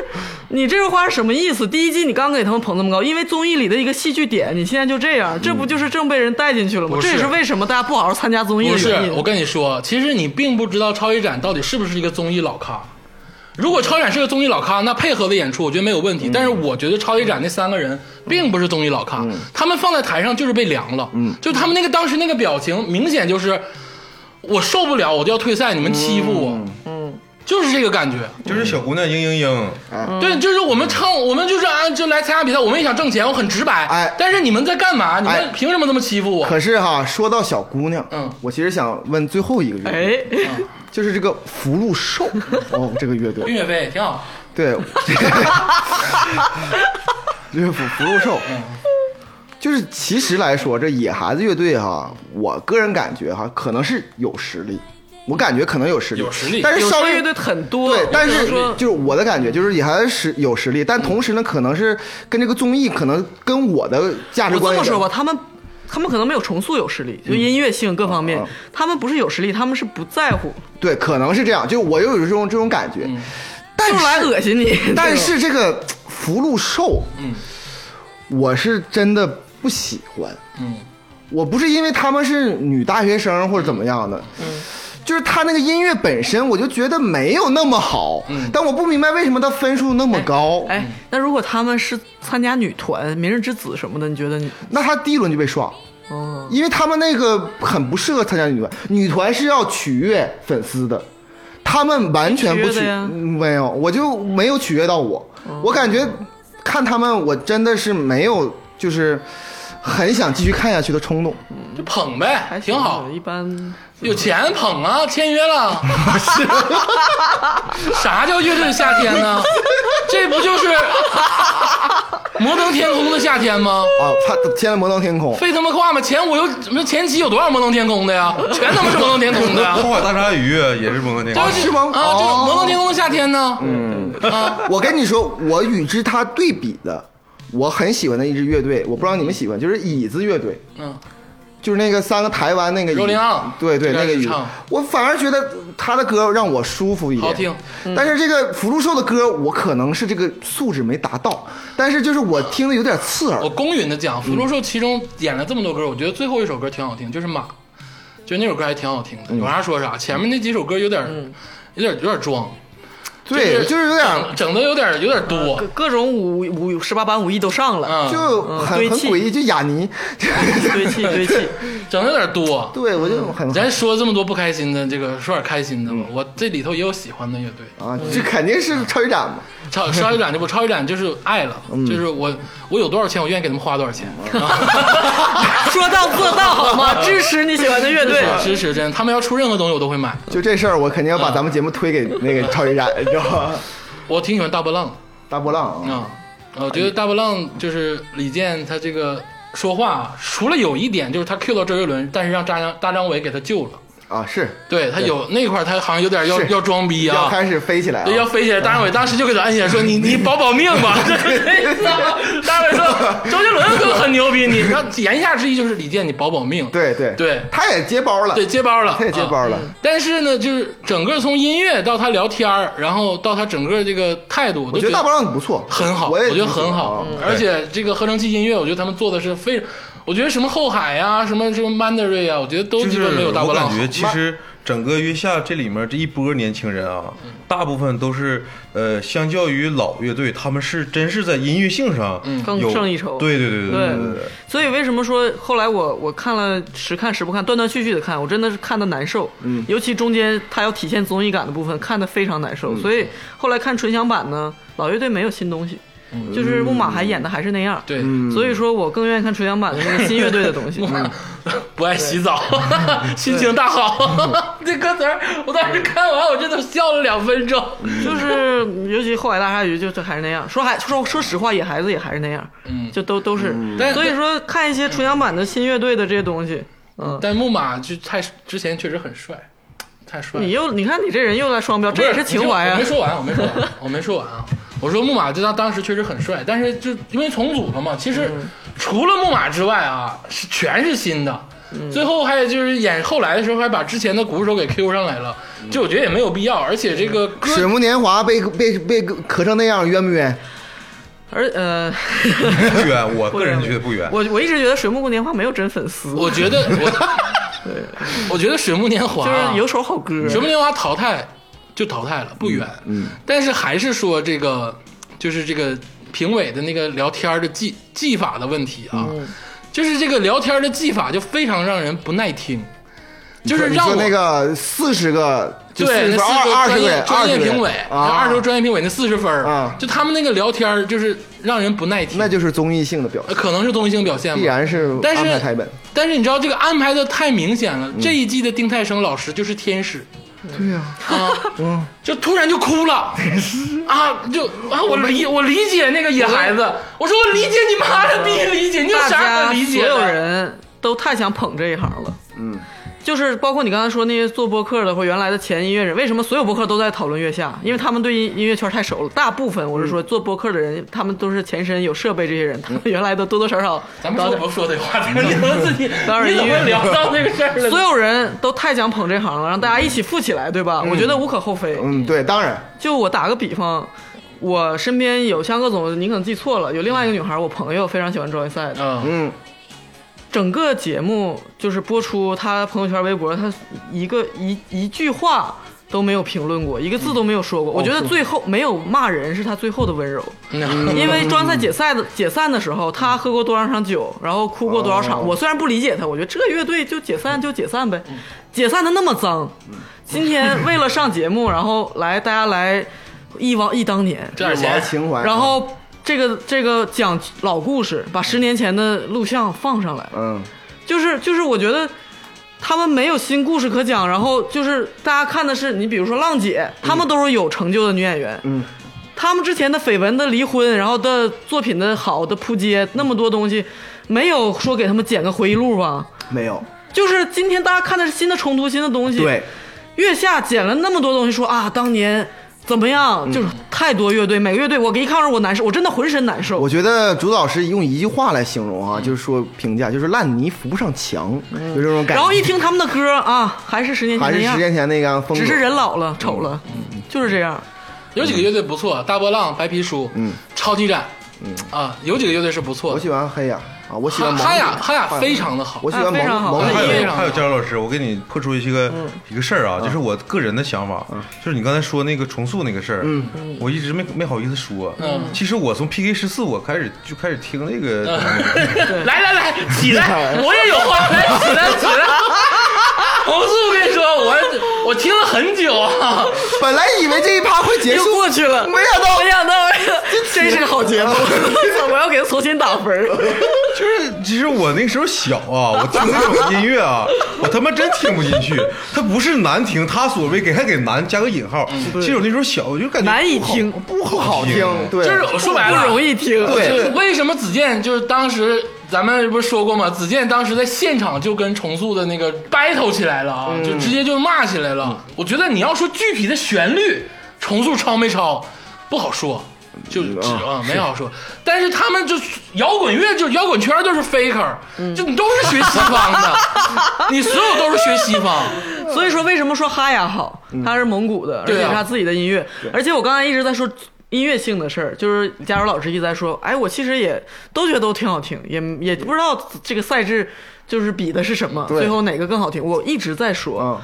Speaker 3: 你这句话是什么意思？第一季你刚给他们捧那么高，因为综艺里的一个戏剧点，你现在就这样，这不就是正被人带进去了吗？
Speaker 1: 嗯不是
Speaker 3: 这也是为什么大家不好好参加综艺
Speaker 1: 不
Speaker 3: 的
Speaker 1: 是
Speaker 3: 原，
Speaker 1: 我
Speaker 3: 因。
Speaker 1: 跟你说，其实你并不知道超一展到底是不是一个综艺老咖。如果超一展是个综艺老咖，那配合的演出我觉得没有问题。但是我觉得超一展那三个人并不是综艺老咖，他们放在台上就是被凉了。嗯，就他们那个当时那个表情，明显就是我受不了，我就要退赛，你们欺负我。嗯，就是这个感觉。
Speaker 4: 就是小姑娘嘤嘤嘤，
Speaker 1: 对，就是我们唱，我们就是啊，就来参加比赛，我们也想挣钱，我很直白。
Speaker 2: 哎
Speaker 1: 但是你们在干嘛？你
Speaker 2: 哎
Speaker 1: 们凭什么这么欺负我？
Speaker 2: 可是哈，说到小姑娘，
Speaker 1: 嗯
Speaker 2: 我其实想问最后一个乐队，
Speaker 3: 哎，
Speaker 2: 就是这个福禄 寿哦，这个乐队
Speaker 1: 运月飞挺好，
Speaker 2: 对， 就是福福禄寿。
Speaker 3: 嗯
Speaker 2: 就是其实来说，这野孩子乐队哈，我个人感觉哈，可能是有实力，我感觉可能有实力，
Speaker 1: 有实力
Speaker 2: 但是
Speaker 3: 有
Speaker 2: 稍
Speaker 3: 声
Speaker 2: 微
Speaker 3: 乐队很多，
Speaker 2: 对，但
Speaker 3: 有
Speaker 2: 是
Speaker 3: 时候说
Speaker 2: 就是我的感觉，就是也还是有实力，但同时呢，可能是跟这个综艺，可能跟我的价值
Speaker 3: 我
Speaker 2: 观
Speaker 3: 这
Speaker 2: 有
Speaker 3: 么说
Speaker 2: 点
Speaker 3: 吧，他们他们可能没有重塑有实力，就音乐性各方
Speaker 1: 嗯
Speaker 3: 面，他们不是有实力，他们是不在乎，
Speaker 2: 对，可能是这样，就我又有这种这种感觉，但
Speaker 3: 就是来恶 心你。
Speaker 2: 但是这个福禄寿，
Speaker 1: 嗯，
Speaker 2: 我是真的不喜欢，
Speaker 1: 嗯，
Speaker 2: 我不是因为他们是女大学生或者怎么样的，嗯。就是他那个音乐本身，我就觉得没有那么好，嗯、但我不明白为什么他分数那么高，
Speaker 3: 哎，
Speaker 1: 嗯
Speaker 3: 那如果他们是参加女团、明日之子什么的，你觉得你
Speaker 2: 那他第一轮就被刷，
Speaker 1: 嗯
Speaker 3: 哦，
Speaker 2: 因为他们那个很不适合参加女团，女团是要取悦粉丝的，他们完全不
Speaker 3: 取
Speaker 2: 取
Speaker 3: 悦的呀，
Speaker 2: 没有，我就没有取悦到我，我感觉看他们，我真的是没有就是很想继续看下去的冲动。
Speaker 1: 就捧
Speaker 3: 还
Speaker 1: 呗，
Speaker 3: 行
Speaker 1: 挺好。
Speaker 3: 一般
Speaker 1: 有钱捧啊，签约了。啥叫乐队的夏天呢？这不就是摩登天空的夏天吗？
Speaker 2: 啊，他现在摩登天空，
Speaker 1: 非他妈话吗？前五有前期有多少摩登天空的呀？全他妈是摩登天空的呀
Speaker 4: 花。海大鲨鱼也哦是蒙哥那
Speaker 1: 这
Speaker 4: 个
Speaker 1: 不。
Speaker 2: 是吗
Speaker 1: 啊，就是
Speaker 2: 哦
Speaker 1: 摩登天空的夏天呢。嗯啊，
Speaker 2: 我跟你说，我与之他对比的，我很喜欢的一支乐队，我不知道你们喜欢，就是椅子乐队。
Speaker 1: 嗯，
Speaker 2: 就是那个三个台湾那个
Speaker 1: Rolling On
Speaker 2: 对对，
Speaker 1: 应该
Speaker 2: 那
Speaker 1: 是
Speaker 2: 个雨
Speaker 1: 唱，
Speaker 2: 我反而觉得他的歌让我舒服一点，
Speaker 1: 好听。
Speaker 2: 但是这个福禄寿的歌，我可能是这个素质没达到，但是就是我听的有点刺耳
Speaker 1: 我。公允的讲，《福禄寿》其中演了这么多歌，我觉得最后一首歌挺好听，就是《马》，就那首歌还挺好听的。有啥说啥，前面那几首歌有点儿，有点儿有点儿装，
Speaker 2: 对，就是有点，
Speaker 1: 整的有点儿有点儿多
Speaker 3: 各。各种武武十八般武艺都上了，
Speaker 1: 嗯，
Speaker 2: 啊就很
Speaker 3: 堆
Speaker 2: 很
Speaker 3: 砌
Speaker 2: 诡异，就雅尼，
Speaker 3: 堆砌堆砌。
Speaker 1: 整的有点多。
Speaker 2: 对我就很
Speaker 1: 咱说这么多不开心的，这个说点开心的吧。
Speaker 2: 嗯
Speaker 1: 我这里头也有喜欢的乐队，
Speaker 2: 啊，这肯定是超级展嘛。
Speaker 1: 超超一展这不超一展就是爱了，
Speaker 2: 嗯
Speaker 1: 就是我我有多少钱，我愿意给他们花多少钱。
Speaker 3: 说到做到好
Speaker 1: 嗯
Speaker 3: 吗？支持你喜欢的乐队。
Speaker 1: 啊
Speaker 2: 啊
Speaker 1: 支持真的，他们要出任何东西我都会买。
Speaker 2: 就这事儿，我肯定要把咱们节目推给那个超级 展，你知道吧？
Speaker 1: 我挺喜欢大波浪
Speaker 2: 大波浪啊，
Speaker 1: 啊，我觉得大波浪就是李健他这个说话啊，除了有一点就是他 Q 到周杰伦，但是让大张大张伟给他救了。
Speaker 2: 啊是
Speaker 1: 对他有那块儿他好像有点要
Speaker 2: 是
Speaker 1: 要装逼啊，
Speaker 2: 要开始飞起来
Speaker 1: 对，要
Speaker 2: 了。
Speaker 1: 飞起来，大张伟当时就给他按起来说：“你 你保保命吧。” 大张伟说：“ 周杰伦哥很牛逼，你那言下之意就是李健，你保保命。”
Speaker 2: 对对
Speaker 1: 对
Speaker 2: 他也接包了，
Speaker 1: 对，接包了，
Speaker 2: 他也接
Speaker 1: 啊
Speaker 2: 包了。
Speaker 1: 但是呢，就是整个从音乐到他聊天儿，然后到他整个这个态度，我
Speaker 2: 我
Speaker 1: 都
Speaker 2: 觉
Speaker 1: 觉
Speaker 2: 得大波浪不错，
Speaker 1: 很好，
Speaker 2: 我也
Speaker 1: 觉得
Speaker 2: 挺喜欢
Speaker 1: 很
Speaker 2: 啊
Speaker 1: 好。而且这个合成器音乐，我觉得他们做的是非常。我觉得什么后海呀、什么什么 Mandarin 啊，我觉得都
Speaker 4: 就
Speaker 1: 基
Speaker 4: 是
Speaker 1: 本没有大
Speaker 4: 我
Speaker 1: 波浪
Speaker 4: 感
Speaker 1: 好。
Speaker 4: 觉其实整个月下这里面这一波年轻人啊，大部分都是呃，相较于老乐队，他们是真是在音乐性上
Speaker 3: 更
Speaker 4: 有
Speaker 3: 胜一筹
Speaker 4: 对对对
Speaker 3: 对
Speaker 4: 对对，
Speaker 3: 所以为什么说后来我我看了时看时不看，断断续续的看，我真的是看的难受。嗯，尤其中间他要体现综艺感的部分，看的非常难
Speaker 1: 嗯
Speaker 3: 受。所以后来看纯享版呢，老乐队没有新东西，就是木马还演的还是那样。
Speaker 1: 嗯对，
Speaker 4: 嗯
Speaker 1: 嗯
Speaker 3: 所以说我更愿意看纯享版的那个新乐队的东西。嗯
Speaker 1: 不爱洗澡， 心情大好。这歌词儿，我当时看完我真的笑了两分钟。
Speaker 3: 就是尤其后海大鲨鱼就就还是那样，说还说说实话，野孩子也还是那样，
Speaker 1: 嗯
Speaker 3: 就都都是。
Speaker 1: 但
Speaker 3: 所以说看一些纯享版的新乐队的这些东西，嗯，
Speaker 1: 但木马就太之前确实很帅，太帅了。
Speaker 3: 你又你看你这人又在双标，
Speaker 1: 不
Speaker 3: 这也是情怀啊
Speaker 1: 我没。说完，我没说完，我没说完啊。我说木马就他当时确实很帅，但是就因为重组了嘛，其实除了木马之外啊，是全是新的。最后还就是演后来的时候，还把之前的鼓手给 Q 上来了，就我觉得也没有必要。而且这个歌
Speaker 2: 水木年华被被被咳成那样，冤不冤？
Speaker 3: 而呃，
Speaker 4: 不远，我个人觉得不远。
Speaker 3: 我我一直觉得水木年华没有真粉丝，
Speaker 1: 我觉得我，我觉得《水木年华
Speaker 3: 就
Speaker 1: 啊》
Speaker 3: 是有首好歌。
Speaker 1: 水木年华》淘汰就淘汰了，不远。嗯，但是还是说这个就是这个评委的那个聊天的技技法的问题啊，
Speaker 2: 嗯
Speaker 1: 就是这个聊天的技法就非常让人不耐听，就是
Speaker 2: 你
Speaker 1: 让
Speaker 2: 说
Speaker 1: 我
Speaker 2: 那个四十个，就
Speaker 1: 对，那
Speaker 2: 40分二二
Speaker 1: 专
Speaker 2: 十个
Speaker 1: 业
Speaker 2: 人，
Speaker 1: 专业
Speaker 2: 20个人
Speaker 1: 评委，那
Speaker 2: 啊，
Speaker 1: 二十个专业评委那四十分儿
Speaker 2: 啊
Speaker 1: 就他们那个聊天儿就是让人不耐听，
Speaker 2: 那就是综艺性的表
Speaker 1: 呃
Speaker 2: 现，
Speaker 1: 可能是综艺性表现吧，
Speaker 2: 必然是
Speaker 1: 但
Speaker 2: 安
Speaker 1: 是
Speaker 2: 排台本。
Speaker 1: 但是你知道这个安排的太明显了，这一季的丁太升老师就是天使。
Speaker 2: 对呀，
Speaker 1: 啊，就突然就哭了，啊，就啊，我理我理解那个野孩子，我说我理解你妈了逼理解，你有
Speaker 3: 大
Speaker 1: 啥
Speaker 3: 家
Speaker 1: 可理解
Speaker 3: 所
Speaker 1: 的？
Speaker 3: 有人都太想捧这一行了，嗯，就是包括你刚才说那些做播客的或原来的前音乐人，为什么所有播客都在讨论月下？因为他们对音音乐圈太熟了。大部分我是说做播客的人，他们都是前身有设备这些人，他们原来都多多少少
Speaker 1: 咱们说不说这话题，你们自己，
Speaker 3: 当然
Speaker 1: 你怎么聊到这个事儿
Speaker 3: 所
Speaker 1: 了？
Speaker 3: 有人都太想捧这行了，让大家一起富起来，对吧？我觉得无可厚非。
Speaker 2: 嗯，对，当然，
Speaker 3: 就我打个比方，我身边有像各总，你可能记错了，有另外一个女孩，我朋友非常喜欢赵云赛的。
Speaker 1: 嗯，
Speaker 2: 嗯，
Speaker 3: 整个节目就是播出，她朋友圈、微博，她一个一一句话都没有评论过，一个字都没有说过。我觉得最后没有骂人是她最后的温柔。
Speaker 1: 嗯
Speaker 3: 因为庄赛解散的解散的时候，他喝过多少场酒，然后哭过多少场。我虽然不理解他，我觉得这乐队就解散就解散呗，解散的那么脏。今天为了上节目，然后来大家来忆往忆当年，
Speaker 1: 这点
Speaker 2: 玩
Speaker 1: 钱，
Speaker 2: 情怀，
Speaker 3: 然后这个这个讲老故事，把十年前的录像放上来，
Speaker 2: 嗯，
Speaker 3: 就是就是我觉得。他们没有新故事可讲，然后就是大家看的是你，比如说浪姐，她们都是有成就的女演员，
Speaker 2: 嗯，
Speaker 3: 他们之前的绯闻的离婚，然后的作品的好的扑街，那么多东西，没有说给他们剪个回忆录吧？
Speaker 2: 没有，
Speaker 3: 就是今天大家看的是新的冲突，新的东西。
Speaker 2: 对，
Speaker 3: 月下剪了那么多东西，说啊，当年怎
Speaker 2: 嗯
Speaker 3: 么样？就是太多乐队，每个乐队我一看着我难受，我真的浑身难受
Speaker 2: 我。觉得朱老师用一句话来形容
Speaker 1: 嗯
Speaker 2: 啊，就是说评价就是烂泥扶不上墙，就这种感觉。
Speaker 3: 然后一听他们的歌啊，还是十年前
Speaker 2: 还
Speaker 3: 那
Speaker 2: 是
Speaker 3: 样
Speaker 2: 十，年前那个风格，
Speaker 3: 只是人老了，丑了，就是这样。
Speaker 1: 有几个乐队不错，大波浪、白皮书，嗯，超级展，嗯啊，有几个乐队是不错
Speaker 2: 我
Speaker 1: 的。
Speaker 2: 喜欢黑呀啊，我喜欢
Speaker 1: 哈
Speaker 2: 蒙古
Speaker 1: 哈雅哈雅非常的好
Speaker 2: 我，喜欢
Speaker 3: 啊非
Speaker 2: 蒙
Speaker 3: 常好
Speaker 2: 蒙
Speaker 3: 哎
Speaker 2: 古
Speaker 4: 还
Speaker 1: 非
Speaker 4: 有
Speaker 1: 常
Speaker 4: 还有，佳茹老师，我给你破除一个一个事儿啊，就是我个人的想法，就是你刚才说那个重塑那个事儿，我一直没没好意思说。
Speaker 3: 嗯
Speaker 4: 其实我从 PK 十四我开始就开始听那个东西，
Speaker 1: 来来来，起来，我也有话，来起来起来。红素，我跟你说，我我听了很久啊，
Speaker 2: 本来以为这一趴快结束
Speaker 3: 又，过去了，
Speaker 2: 没想到
Speaker 3: 没想到，真是个好节目， 我要给他重新打分儿。
Speaker 4: 就是其实我那时候小 啊，我听那种音乐啊，我他妈真听不进去。它不是难听，他所谓给还给难加个引号。其实我那时候小，我就感觉
Speaker 3: 嗯难以
Speaker 4: 不好
Speaker 3: 听
Speaker 4: 不好
Speaker 2: 听，对，
Speaker 1: 就是我说白了，啊
Speaker 3: 不容易听。
Speaker 2: 对
Speaker 1: 就是为什么子健就是当时咱们不是说过吗？子健当时在现场就跟重塑的那个 battle 起来了啊，就直接就骂起来了。我觉得你要说具体的旋律，重塑抄没抄，不好说。就只啊，没好说，但是他们就摇滚乐，就摇滚圈就是 faker，就你都是学西方 的，你所有都是学西方，
Speaker 3: 所以说为什么说哈雅好？它是蒙古的，而
Speaker 1: 对
Speaker 3: 且
Speaker 1: 啊
Speaker 3: 是它自己的音乐。而且我刚才一直在说音乐性的事儿，就是佳茹老师一直在说，哎，我其实也都觉得都挺好听，也也不知道这个赛制就是比的是什么，
Speaker 2: 对
Speaker 3: 最后哪个更好听，我一直在说。
Speaker 2: 嗯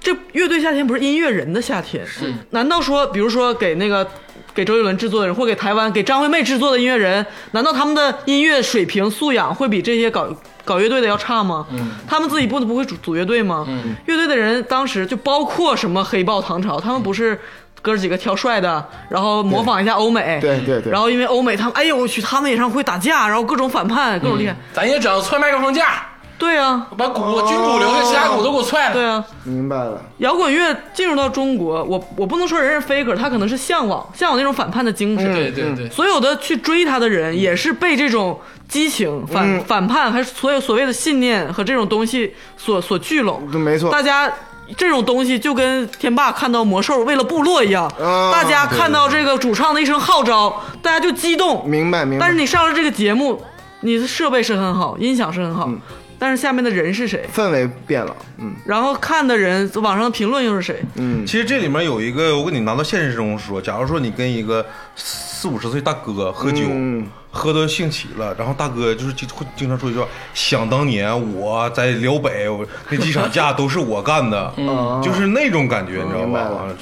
Speaker 3: 这乐队夏天不是音乐人的夏天，是？难道说，比如说给那个给周杰伦制作的人，或给台湾给张惠妹制作的音乐人，难道他们的音乐水平素养会比这些搞搞乐队的要差吗？嗯，他们自己不不会组组乐队吗？嗯，乐队的人当时就包括什么黑豹、唐朝，他们不是。哥几个挑帅的，然后模仿一下欧美，
Speaker 2: 对对对
Speaker 3: 然后因为欧美他们，哎呦我去，他们演唱会打架，然后各种反叛，各种厉害。
Speaker 2: 嗯
Speaker 1: 咱也整踹麦克风架，
Speaker 3: 对啊，
Speaker 1: 把鼓军鼓留下，其他鼓都给我踹了。
Speaker 3: 对啊，
Speaker 2: 明白了，
Speaker 3: 摇滚乐进入到中国，我我不能说人是 faker，他可能是向往向往那种反叛的精
Speaker 2: 嗯
Speaker 3: 神。
Speaker 1: 对嗯对对，
Speaker 3: 所有的去追他的人，也是被这种激情、反、
Speaker 2: 嗯
Speaker 3: 反叛，还是所有所谓的信念和这种东西所所聚拢。
Speaker 2: 对没错
Speaker 3: 大家这种东西就跟天霸看到魔兽为了部落一样，
Speaker 2: 啊
Speaker 3: 大家看到这个主唱的一声号召，大家就激动。
Speaker 2: 明白明白。
Speaker 3: 但是你上了这个节目，你的设备是很好，音响是很好，
Speaker 2: 嗯
Speaker 3: 但是下面的人是谁？
Speaker 2: 氛围变了，嗯
Speaker 3: 然后看的人，网上的评论又是谁？
Speaker 2: 嗯
Speaker 4: 其实这里面有一个，我跟你拿到现实中说，假如说你跟一个四五十岁大哥喝酒，
Speaker 2: 嗯
Speaker 4: 喝得兴起了，然后大哥就是经会经常说一句话：“想当年我在辽北，我那几场架都是我干 的。
Speaker 2: 啊
Speaker 4: 就是那种感觉，你知道
Speaker 2: 明白
Speaker 4: 吧？
Speaker 2: 了
Speaker 4: 啊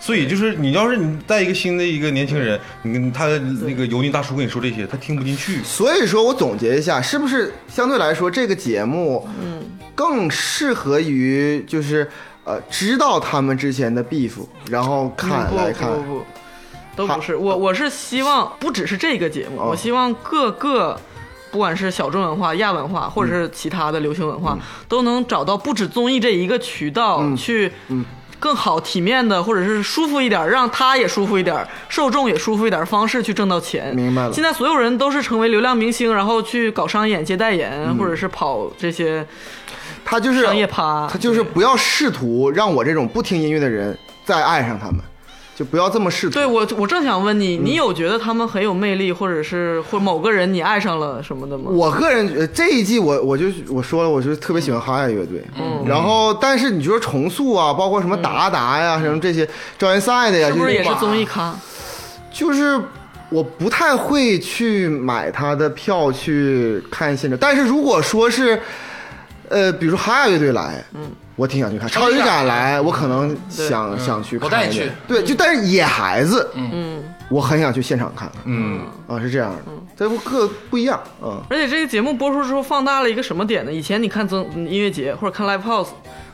Speaker 4: 所以就是你要是你带一个新的一个年轻人，你跟他那个油腻大叔跟你说这些，他听不进去。
Speaker 2: 所以说我总结一下，是不是相对来说这个节目，嗯，更适合于就是呃知道他们之前的 beef，然后看
Speaker 3: 嗯不
Speaker 2: 来看
Speaker 3: 不，不不，都不是。我我是希望不只是这个节目，
Speaker 2: 哦
Speaker 3: 我希望各个。不管是小众文化、亚文化，或者
Speaker 2: 嗯
Speaker 3: 是其他的流行文化，都能找到不止综艺这一个渠道、
Speaker 2: 嗯
Speaker 3: 去，更好、体面的，或者是舒服一点，让他也舒服一点，受众也舒服一点，方式去挣到钱。
Speaker 2: 明白了
Speaker 3: 现在所有人都是成为流量明星，然后去搞商演、接代言，
Speaker 2: 嗯
Speaker 3: 或者是跑这些
Speaker 2: 他就是
Speaker 3: 商业趴。
Speaker 2: 他就是不要试图让我这种不听音乐的人再爱上他们，就不要这么试图。
Speaker 3: 对我，我正想问
Speaker 2: 嗯
Speaker 3: 你，你有觉得他们很有魅力，或者是或某个人你爱上了什么的吗？
Speaker 2: 我个人觉得呃这一季我我就我说了，我就特别喜欢哈雅乐队。然后但是你说重塑啊，包括什么达达呀、什么这些招人赛的呀，
Speaker 3: 是不是
Speaker 2: 这
Speaker 3: 也
Speaker 2: 种
Speaker 3: 是
Speaker 2: 吧
Speaker 3: 综艺咖？
Speaker 2: 就是我不太会去买他的票去看现场，但是如果说是，呃，比如说哈雅乐队来，嗯，我挺想去看；超级展来，嗯我可能想想去看
Speaker 1: 我
Speaker 2: 一遍。
Speaker 1: 带你去
Speaker 2: 对，就但是野孩子，嗯，我很想去现场看看。
Speaker 4: 嗯，
Speaker 2: 啊，是这样的，这不各不一样，嗯，
Speaker 3: 而且这个节目播出之后放大了一个什么点呢？以前你看综嗯音乐节或者看 live house，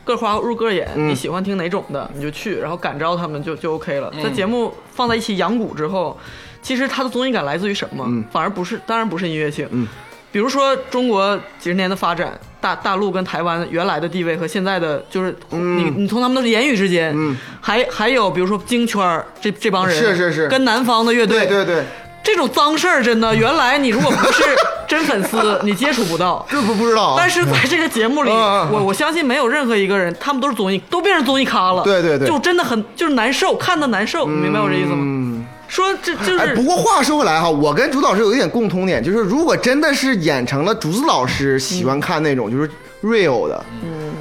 Speaker 3: 各花入各眼，
Speaker 2: 嗯
Speaker 3: 你喜欢听哪种的你就去，然后感召他们就就 OK 了。
Speaker 2: 嗯
Speaker 3: 在节目放在一起养蛊之后，其实它的综艺感来自于什么？
Speaker 2: 嗯
Speaker 3: 反而不是，当然不是音乐性。比如说中国几十年的发展，大大陆跟台湾原来的地位和现在的，就是
Speaker 2: 嗯
Speaker 3: 你你从他们的言语之间，还还有比如说京圈儿这这帮人，
Speaker 2: 是是是
Speaker 3: 跟南方的乐队，
Speaker 2: 对对对，
Speaker 3: 这种脏事儿真的，原来你如果不是真粉 丝，你接触不到。
Speaker 2: 这不不知道啊，
Speaker 3: 但是在这个节目里，
Speaker 2: 嗯嗯嗯
Speaker 3: 我我相信没有任何一个人，他们都是综艺，都变成综艺咖了。
Speaker 2: 对对对
Speaker 3: 就真的很就是难受，看的难受，你明白我这意思吗？说这就
Speaker 2: 哎，不
Speaker 3: 是
Speaker 2: 过话说回来哈，我跟朱老师有一点共通点，就是如果真的是演成了竹子老师喜欢看那种就是 real 的，嗯，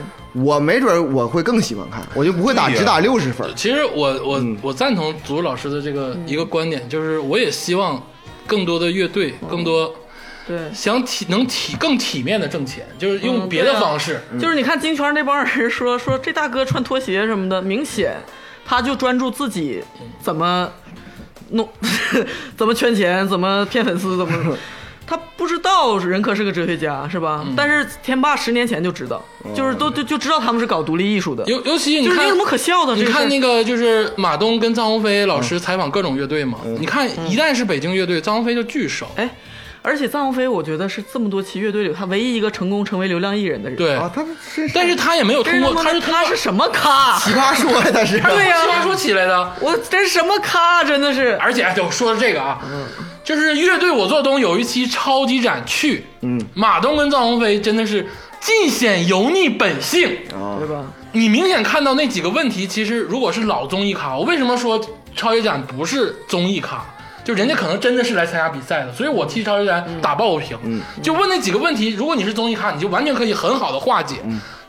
Speaker 2: 我没准儿我会更喜欢看，我就不会打
Speaker 4: 对呀
Speaker 2: 只打六十 分儿。
Speaker 1: 其实我我、我赞同祖老师的这个一个观点，就是我也希望更多的乐队，更多
Speaker 3: 对。
Speaker 1: 想体能体更体面的挣钱，就是用
Speaker 3: 嗯
Speaker 1: 别
Speaker 3: 对
Speaker 1: 的
Speaker 3: 啊
Speaker 1: 方式。
Speaker 3: 就是你看金圈这帮人说 说这大哥穿拖鞋什么的，明显他就专注自己怎么弄， 怎么圈钱，怎么骗粉丝，怎么。他不知道任可是个哲学家，是
Speaker 1: 嗯
Speaker 3: 吧？但是天霸十年前就知道，
Speaker 1: 哦
Speaker 3: 就是都就就知道他们是搞独立艺术的，
Speaker 1: 尤尤其你
Speaker 3: 就是
Speaker 1: 看
Speaker 3: 有什么可笑的？
Speaker 1: 你
Speaker 3: 这个事
Speaker 1: 看
Speaker 3: 儿
Speaker 1: 那个就是马东跟臧鸿飞老师采访各种乐队嘛，你看一旦是北京乐队，臧鸿飞就巨熟。
Speaker 3: 哎，而且臧鸿飞，我觉得是这么多期乐队里他唯一一个成功成为流量艺人的人。，
Speaker 1: 对，
Speaker 2: 啊，他们是
Speaker 1: 但是他也没有
Speaker 3: 这
Speaker 1: 通
Speaker 3: 他
Speaker 1: 过，
Speaker 3: 妈
Speaker 1: 他
Speaker 3: 的
Speaker 1: 是通
Speaker 3: 他
Speaker 1: 过
Speaker 3: 是什 么咖？
Speaker 2: 奇葩说呀，他 是
Speaker 3: 对呀、
Speaker 1: 奇葩说起来的。
Speaker 3: 我真什么咖，真的 是。
Speaker 1: 而且哎对我说的这个啊，就是乐队我做东有一期超级展去，嗯，马东跟臧鸿飞真的是尽显油腻本性，
Speaker 3: 对吧？
Speaker 1: 你明显看到那几个问题，其实如果是老综艺咖，我为什么说超级展不是综艺咖？就人家可能真的是来参加比赛的，所以我替超级展打抱不平。就问那几个问题，如果你是综艺咖，你就完全可以很好的化解。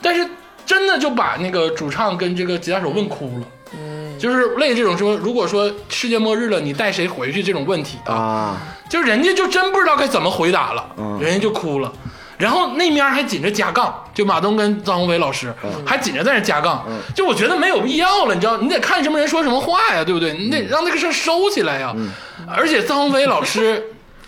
Speaker 1: 但是真的就把那个主唱跟这个吉他手问哭了。就是类这种说，如果说世界末日了，你带谁回去这种问题啊，
Speaker 2: 啊，
Speaker 1: 就人家就真不知道该怎么回答了，
Speaker 2: 嗯
Speaker 1: 人家就哭了。然后那面还紧着加杠，就马东跟张宏伟老师、
Speaker 2: 嗯
Speaker 1: 还紧着在那加杠，就我觉得没有必要了，你知道，你得看什么人说什么话呀，对不对？你
Speaker 2: 嗯
Speaker 1: 得让这个事儿收起来呀。而且张宏伟老师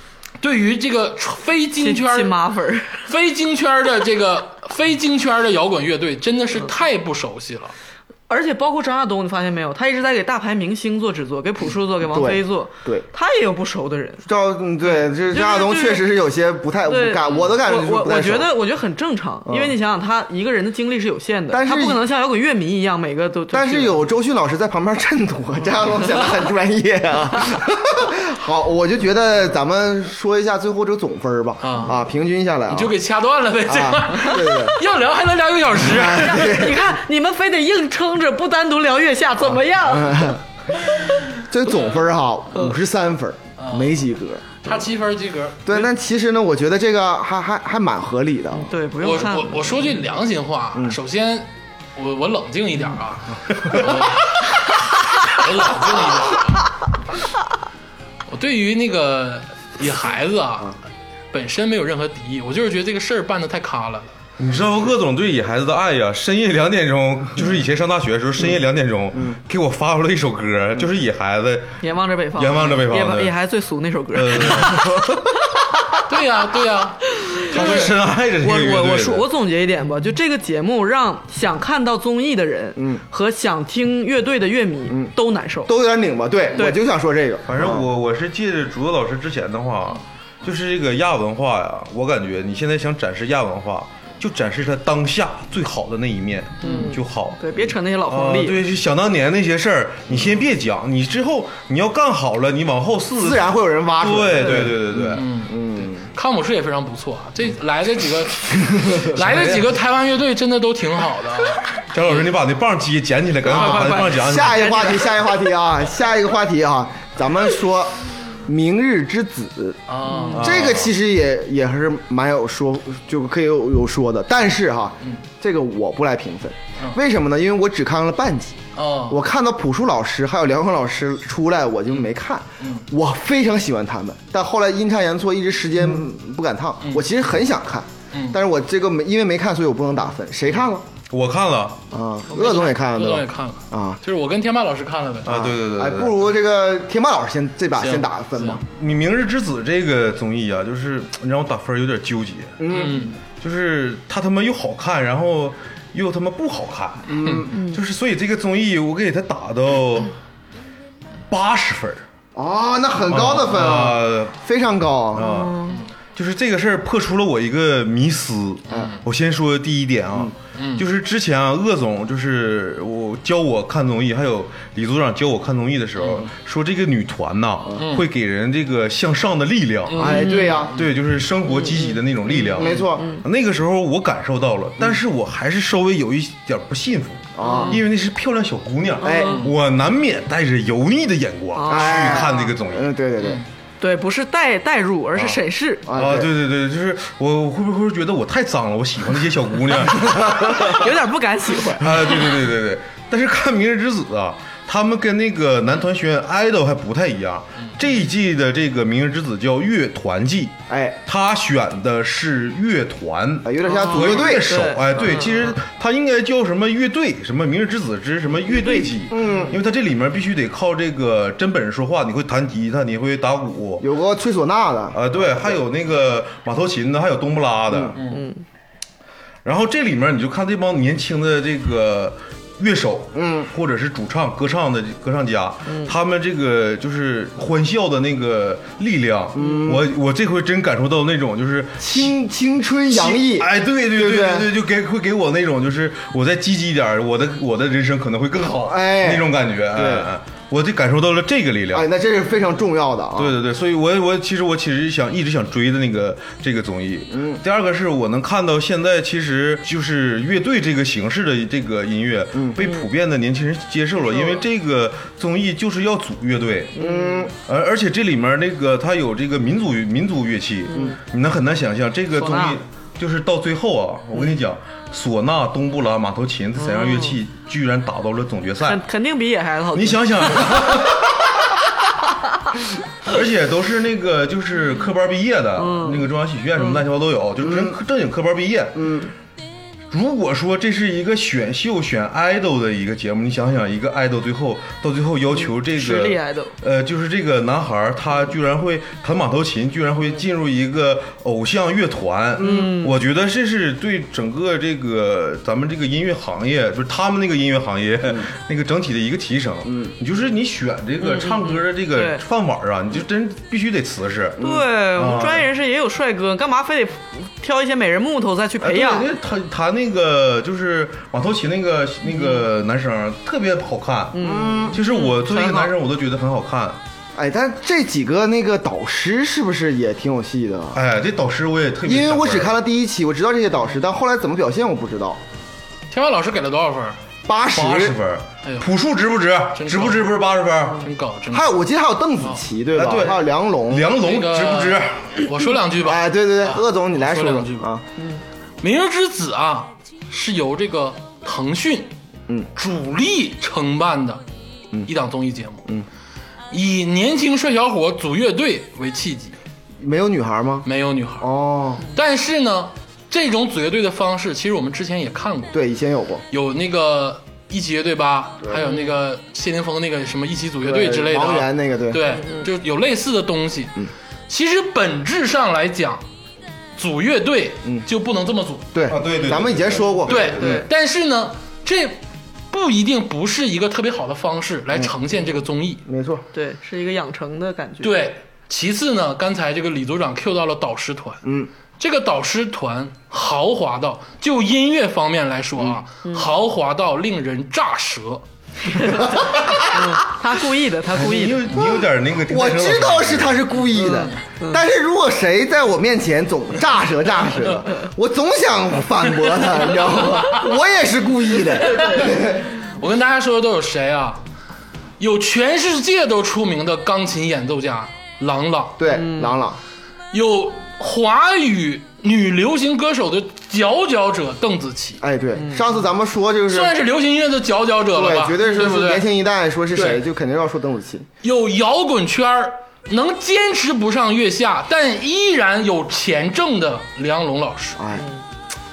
Speaker 1: 对于这个非金圈
Speaker 3: 亲妈粉儿，
Speaker 1: 非京圈儿的这个非京圈儿的摇滚乐队真的是太不熟悉了。
Speaker 2: 啊
Speaker 3: 而且包括张亚东，你发现没有，他一直在给大牌明星做制作，给朴树做，给王菲做，
Speaker 2: 对对
Speaker 3: 他也有不熟的人。
Speaker 2: 赵嗯对，这张亚东
Speaker 3: 就是
Speaker 2: 确实是有些不太
Speaker 3: 对，
Speaker 2: 感，我的感觉就是不
Speaker 3: 我我
Speaker 2: 太
Speaker 3: 我
Speaker 2: 熟嗯
Speaker 3: 觉得我觉得很正常，因为你想想，他一个人的精力是有限的，
Speaker 2: 但是
Speaker 3: 他不可能像摇滚乐迷一样每个都。都
Speaker 2: 但是有周迅老师在旁边衬托，张亚东显得很专业 啊。好，我就觉得咱们说一下最后这个总分儿吧，
Speaker 1: 啊
Speaker 2: 啊，平均下来啊，
Speaker 1: 就给掐断了呗，这玩意
Speaker 2: 啊，
Speaker 1: 儿
Speaker 2: 对对 对。啊
Speaker 1: 要聊还能聊一个小时。
Speaker 3: 你看，你们非得硬撑着不单独聊月下，怎么样？
Speaker 2: 嗯这总分儿哈五十三分儿，没及格。
Speaker 1: 他七分及格。
Speaker 2: 对，那其实呢，我觉得这个还还还蛮合理的。
Speaker 3: 对，不
Speaker 1: 我
Speaker 3: 用看。
Speaker 1: 我我说句良心话，啊
Speaker 2: 嗯
Speaker 1: 首先我我冷静一点啊，我我冷静一点啊。我对于那个野孩子啊，
Speaker 2: 嗯
Speaker 1: 本身没有任何敌意，我就是觉得这个事儿办的太咖了。
Speaker 2: 嗯
Speaker 4: 你知道鄂总对野孩子的爱呀、深夜两点钟，就是以前上大学的时候，深夜两点钟
Speaker 2: 嗯
Speaker 4: 给我发过来一首歌，就是野孩子，
Speaker 3: 眼望着北方，
Speaker 4: 眼望着北方
Speaker 3: 也
Speaker 4: 对
Speaker 3: 也还最俗那首歌。
Speaker 4: 呃，
Speaker 1: 对呀、对呀、
Speaker 4: 他是深爱着这
Speaker 3: 我
Speaker 4: 个乐队的
Speaker 3: 我我说我总结一点吧，就这个节目让想看到综艺的人，嗯，和想听乐队的乐迷
Speaker 2: 嗯
Speaker 3: 都难受。
Speaker 2: 都有点拧巴。对，
Speaker 3: 对
Speaker 2: 我就想说这个。
Speaker 4: 反正
Speaker 2: 啊
Speaker 4: 我我是借着竹子老师之前的话，就是这个亚文化呀，我感觉你现在想展示亚文化，就展示它当下最好的那一面，嗯，就好。
Speaker 3: 对，别扯那些老
Speaker 4: 啊
Speaker 3: 黄，历。
Speaker 4: 对，就想当年那些事儿，你先别讲，你之后你要干好了，你往后四
Speaker 2: 自然会有人挖出来。
Speaker 4: 对对对对对，
Speaker 1: 康姆士也非常不错啊，这来的 几个来的几个台湾乐队真的都挺好的啊，
Speaker 4: 张老师，你把那棒接捡起来，赶紧把那棒捡起
Speaker 2: 下
Speaker 4: 来。
Speaker 2: 一个话题，下一个话题啊，下一个话题啊，咱们说《明日之子》
Speaker 1: 啊，
Speaker 2: 这个其实也也还是蛮有说，就可以有有说的。但是哈，这个我不来评分，为什么呢？因为我只看了半集。
Speaker 1: 哦，
Speaker 2: 我看到朴树老师还有梁红老师出来，我就没看。
Speaker 1: 嗯
Speaker 2: 我非常喜欢他们，但后来阴差阳错，一直时间
Speaker 1: 嗯
Speaker 2: 不赶趟。我其实很想看，但是我这个没因为没看，所以我不能打分。谁看了
Speaker 4: 我看了
Speaker 2: 啊？鄂总也看了
Speaker 1: 郭
Speaker 2: 对
Speaker 1: 总
Speaker 2: 吧
Speaker 1: 也看了，
Speaker 2: 啊
Speaker 1: 就是我跟天霸老师看了呗，
Speaker 4: 啊，对对对对，
Speaker 2: 哎，不如这个天霸老师先这把
Speaker 1: 行
Speaker 2: 先打个分吧。
Speaker 4: 你《明日之子》这个综艺啊，就是你让我打分有点纠结，
Speaker 1: 嗯，
Speaker 4: 就是它他妈又好看，然后又他妈不好看，嗯，就是所以这个综艺我给它打到八十分儿，
Speaker 2: 哦，那很高的分啊，
Speaker 4: 啊
Speaker 2: 非常高啊。
Speaker 4: 啊，就是这个事儿破除了我一个迷思。
Speaker 2: 嗯
Speaker 4: 我先说第一点啊，就是之前啊，鄂总就是我教我看综艺，还有李组长教我看综艺的时
Speaker 2: 嗯
Speaker 4: 候，说这个女团呐、会给人这个向上的力量。
Speaker 2: 哎，对呀，
Speaker 4: 对，就是生活积极的那种力
Speaker 1: 嗯
Speaker 4: 量，
Speaker 2: 嗯没错
Speaker 4: 嗯那个时候我感受到了，但是我还是稍微有一点不信服
Speaker 2: 嗯啊，
Speaker 4: 因为那是漂亮小姑娘，
Speaker 2: 哎
Speaker 4: 我难免带着油腻的眼光去
Speaker 2: 哎
Speaker 4: 看这个综艺。
Speaker 2: 嗯，对对对，
Speaker 3: 对，不是代代入，而是审视。
Speaker 2: 哎
Speaker 4: 啊，对对对，就是我我会不会觉得我太脏了？我喜欢那些小姑娘 啊，
Speaker 3: 有点不敢喜 欢。
Speaker 4: 对对对对对。但是看《明日之子》啊，他们跟那个男团学员 idol 还不太一样。
Speaker 2: 嗯
Speaker 4: 这一季的这个《明日之子》叫乐团季，
Speaker 2: 哎，
Speaker 4: 他选的是乐团
Speaker 2: 啊，有点像组
Speaker 4: 和
Speaker 2: 乐队嗯
Speaker 4: 乐手
Speaker 3: 对。
Speaker 4: 哎，对，其实他应该叫什么乐队，什么《明日之子》之什么乐队季，嗯，因为他这里面必须得靠这个真本事说话，你会弹吉他，你会打鼓，
Speaker 2: 有个吹唢呐的，
Speaker 4: 啊，对，还有那个马头琴的，还有冬不拉的，嗯然后这里面你就看这帮年轻的这个乐手，嗯，或者是主唱、歌唱的歌唱家，他们这个就是欢笑的那个力量，我我这回真感受到那种就是
Speaker 2: 青青春洋溢，
Speaker 4: 哎，对对
Speaker 2: 对不
Speaker 4: 对
Speaker 2: 对
Speaker 4: 对，就给会给我那种就是我再积极一点儿，我的我的人生可能会更好，
Speaker 2: 哎
Speaker 4: 那种感觉，对我就感受到了这个力量
Speaker 2: 哎，，那这是非常重要的啊。
Speaker 4: 对对对，所以我我其实我其实想一直想追的那个这个综艺，嗯，第二个是我能看到现在其实就是乐队这个形式的这个音乐，嗯，被普遍的年轻人接受了，因为这个综艺就是要组乐队，嗯，而而且这里面那个它有这个民族民族乐器，嗯，你能很难想象这个综
Speaker 3: 唢呐
Speaker 4: 艺。就是到最后啊，我跟你讲，唢呐、东布兰、马头琴这三样乐器居然打到了总决赛
Speaker 3: 肯，肯定比野孩子好听。
Speaker 4: 你想 想，而且都是那个就是科班毕业的，
Speaker 3: 嗯
Speaker 4: 那个中央戏剧学院什么乱七八糟都有，就真正经科班毕业。嗯。如果说这是一个选秀选 idol 的一个节目，你想想，一个 idol 最后到最后要求这个
Speaker 3: 实力啊 idol
Speaker 4: 呃，就是这个男孩儿他居然会弹马头琴，居然会进入一个偶像乐团，嗯，我觉得这是对整个这个咱们这个音乐行业，就是他们那个音乐行业、 那个整体的一个提升，嗯，你就是你选这个唱歌的这
Speaker 3: 对
Speaker 4: 个饭碗儿啊，你就真必须得瓷实，
Speaker 3: 对
Speaker 4: 哦
Speaker 3: 我们专业人士也有帅哥，干嘛非得挑一些美人木头再去
Speaker 4: 哎，
Speaker 3: 培养
Speaker 4: 对，？那弹弹那个就是马头琴那个那个男生儿特别好看，嗯，其实我作为一个男生，我都觉得很好看。
Speaker 2: 哎，但这几个那个导师是不是也挺有戏的？
Speaker 4: 哎，这导师我也特别，
Speaker 2: 因为我只看，了第一期，我知道这些导师，但后来怎么表现我不知道。
Speaker 1: 天霸老师给了多少分？
Speaker 2: 八十，
Speaker 4: 八十分儿
Speaker 1: 哎呦，
Speaker 4: 朴树值不值？
Speaker 1: 真
Speaker 4: 值不
Speaker 1: 高
Speaker 4: 值？不是八十分儿，
Speaker 1: 真高，真
Speaker 2: 还
Speaker 1: 高。
Speaker 2: 有我记得还有邓紫
Speaker 1: 啊
Speaker 2: 棋对吧？
Speaker 4: 哎对
Speaker 2: 还有梁龙。
Speaker 4: 梁龙
Speaker 1: 嗯那个
Speaker 4: 值不值？？
Speaker 1: 我说两句吧。
Speaker 2: 哎，对对对，鄂总你来
Speaker 1: 啊说
Speaker 2: 说
Speaker 1: 两句
Speaker 2: 说
Speaker 1: 吧
Speaker 2: 啊，
Speaker 1: 《明日之子》啊，是由这个腾讯
Speaker 2: 嗯
Speaker 1: 主力承办的一档综艺节目，嗯，以年轻帅小伙组乐队为契机，
Speaker 2: 没有女孩吗？
Speaker 1: 没有女孩，
Speaker 2: 哦，
Speaker 1: 但是呢，这种组乐队的方式，其实我们之前也看过，
Speaker 2: 对，以前有过。
Speaker 1: 有那个一起乐队吧，还有那个谢霆锋那个什么一起组乐队之类的啊，
Speaker 2: 王源那个对，
Speaker 1: 对，嗯就有类似的东西。其实本质上来讲，组乐队就不能这么组，
Speaker 2: 对
Speaker 4: 啊对对对
Speaker 2: 咱们以前说过，
Speaker 1: 嗯对
Speaker 2: 嗯
Speaker 1: 对，但是呢，这不一定不是一个特别好的方式来呈现这个综艺。
Speaker 2: 没错，
Speaker 3: 对，是一个养成的感觉。，
Speaker 1: 对，其次呢，刚才这个李组长 Q 到了导师团，
Speaker 2: 嗯，
Speaker 1: 这个导师团豪华到就音乐方面来说啊，豪华到令人炸舌。
Speaker 3: 他故意的，他故
Speaker 4: 你
Speaker 3: 意
Speaker 4: 有
Speaker 3: 的。
Speaker 4: 你有点那个，
Speaker 2: 我知道是他是故意的，但是如果谁在我面前总炸舌炸舌，我总想反驳他，你知道吗？我也是故意的，
Speaker 1: 我跟大家说说都有谁啊？有全世界都出名的钢琴演奏家郎朗，
Speaker 2: 对，朗朗，
Speaker 1: 有华语女流行歌手的佼佼者邓紫棋，
Speaker 2: 哎，对，上次咱们说就是，
Speaker 1: 算是流行音乐的佼佼者了吧？
Speaker 2: 对，绝对是
Speaker 1: 对不
Speaker 2: 说
Speaker 1: 对？
Speaker 2: 年轻一代说是谁，
Speaker 1: 对
Speaker 2: 就肯定要说邓紫棋，
Speaker 1: 有摇滚圈儿能坚持不上月下，但依然有钱挣的梁龙老师，
Speaker 2: 哎，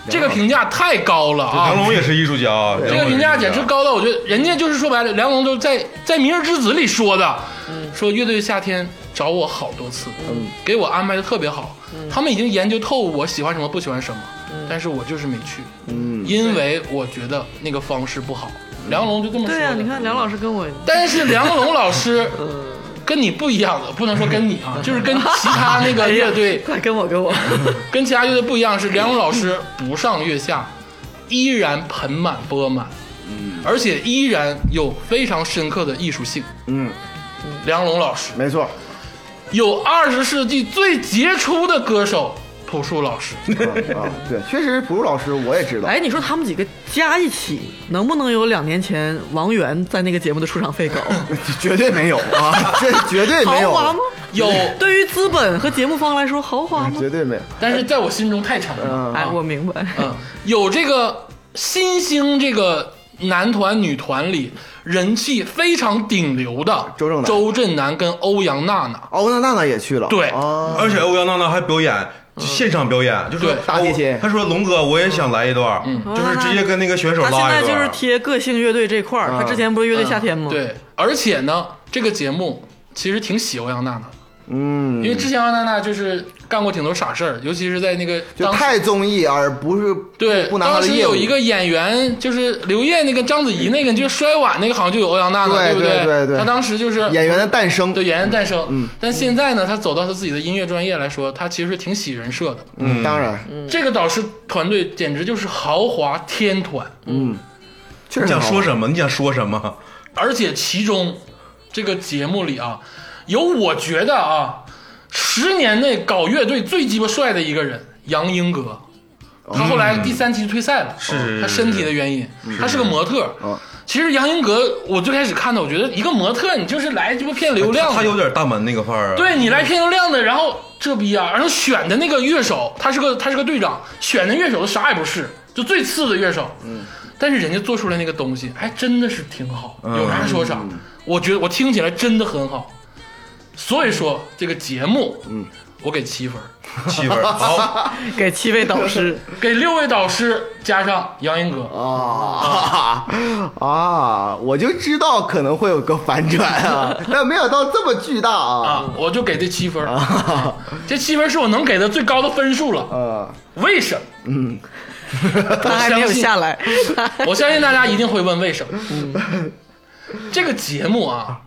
Speaker 1: 这个评价太高了
Speaker 4: 梁
Speaker 1: 啊！
Speaker 4: 龙也是艺术家啊，
Speaker 1: 这
Speaker 4: 梁
Speaker 1: 个
Speaker 4: 龙也
Speaker 1: 评
Speaker 4: 是
Speaker 1: 价
Speaker 4: 艺术家
Speaker 1: 简直高到，我觉得人家就是说白了，梁龙都在在《明日之子》里说的，说乐队夏天找我好多次，给我安排的特别好，他们已经研究透我喜欢什么不喜欢什么，但是我就是没去，
Speaker 2: 嗯
Speaker 1: 因为我觉得那个方式不好。梁龙就这么说的。
Speaker 3: 对呀、你看梁老师跟我，
Speaker 1: 但是梁龙老师跟你不一样的，不能说跟你啊，就是跟其他那个乐 队，
Speaker 3: 哎
Speaker 1: 哎
Speaker 3: 快跟我 跟我，
Speaker 1: 跟其他乐队不一样，是梁龙老师不上月下，依然盆满钵满，而且依然有非常深刻的艺术性。
Speaker 2: 嗯，
Speaker 1: 梁龙老师
Speaker 2: 没错，
Speaker 1: 有二十世纪最杰出的歌手朴树老师，
Speaker 2: 啊，啊对，确实朴树老师我也知道，
Speaker 3: 哎，你说他们几个加一起，能不能有两年前王源在那个节目的出场 费高？
Speaker 4: 哎
Speaker 2: 绝对没有 啊，这绝对没
Speaker 3: 豪
Speaker 2: 有，
Speaker 3: 华吗？
Speaker 1: 有，
Speaker 3: 对于资本和节目方来说，豪
Speaker 1: 啊
Speaker 3: 华吗？
Speaker 2: 绝对没有，
Speaker 1: 但是在我心中太长了。
Speaker 2: 嗯，
Speaker 3: 哎，我明白。
Speaker 1: 嗯，有这个新兴这个男团、女团里人气非常顶流的
Speaker 2: 周震南
Speaker 1: 周震南跟欧阳娜娜，
Speaker 2: 欧娜娜娜也去了，
Speaker 1: 对
Speaker 2: 啊，
Speaker 4: 而且欧阳娜娜还表演。就现场表演，就
Speaker 1: 嗯
Speaker 4: 说哦
Speaker 1: 对
Speaker 2: 大提琴
Speaker 4: 他说龙哥，我也想来一段，
Speaker 1: 嗯
Speaker 4: 就是直接跟那个选手
Speaker 3: 他现
Speaker 4: 拉
Speaker 3: 在
Speaker 4: 一
Speaker 3: 就是
Speaker 4: 段。
Speaker 3: 贴个性乐队这块儿，他之前不是乐队夏天吗？，
Speaker 1: 对，而且呢，这个节目其实挺喜欧阳娜娜的，
Speaker 2: 嗯，
Speaker 1: 因为之前欧阳娜娜就是干过挺多傻事儿，尤其是在那个
Speaker 2: 就
Speaker 1: 当时
Speaker 2: 太综艺而不是
Speaker 1: 对
Speaker 2: 不，拿他
Speaker 1: 当
Speaker 2: 的
Speaker 1: 时
Speaker 2: 业务
Speaker 1: 有一个演员就是刘烨那个章子怡那个，就是摔碗那个，好像就有欧阳娜娜，
Speaker 2: 对
Speaker 1: 不
Speaker 2: 对对对
Speaker 1: 她当时就是
Speaker 2: 演嗯员的诞生，
Speaker 1: 对演员诞生，但现在呢，她走到她自己的音乐专业来说，她其实挺喜人设的，
Speaker 2: 嗯，当然，
Speaker 1: 这个导师团队简直就是豪华天团，
Speaker 2: 嗯确
Speaker 4: 你
Speaker 2: 实
Speaker 4: 想
Speaker 2: 很好
Speaker 4: 说什么？你想说什么？
Speaker 1: 而且其中这个节目里啊，有我觉得啊，十年内搞乐队最鸡巴帅的一个人杨英格，他后来第三期退赛了，
Speaker 4: 哦是
Speaker 1: 他身体的原因，他是个模特
Speaker 2: 嗯，
Speaker 4: 哦
Speaker 1: 其实杨英格，我最开始看的，我觉得一个模特，你就是来这不骗 流量的，
Speaker 4: 他有点大门那个范儿啊。
Speaker 1: 对你来骗流量的，然后这逼啊，然后选的那个乐手，他是个他是个队长，选的乐手都啥也不是，就最次的乐手。嗯，但是人家做出来那个东西还真的是挺好，有啥说啥，我觉得我听起来真的很好。所以说这个节目，嗯，我给七分儿，
Speaker 4: 七分儿， 好，
Speaker 3: 给七位导师，
Speaker 1: 给六位导师加上杨英格，
Speaker 2: 啊啊！我就知道可能会有个反转啊，但没想到这么巨大啊！
Speaker 1: 啊，我就给这七分儿，这七分儿是我能给的最高的分数了。
Speaker 2: 呃，
Speaker 1: 为什么？嗯
Speaker 3: 他还没有下来，
Speaker 1: 我相信大家一定会问为什么。
Speaker 2: 嗯
Speaker 1: 这个节目啊，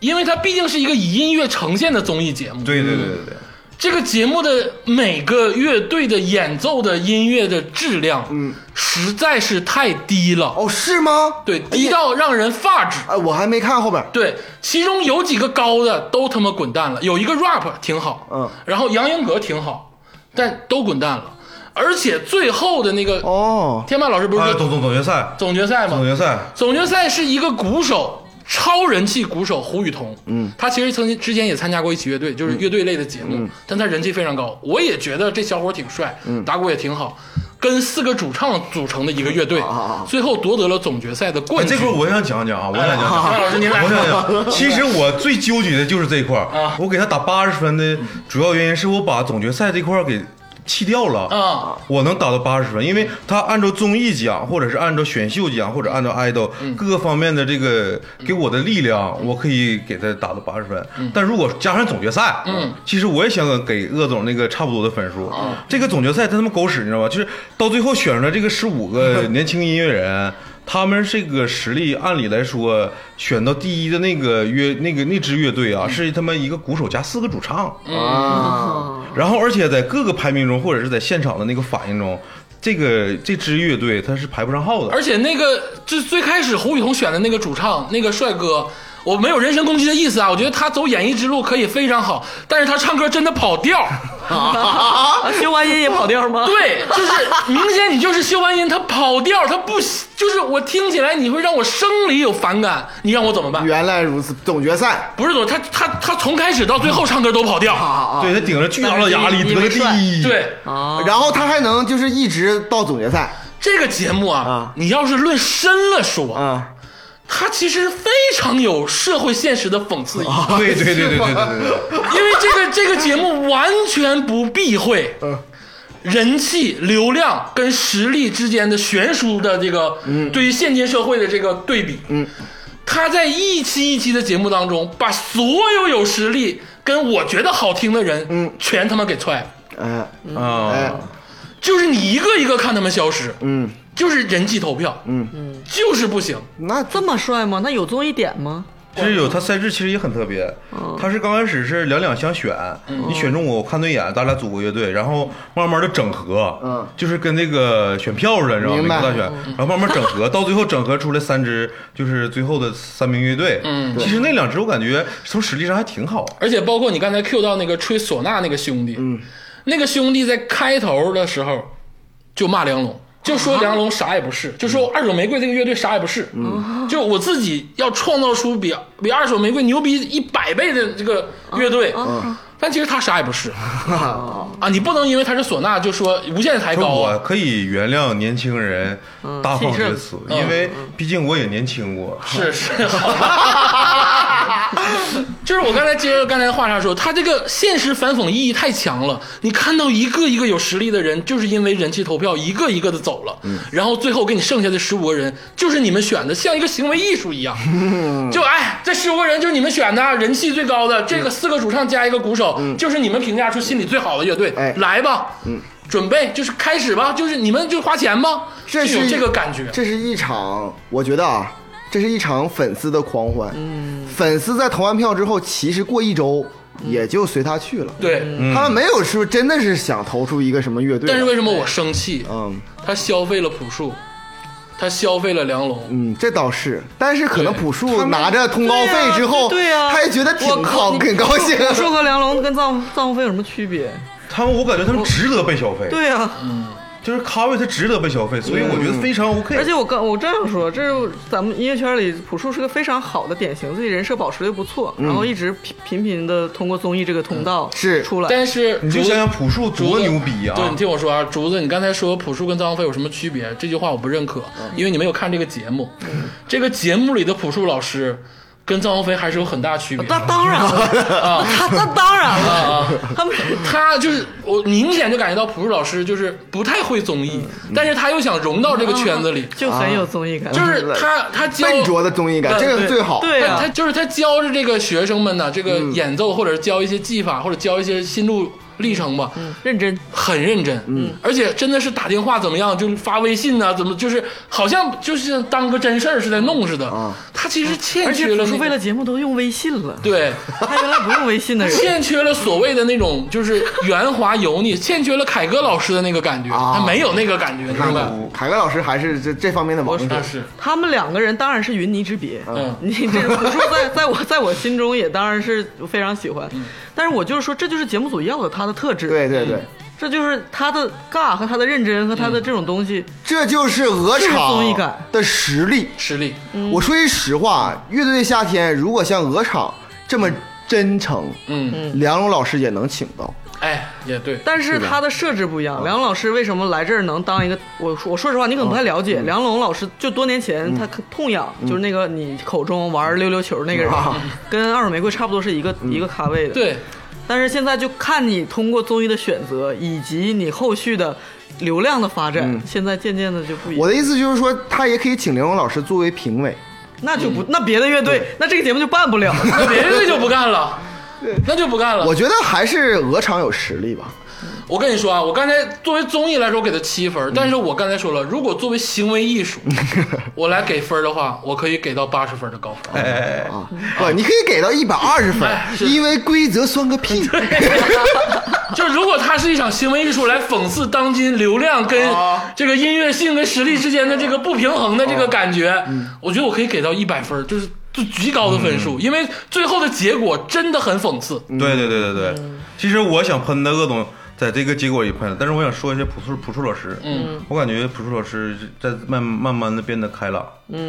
Speaker 1: 因为它毕竟是一个以音乐呈现的综艺节目，
Speaker 4: 对对对对对，
Speaker 1: 这个节目的每个乐队的演奏的音乐的质量，嗯，实在是太低了，
Speaker 2: 哦，是吗？
Speaker 1: 对，低到让人发指。
Speaker 2: 哎，我还没看后边儿。
Speaker 1: 对，其中有几个高的都他妈滚蛋了，有一个 rap 挺好，
Speaker 2: 嗯，
Speaker 1: 然后杨英格挺好，但都滚蛋了，而且最后的那个
Speaker 2: 哦，
Speaker 1: 天霸老师不是
Speaker 4: 啊，
Speaker 1: 说
Speaker 4: 总总总决赛，
Speaker 1: 哎总决赛吗？
Speaker 4: 总决赛，
Speaker 1: 总决赛是一个鼓手，超人气鼓手胡雨桐。嗯，他其实曾经之前也参加过一起乐队，就是乐队类的节目，但他人气非常高。我也觉得这小伙挺帅，打鼓也挺好，跟四个主唱组成的一个乐队，最后夺得了总决赛的
Speaker 4: 哎
Speaker 1: 冠
Speaker 4: 这
Speaker 1: 军。
Speaker 4: 块儿我想讲讲啊，我想讲
Speaker 1: 好
Speaker 4: 讲。
Speaker 1: 老师您来啊
Speaker 4: 我想想，其实我最纠结的就是这一块儿。我给他打八十分的主要原因是我把总决赛这块儿给弃掉了。
Speaker 1: 啊，
Speaker 4: 我能打到八十分，因为他按照综艺奖，或者是按照选秀奖，或者按照 idol 各个方面的这个给我的力量，我可以给他打到八十分。但如果加上总决赛，嗯，其实我也想给鄂总那个差不多的分数。这个总决赛他他妈狗屎，你知道吧？就是到最后选出来这个十五个年轻音乐人。他们这个实力，按理来说，选到第一的那个乐那个那支乐队啊，是他妈一个鼓手加四个主唱，
Speaker 1: 嗯
Speaker 2: 啊，
Speaker 4: 然后，而且在各个排名中，或者是在现场的那个反应中，这个这支乐队它是排不上号的。
Speaker 1: 而且那个就最开始胡雨桐选的那个主唱，那个帅哥。我没有人身攻击的意思啊，我觉得他走演艺之路可以非常好，但是他唱歌真的跑调，
Speaker 3: 啊 学完音也跑调吗？
Speaker 1: 对，就是明显你就是修完音，他跑调，他不就是我听起来你会让我生理有反感，你让我怎么办？
Speaker 2: 原来如此，总决赛
Speaker 1: 不是说他他他从开始到最后唱歌都跑调，
Speaker 2: 啊
Speaker 4: 对他顶着巨大的压力
Speaker 3: 但
Speaker 4: 得
Speaker 3: 是你
Speaker 4: 了
Speaker 3: 没
Speaker 4: 第
Speaker 3: 帅
Speaker 4: 一，，
Speaker 1: 对
Speaker 2: 啊，然后他还能就是一直到总决赛
Speaker 1: 这个节目啊
Speaker 2: 啊，
Speaker 1: 你要是论深了说，
Speaker 2: 啊，
Speaker 1: 它其实非常有社会现实的讽刺意义，
Speaker 4: 对对对对对对对对，
Speaker 1: 因为这个 这个节目完全不避讳，人气、流量跟实力之间的悬殊的这个，对于现今社会的这个对比，嗯，他在一期一期的节目当中，把所有有实力跟我觉得好听的人，嗯，全他妈给踹了，
Speaker 2: 哎哎
Speaker 4: 啊，，
Speaker 1: 就是你一个一个看他们消失，
Speaker 2: 嗯，
Speaker 1: 就是人气投票，嗯嗯，就是不行，
Speaker 2: 那
Speaker 3: 这么帅吗？那有综艺点吗？
Speaker 4: 其实有他赛制其实也很特别，他是刚开始是两两相选，你选中我，我看对眼，咱俩组个乐队，然后慢慢的整合，
Speaker 2: 嗯
Speaker 4: 就是跟那个选票似的，你知道吗？
Speaker 2: 明白
Speaker 4: 美国大选，然后慢慢整合，到最后整合出来三支，就是最后的三名乐队。
Speaker 1: 嗯
Speaker 4: 其实那两支我感觉从实力上还挺好。
Speaker 1: 而且包括你刚才 Q 到那个吹唢呐那个兄弟，嗯，那个兄弟在开头的时候就骂梁龙，就说梁龙啥也不是，就说二手玫瑰这个乐队啥也不是，嗯，就我自己要创造出比比二手玫瑰牛逼一百倍的这个乐队，嗯，但其实他啥也不是啊，你不能因为他是唢呐就说无限抬
Speaker 4: 就
Speaker 1: 高
Speaker 4: 我
Speaker 1: 啊，
Speaker 4: 可以原谅年轻人大放厥词，
Speaker 1: 嗯
Speaker 4: 因为毕竟我也年轻过。
Speaker 1: 是 是，好吧就是我刚才接着刚才的话茬说，他这个现实反讽意义太强了。你看到一个一个有实力的人，就是因为人气投票一个一个的走了，
Speaker 2: 嗯
Speaker 1: 然后最后给你剩下的十五个人，就是你们选的，像一个行为艺术一 样。就哎，这十五个人就是你们选的，啊人气最高的，这
Speaker 2: 嗯
Speaker 1: 个四个主唱加一个鼓手，就是你们评价出心里最好的乐队，
Speaker 2: 哎
Speaker 1: 来吧，准备就是开始吧，就是你们就花钱吧，
Speaker 2: 这
Speaker 1: 就是有
Speaker 2: 一
Speaker 1: 这个感觉。
Speaker 2: 这是一场，我觉得啊，这是一场粉丝的狂欢。嗯，粉丝在投完票之后，其实过一周也就随他去了。
Speaker 1: 嗯对，
Speaker 2: 他们没有说真的是想投出一个什么乐队来，
Speaker 1: 但是为什么我生气？
Speaker 2: 嗯
Speaker 1: 他消费了朴树，他消费了梁龙，
Speaker 2: 嗯，这倒是，但是可能朴树
Speaker 3: 们
Speaker 2: 拿着通告费
Speaker 1: 啊
Speaker 2: 之后，
Speaker 3: 对呀对呀
Speaker 2: 他也觉得挺
Speaker 3: 我靠
Speaker 2: 高，挺高兴。啊
Speaker 3: 硕和梁龙跟藏藏鸿飞有什么区别？
Speaker 4: 他们，我感觉他们值得被消费。
Speaker 3: 对呀、啊
Speaker 4: 就是咖位它值得被消费，所以我觉得非常 OK。
Speaker 3: 而且我刚我这样说，这是咱们音乐圈里朴树是个非常好的典型，自己人设保持的又不错，然后一直频频频的通过综艺这个通道
Speaker 2: 是
Speaker 3: 出来。
Speaker 1: 但是
Speaker 4: 你就
Speaker 1: 竹子
Speaker 4: 想想朴树
Speaker 1: 竹
Speaker 4: 多
Speaker 1: 子
Speaker 4: 牛逼啊！
Speaker 1: 对你听我说啊，竹子，你刚才说朴树跟张飞有什么区别？这句话我不认可，
Speaker 4: 嗯
Speaker 1: 因为你没有看这个节目。这个节目里的朴树老师跟张鸿飞还是有很大区别的。
Speaker 3: 那
Speaker 4: 哦
Speaker 3: 当然了，那他那当然了， 他们
Speaker 1: 他就是我明显就感觉到朴树老师就是不太会综艺，
Speaker 4: 嗯
Speaker 1: 但是他又想融到这个圈子里，
Speaker 3: 就很有综艺感，
Speaker 1: 就是他他教
Speaker 2: 笨拙的综艺感，
Speaker 1: 对
Speaker 2: 这个最好。
Speaker 3: 对
Speaker 1: 他
Speaker 3: 啊
Speaker 1: 他，就是他教着这个学生们呢，这个
Speaker 4: 嗯
Speaker 1: 演奏或者是教一些技法或者教一些心路历程吧，
Speaker 4: 嗯
Speaker 3: 认真。
Speaker 1: 很认真，嗯，而且真的是打电话怎么样，就是发微信呐、怎么就是好像就是当个真事儿似的弄似的，他其实欠
Speaker 3: 而
Speaker 1: 缺
Speaker 3: 且朴
Speaker 1: 了、
Speaker 3: 树
Speaker 1: 那
Speaker 3: 为
Speaker 1: 个，
Speaker 3: 了节目都用微信了，
Speaker 1: 对，
Speaker 3: 他原来不用微信的人。
Speaker 1: 欠缺了所谓的那种就是圆滑油腻，欠缺了凯歌老师的那个感觉，
Speaker 2: 啊
Speaker 1: 他没有那个感觉，明白？
Speaker 2: 嗯凯歌老师还是这这方面的王者
Speaker 1: 那，是，
Speaker 3: 他们两个人当然是云泥之别。
Speaker 1: 嗯
Speaker 3: 你这朴树在在我在我心中也当然是非常喜欢，但是我就是说，这就是节目组要的他的特质，，
Speaker 2: 对对
Speaker 1: 嗯
Speaker 2: 对，
Speaker 3: 这就是他的尬和他的认真和他的这种东西，
Speaker 2: 这就是鹅
Speaker 3: 这是综艺
Speaker 2: 厂
Speaker 3: 感
Speaker 2: 的实力。
Speaker 1: 实力，
Speaker 2: 我说句实话，乐队夏天如果像鹅厂这么真诚，
Speaker 1: 嗯，
Speaker 2: 梁龙老师也能请到。
Speaker 1: 哎，也对，
Speaker 3: 但是他的设置不一样。梁龙老师为什么来这儿能当一个？我我说实话，你可能不太了解。梁龙老师就多年前他可痛痒，就是那个你口中玩溜溜球那个人，跟二手玫瑰差不多是一个一个咖位的。
Speaker 1: 对，
Speaker 3: 但是现在就看你通过综艺的选择，以及你后续的流量的发展，现在渐渐的就不一
Speaker 2: 我的
Speaker 3: 样。
Speaker 2: 意思就是说，他也可以请梁龙老师作为评委。
Speaker 3: 那就不，那别的乐队，那这个节目就办不了。
Speaker 1: 那别的就不干了，那就不干了。
Speaker 2: 我觉得还是鹅厂有实力吧。
Speaker 1: 我跟你说啊，我刚才作为综艺来说，我给他七分儿，但是我刚才说了，如果作为行为艺术，我来给分儿的话，我可以给到八十分的高分。
Speaker 4: 哎，
Speaker 2: 啊，不，你可以给到一百二十分
Speaker 1: 哎，是
Speaker 2: 因为规则算个屁。
Speaker 1: 就如果它是一场行为艺术，来讽刺当今流量跟这个音乐性跟实力之间的这个不平衡的这个感觉，我觉得我可以给到一百分儿，就是就极高的分数，因为最后的结果真的很讽刺。
Speaker 4: 对对对对对，其实我想喷的鄂总在这个结果里喷了，但是我想说一下朴树朴树老师，嗯，我感觉朴树老师在慢慢慢的变得开朗，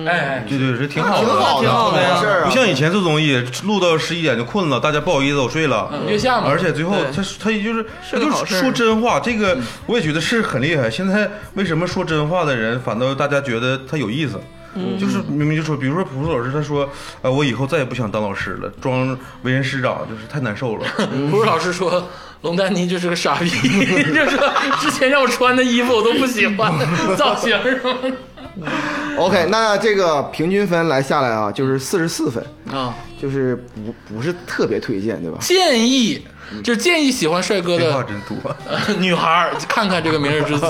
Speaker 1: 哎，
Speaker 4: 对对是挺好
Speaker 2: 挺
Speaker 4: 的，
Speaker 2: 好
Speaker 3: 挺好的
Speaker 2: 的，
Speaker 3: 呀
Speaker 2: 没事儿
Speaker 4: 不
Speaker 2: 啊。
Speaker 4: 像以前做综艺，录到十一点就困了，大家不好意思，我睡了。
Speaker 1: 嗯月下嘛
Speaker 4: 而且最后
Speaker 3: 对
Speaker 4: 他他也就是
Speaker 3: 是
Speaker 4: 他
Speaker 3: 个
Speaker 4: 就
Speaker 3: 好事儿嗯
Speaker 4: 说真话，这个我也觉得是很厉害。现在为什么说真话的人反倒大家觉得他有意思？
Speaker 3: 嗯
Speaker 4: 就是明明就说，比如说朴树老师，他说，呃，我以后再也不想当老师了，装为人师长就是太难 受了。
Speaker 1: 哎不是老师说。龙丹妮就是个傻逼，就是之前让我穿的衣服我都不喜欢，造型什么的
Speaker 2: OK，那这个平均分来下来啊，就是四十四分，
Speaker 1: 啊。
Speaker 2: 就是不不是特别推荐，对吧？
Speaker 1: 建议，就建议喜欢帅哥
Speaker 4: 废
Speaker 1: 的
Speaker 4: 话真多，
Speaker 1: 呃女孩儿 看看这个《明日之子》。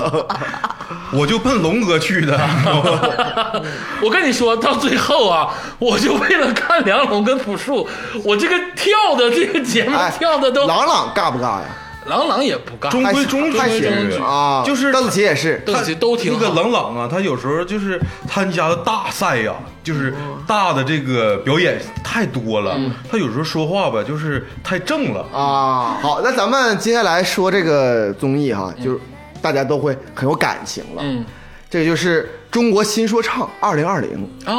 Speaker 4: 我就奔龙哥去 的。
Speaker 1: 我跟你说到最后啊，我就为了看梁龙跟朴树，我这个跳的这个节目
Speaker 2: 哎，
Speaker 1: 跳的都
Speaker 2: 朗朗尬不尬呀？
Speaker 1: 郎朗也不干，
Speaker 4: 中规中矩
Speaker 2: 还行
Speaker 1: 中规中矩
Speaker 2: 啊，
Speaker 4: 就是
Speaker 2: 邓紫棋也是，
Speaker 1: 邓紫棋都挺
Speaker 4: 那个
Speaker 1: 好。
Speaker 4: 郎朗啊，他有时候就是参加的大赛呀、就是大的这个表演太多了，他有时候说话吧，就是太正了。
Speaker 2: 嗯啊，好，那咱们接下来说这个综艺哈，就是大家都会很有感情了。
Speaker 1: 嗯
Speaker 2: 这就是中国新说唱二零二零
Speaker 1: 啊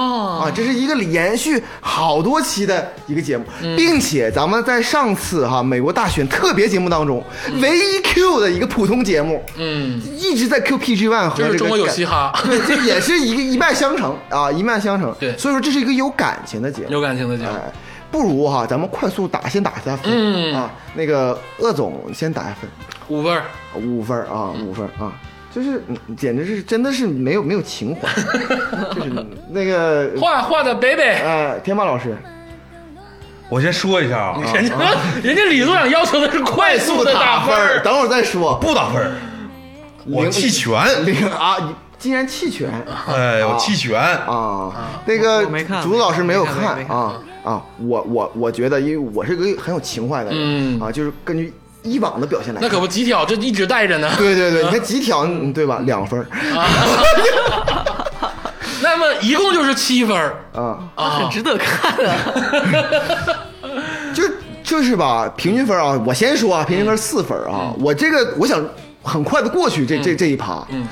Speaker 2: 啊，这是一个延续好多期的一个节目，
Speaker 1: 嗯
Speaker 2: 并且咱们在上次哈美国大选特别节目当中，唯一 Q 的一个普通节目，
Speaker 1: 嗯，
Speaker 2: 一直在 Q PG One 和
Speaker 1: 就
Speaker 2: 这
Speaker 1: 是
Speaker 2: 个
Speaker 1: 中国有嘻哈，
Speaker 2: 感，对，这也是一个一脉相承啊，一脉相承。
Speaker 1: 对
Speaker 2: 所以说这是一个有感情的节目
Speaker 1: 有。感情的节目。
Speaker 2: 哎，不如哈，咱们快速打，先打一下分、
Speaker 1: 嗯
Speaker 2: 啊。那个鄂总先打一下分，
Speaker 1: 五味儿，
Speaker 2: 五分儿啊，
Speaker 1: 嗯
Speaker 2: 五分儿啊，就是嗯简直是真的是没有没有 情怀，就是那个
Speaker 1: 画画的北北，
Speaker 2: 呃，天霸老师
Speaker 4: 我先说一下啊，
Speaker 1: 人家 人家李组长要求的是嗯快速的打分
Speaker 2: 儿
Speaker 1: 儿，
Speaker 2: 等会儿再说。
Speaker 4: 不打分儿，我
Speaker 2: 零
Speaker 4: 弃权，
Speaker 2: 零啊，你竟然弃权
Speaker 4: 哎，我弃权。
Speaker 2: 啊！那个
Speaker 3: 我没看
Speaker 2: 竹子老师没有
Speaker 3: 没看
Speaker 2: 看
Speaker 3: 没看
Speaker 2: 啊啊！我我我觉得，因为我是个很有情怀的人
Speaker 1: 嗯
Speaker 2: 啊，就是根据以往的表现来
Speaker 1: 那
Speaker 2: 看，
Speaker 1: 可不急挑，这一直带着 呢。
Speaker 2: 对对对，你看几条嗯对吧？两分儿
Speaker 1: 啊那么一共就是七分儿
Speaker 2: 啊，
Speaker 1: 啊
Speaker 3: 很， 值得看啊！
Speaker 1: 嗯
Speaker 2: 就就是吧，平均分啊，我先说啊，平均分四分啊，我这个我想很快的过去这这这一趴。嗯，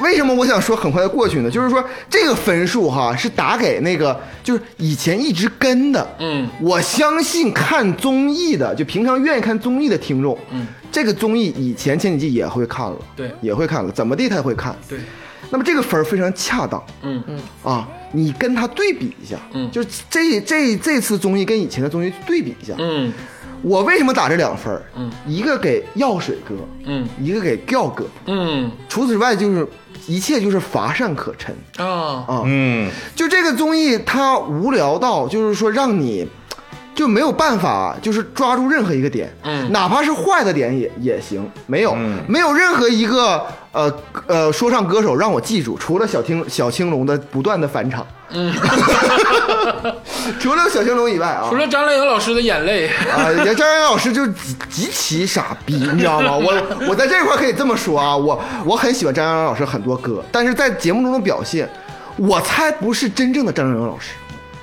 Speaker 2: 为什么我想说很快的过去呢？就是说这个分数哈是打给那个就是以前一直跟的，
Speaker 1: 嗯，
Speaker 2: 我相信看综艺的，就平常愿意看综艺的听众，
Speaker 1: 嗯，
Speaker 2: 这个综艺以前前几季也会看了，
Speaker 1: 对
Speaker 2: 也会看了，怎么地他也会看，
Speaker 1: 对，
Speaker 2: 那么这个分儿非常恰当
Speaker 1: 嗯嗯
Speaker 2: 啊，你跟他对比一下，
Speaker 1: 嗯
Speaker 2: 就是这这这次综艺跟以前的综艺对比一下，
Speaker 1: 嗯
Speaker 2: 我为什么打这两分儿？
Speaker 1: 嗯
Speaker 2: 一个给药水哥，
Speaker 1: 嗯
Speaker 2: 一个给吊哥。
Speaker 1: 嗯
Speaker 2: 除此之外，就是一切就是乏善可陈。
Speaker 1: 啊
Speaker 2: 啊
Speaker 4: 嗯，
Speaker 2: 就这个综艺，它无聊到就是说让你就没有办法，就是抓住任何一个点，
Speaker 1: 嗯
Speaker 2: 哪怕是坏的点也也行，没有、
Speaker 4: 嗯
Speaker 2: 没有任何一个呃呃说唱歌手让我记住，除了小青小青龙的不断的返场，嗯， 除了小青龙以外啊，
Speaker 1: 除了张靓颖老师的眼泪，
Speaker 2: 啊，杨张岩老师就是极极其傻逼，你知道吗？我我在这块可以这么说啊，我我很喜欢张阳老师很多歌，但是在节目中的表现，我猜不是真正的张阳老师，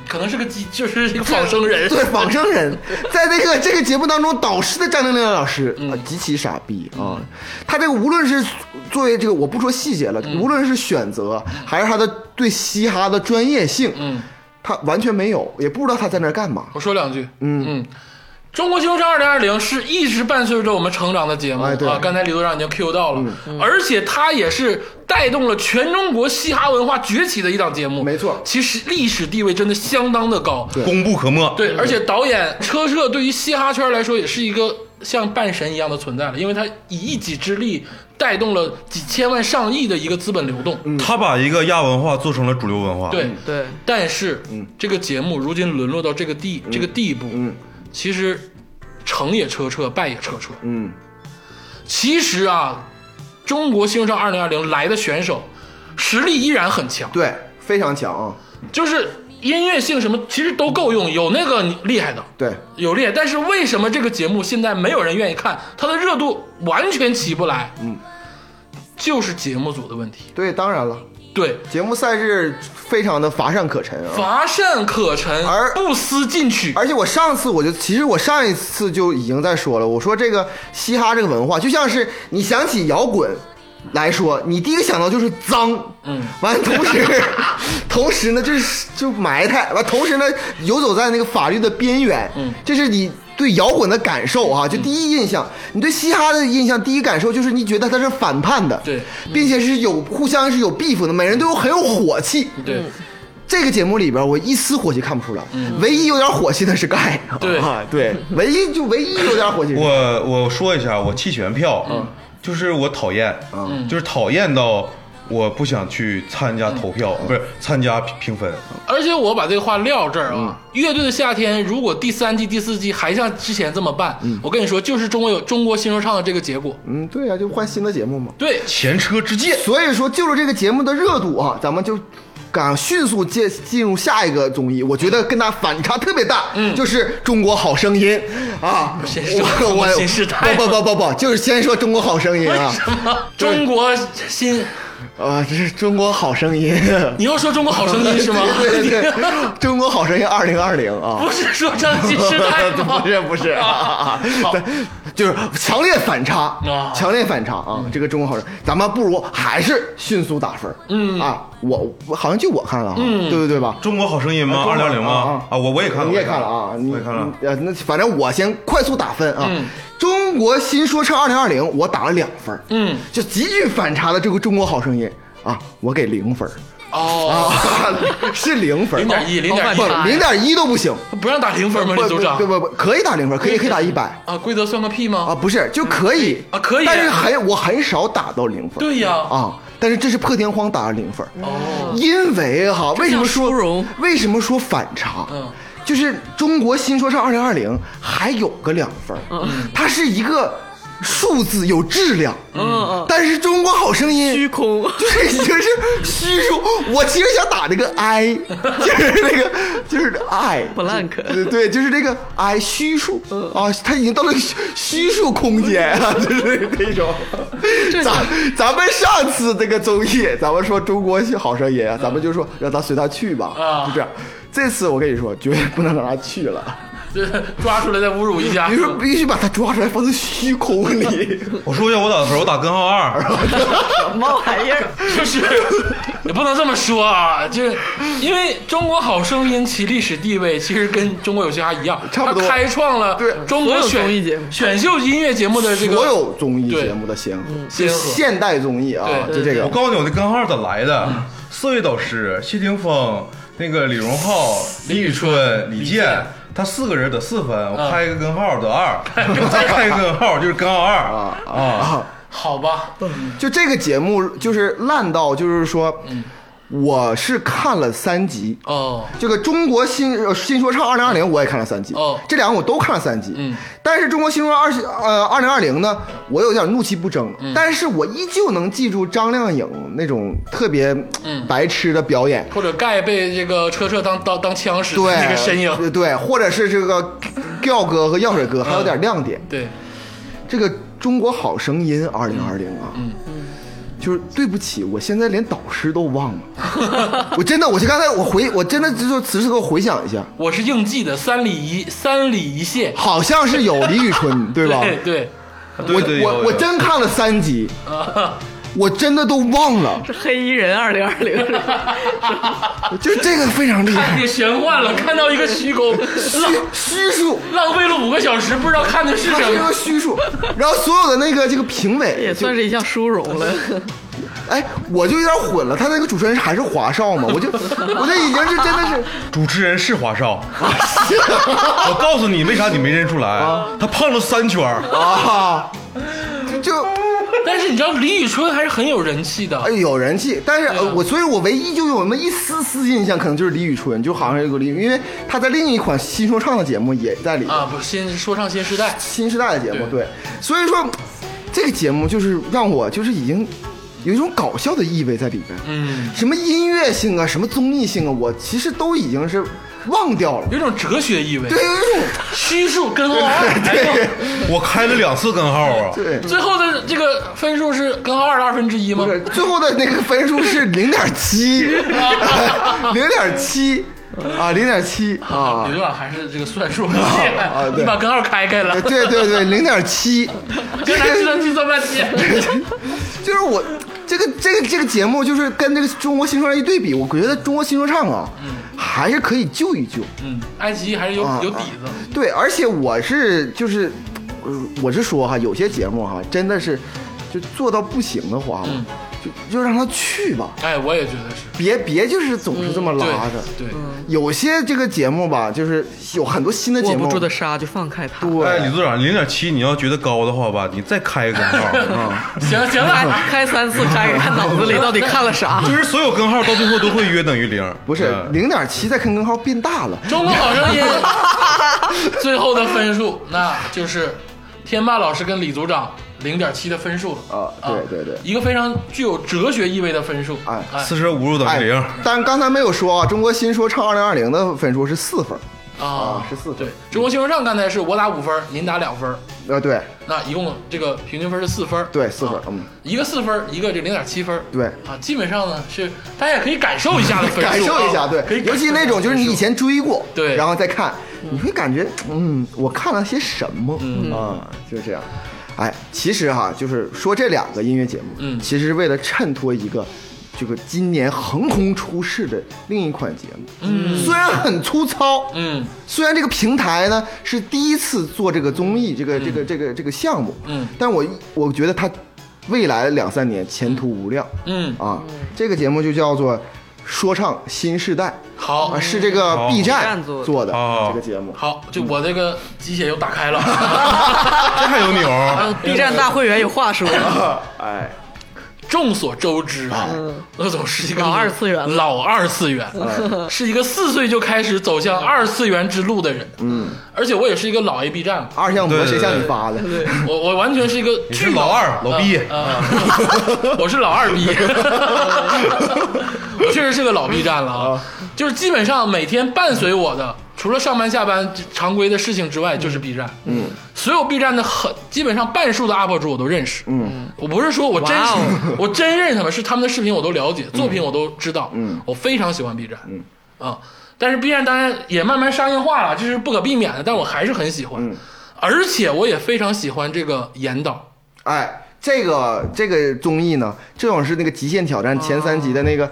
Speaker 1: 可能是个机，就是一个仿生人。
Speaker 2: 对仿生人，在这个这个节目当中，导师的张亮亮老师啊，极其傻逼啊！他这个无论是作为这个，我不说细节了，无论是选择还是他的对嘻哈的专业性，
Speaker 1: 嗯，
Speaker 2: 他完全没有，也不知道他在那儿干嘛。
Speaker 1: 我说两句，嗯嗯。中国新说唱二零二零是一直伴随着我们成长的节目、
Speaker 2: 哎对嗯
Speaker 1: 啊！刚才李组长已经 Q 到了，而且它也是带动了全中国嘻哈文化崛起的一档节目。
Speaker 2: 没错
Speaker 1: 其实历史地位真的相当的高。
Speaker 2: 对
Speaker 4: 功不可没。
Speaker 1: 对，而且导演车澈对于嘻哈圈来说也是一个像半神一样的存在了，因为他以一己之力带动了几千万、上亿的一个资本流动。
Speaker 4: 他把一个亚文化做成了主流文化。
Speaker 2: 嗯
Speaker 1: 对，
Speaker 3: 对，
Speaker 1: 但是、这个节目如今沦落到这个地、
Speaker 2: 嗯
Speaker 1: 这个地步，其实成也车澈，败也车澈。
Speaker 2: 嗯，
Speaker 1: 其实啊，中国新说唱二零二零来的选手实力依然很强，
Speaker 2: 对，非常强啊，
Speaker 1: 就是音乐性什么其实都够
Speaker 2: 嗯
Speaker 1: 用，有那个厉害的。
Speaker 2: 对。
Speaker 1: 有烈，但是为什么这个节目现在没有人愿意看？它的热度完全起不来，嗯，就是节目组的问题。
Speaker 2: 对，当然了，
Speaker 1: 对，
Speaker 2: 节目赛制非常的乏善可陈啊。
Speaker 1: 乏善可陈，
Speaker 2: 而
Speaker 1: 不思进取。
Speaker 2: 而且我上次我就，其实我上一次就已经在说了，我说这个嘻哈这个文化，就像是你想起摇滚来说，你第一个想到就是脏，嗯，完了同时，同时呢就是就埋汰，完同时呢游走在那个法律的边缘，嗯，这是你对摇滚的感受啊，就第一印象，你对嘻哈的印象第一感受就是你觉得它是反叛的，
Speaker 1: 对，
Speaker 2: 并且是有互相是有 beef 的，每人都有很有火气，
Speaker 1: 对，
Speaker 2: 这个节目里边，我一丝火气看不出来，唯一有点火气的是盖，
Speaker 1: 嗯对
Speaker 2: 啊对，唯一就唯一有点火气是，
Speaker 4: 我我说一下，我弃权票，
Speaker 2: 嗯
Speaker 4: 就是我讨厌，
Speaker 1: 嗯
Speaker 4: 就是讨厌到我不想去参加投票，
Speaker 2: 嗯
Speaker 4: 不是参加评评分。
Speaker 1: 而且我把这个话撂这儿
Speaker 2: 嗯
Speaker 1: 啊，乐队的夏天》如果第三季、第四季还像之前这么办，我跟你说，就是中国有中国新说唱的这个结果。
Speaker 2: 嗯，对呀、就换新的节目嘛。
Speaker 1: 对，
Speaker 4: 前车之鉴，
Speaker 2: 所以说，就是这个节目的热度啊，咱们就赶迅速进进入下一个综艺，我觉得跟它反差特别大，嗯，就是《中国好声音》啊，
Speaker 1: 先说
Speaker 2: 我我
Speaker 1: 新时代
Speaker 2: 不不不不不，就是先说《中国好声音》啊，
Speaker 1: 中国新，
Speaker 2: 啊，这是《中国好声音》？
Speaker 1: 你要说中国好声音是吗
Speaker 2: 对对对，《中国好声音》二零二零啊，
Speaker 1: 不是说唱新时代吗？
Speaker 2: 不是不是，啊，就是强烈反差
Speaker 1: 啊，
Speaker 2: 强烈反差啊！这个中国好人，咱们不如还是迅速打分。嗯啊，我我好像就我看了，嗯，对对对吧？
Speaker 4: 哎中国好声音吗？
Speaker 2: 中国
Speaker 4: 二零零吗？
Speaker 2: 啊
Speaker 4: 啊，我我也看了，
Speaker 2: 你也
Speaker 4: 我
Speaker 2: 看了啊？你
Speaker 4: 我也看了。
Speaker 2: 呃，那反正我先快速打分啊。中国新说唱二零二零，我打了两分。
Speaker 1: 嗯，
Speaker 2: 就极具反差的这个《中国好声音》啊，我给零分
Speaker 1: 哦，
Speaker 2: 啊， 是零分，
Speaker 1: 零点一，零点
Speaker 3: 老
Speaker 1: 一
Speaker 2: 不
Speaker 3: 板，差
Speaker 2: 零点一都不行。
Speaker 1: 不让打零分吗？李组长
Speaker 2: 啊不，不不，可以打零分，可以可以打一百。
Speaker 1: 啊，规则算个屁
Speaker 2: 啊，
Speaker 1: 吗？
Speaker 2: 不是，就可以
Speaker 1: 啊可以
Speaker 2: 但是很我很少打到零分。
Speaker 1: 对呀哦
Speaker 2: 啊，但是这是破天荒打了零分，因为哈，为什么
Speaker 3: 殊
Speaker 2: 说
Speaker 3: 荣
Speaker 2: 为什么说反差？
Speaker 1: 嗯
Speaker 2: 就是中国新说唱二零二零还有个两分，
Speaker 1: 嗯
Speaker 2: 它是一个数字有质量，
Speaker 3: 嗯
Speaker 2: 但是中国好声音
Speaker 3: 嗯，虚空，
Speaker 2: 就是已经是虚数。我其实想打那个 I，就是 那个就是爱
Speaker 3: Blank
Speaker 2: 对对，就是这个 I 虚数
Speaker 1: 嗯
Speaker 2: 啊，它已经到了虚虚数空间啊， 就是那种。咱咱们上次那个综艺，咱们说中国好声音啊，咱们就说让他随他去吧，
Speaker 1: 啊
Speaker 2: 就这样。这次我跟你说，绝对不能让他去了。
Speaker 1: 就是 抓出来再侮辱一下
Speaker 2: 你。说必须把它抓出来放在虚空 里，
Speaker 4: 我说一下我打的时候，我打根号 二，
Speaker 3: 什么玩意儿？
Speaker 1: 就是也不能这么说啊，就是因为《中国好声音》其历史地位其实跟《中国有嘻哈》一样，
Speaker 2: 差不多
Speaker 1: 它开创了
Speaker 2: 对
Speaker 1: 中国
Speaker 3: 所有综艺节
Speaker 1: 选
Speaker 3: 目
Speaker 1: 选秀音乐节目的这个
Speaker 2: 所有综艺节目的先河，
Speaker 1: 对
Speaker 2: 就现代综艺啊，
Speaker 1: 对
Speaker 2: 就这
Speaker 4: 我
Speaker 2: 个。
Speaker 4: 告诉你我的根号咋来的，四位导师谢霆锋、那个李荣浩、李宇春、李健。他四个人得四分，我开一个根号得二，再 开一个根号就是根号二
Speaker 2: 啊
Speaker 4: 啊！
Speaker 1: 好吧，
Speaker 2: 就这个节目就是烂到，就是说，我是看了三集。
Speaker 1: 嗯哦，
Speaker 2: 这个中国新呃新说唱二零二零我也看了三集，
Speaker 1: 哦
Speaker 2: 这两个我都看了三集，
Speaker 1: 嗯，
Speaker 2: 但是中国新说二呃二零二零呢，我有点怒气不争，
Speaker 1: 嗯
Speaker 2: 但是我依旧能记住张靓颖那种特别
Speaker 1: 嗯
Speaker 2: 白痴的表演，
Speaker 1: 或者盖被这个车澈当当当枪使的
Speaker 2: 对
Speaker 1: 那个身影，
Speaker 2: 对对，或者是这个吊哥和药水哥还
Speaker 1: 嗯
Speaker 2: 有点亮点，
Speaker 1: 对，
Speaker 2: 这个中国好声音二零二零啊，嗯就是对不起，我现在连导师都忘了， 我真的，我就刚才我回，我真的就是此时此刻回想一下，
Speaker 1: 我是应季的三里一三里一谢，
Speaker 2: 好像是有李宇春，对吧？
Speaker 1: 对对，
Speaker 4: 对对，
Speaker 2: 我
Speaker 4: 有
Speaker 2: 我我真看了三集，
Speaker 1: 啊，
Speaker 2: 我真的都忘了，
Speaker 3: 这黑衣人二零二零，
Speaker 2: 就这个非常厉 害，
Speaker 1: 你玄幻了，看到一个虚构，浪
Speaker 2: 虚虚数。
Speaker 1: 浪费了五个小时，不知道看的是
Speaker 2: 它
Speaker 1: 什
Speaker 2: 是一啊
Speaker 1: 么
Speaker 2: 个。虚数，然后所有的那个这个评委
Speaker 3: 也
Speaker 2: 就，
Speaker 3: 算是一项殊荣了。
Speaker 2: 哎，我就有点混了。他那个主持人还是华少嘛，我就我这已经是真的是
Speaker 4: 主持人是华 少，我告诉你，为啥你没认出来？他胖了三圈儿
Speaker 2: 啊， 就就
Speaker 1: 但是你知道李宇春还是很有人气的
Speaker 2: 哎，有人气，但是、呃我所以，我唯一就有那么一丝丝印象，可能就是李宇春，就好像有个李，因为他在另一款新说唱的节目也在里面，
Speaker 1: 啊，不是新说唱新时代，
Speaker 2: 新时代的节目，
Speaker 1: 对
Speaker 2: 对，所以说这个节目就是让我就是已经有一种搞笑的意味在里边，
Speaker 1: 嗯，
Speaker 2: 什么音乐性啊，什么综艺性啊，我其实都已经是忘掉了，
Speaker 1: 有种哲学意味，
Speaker 2: 对，有一种
Speaker 1: 虚数根号 二，哎呦
Speaker 4: 我开了两次根号啊！
Speaker 2: 对。
Speaker 1: 最后的这个分数是根号二的二分之一吗
Speaker 2: 不？是，最后的那个分数是零点 七，零点七啊，零点七啊，
Speaker 1: 刘院还是这个算数，
Speaker 2: 啊对
Speaker 1: 你把根号开开了，
Speaker 2: 呃对对对，零点七，
Speaker 1: 跟咱计算机算半 天。
Speaker 2: 就是我这个这个这个节目，就是跟这个中国新说唱一对比，我觉得中国新说唱啊，还是可以救一救。啊
Speaker 1: 嗯，爱奇艺还是有有底子。
Speaker 2: 对，而且我是就是，呃我是说哈，有些节目哈，真的是就做到不行的话，
Speaker 1: 嗯
Speaker 2: 就就让他去吧，
Speaker 1: 哎，我也觉得是，
Speaker 2: 别别就是总是这么拉着。
Speaker 1: 对对，
Speaker 2: 有些这个节目吧，就是有很多新的
Speaker 3: 握
Speaker 2: 节
Speaker 3: 不
Speaker 2: 目，
Speaker 3: 住的啊沙就放开它。
Speaker 2: 对，
Speaker 4: 哎，李队长，零点七，你要觉得高的话吧，你再开一个根 号。啊
Speaker 1: 行行
Speaker 3: 开
Speaker 1: 了，
Speaker 3: 开三次开，看脑子里到底看了 啥
Speaker 4: 就。是所有根号到最后都会约等于零，
Speaker 2: 不是
Speaker 3: 嗯
Speaker 4: 对
Speaker 2: 零点七，再看根号变大了。
Speaker 1: 中国好声音 最后的分数，那就是天霸老师跟李组长零点七的分数了
Speaker 2: 啊对对对
Speaker 1: 一个非常具有哲学意味的分数。
Speaker 2: 哎
Speaker 1: 哎
Speaker 4: 四舍五入等于零。
Speaker 2: 但刚才没有说啊，中国新说唱二零二零的分数是四分，
Speaker 1: 啊
Speaker 2: 啊14分
Speaker 1: 对，中国新说唱刚才是我打五分，您打两分，
Speaker 2: 呃，对
Speaker 1: 那一共这个平均分是四分。
Speaker 2: 对，四分
Speaker 1: 啊，
Speaker 2: 嗯，
Speaker 1: 一个四分，一个这零点七分。
Speaker 2: 对
Speaker 1: 啊，基本上呢是大家也可以感受一下的分数，
Speaker 2: 感受一下，
Speaker 1: 啊
Speaker 2: 对
Speaker 1: 可以，
Speaker 2: 尤
Speaker 1: 感受一下
Speaker 2: 其那种就是你以前追过，
Speaker 1: 对
Speaker 2: 然后再看，你会感觉，嗯，我看了些什么
Speaker 1: 嗯
Speaker 2: 啊？就这样。哎，其实哈，就是说这两个音乐节目，
Speaker 1: 嗯
Speaker 2: 其实是为了衬托一个。这个今年横空出世的另一款节目，嗯，虽然很粗糙，
Speaker 1: 嗯
Speaker 2: 虽然这个平台呢是第一次做这个综艺这个、这个这个这个项目，
Speaker 1: 嗯
Speaker 2: 但我我觉得它未来两三年前途无量
Speaker 1: 嗯，
Speaker 2: 啊。这个节目就叫做《说唱新时代》，
Speaker 1: 好
Speaker 2: 啊，是这个
Speaker 4: 好
Speaker 2: B 站
Speaker 3: 站做的
Speaker 2: 做的
Speaker 4: 哦
Speaker 2: 这个节目。
Speaker 1: 哦好，就我这个鸡血又打开了。
Speaker 4: 这还有啊钮
Speaker 1: 哎
Speaker 4: 儿，
Speaker 3: B 站大会员有话说，
Speaker 2: 哎，
Speaker 1: 众所周知啊，乐总是一个
Speaker 3: 老二次元了
Speaker 1: 老二次元，
Speaker 2: 哎
Speaker 1: 是一个四岁就开始走向二次元之路的人。嗯，而且我也是一个老 A B 站嘛，
Speaker 2: 二项模
Speaker 4: 对对
Speaker 2: 谁向你
Speaker 4: 对
Speaker 2: 发的？
Speaker 1: 对我我完全是一个
Speaker 4: 你
Speaker 1: 巨
Speaker 4: 是老二老逼
Speaker 1: 啊，啊 我是老二逼，我确实是个老 B 站了啊，就是基本上每天伴随我的，除了上班下班常规的事情之外，就是 B 站，嗯，所有 B 站的很基本上半数的 UP 主我都认识，嗯，我不是说我真
Speaker 3: 哇哦
Speaker 1: 我真认识他们，是他们的视频我都了解，作品我都知道，嗯，我非常喜欢 B 站，嗯啊。但是 B 站当然也慢慢商业化了，这是不可避免的，但我还是很喜欢，而且我也非常喜欢这个严导，
Speaker 2: 哎，这个这个综艺呢，正好是那个《极限挑战》前三集的那个、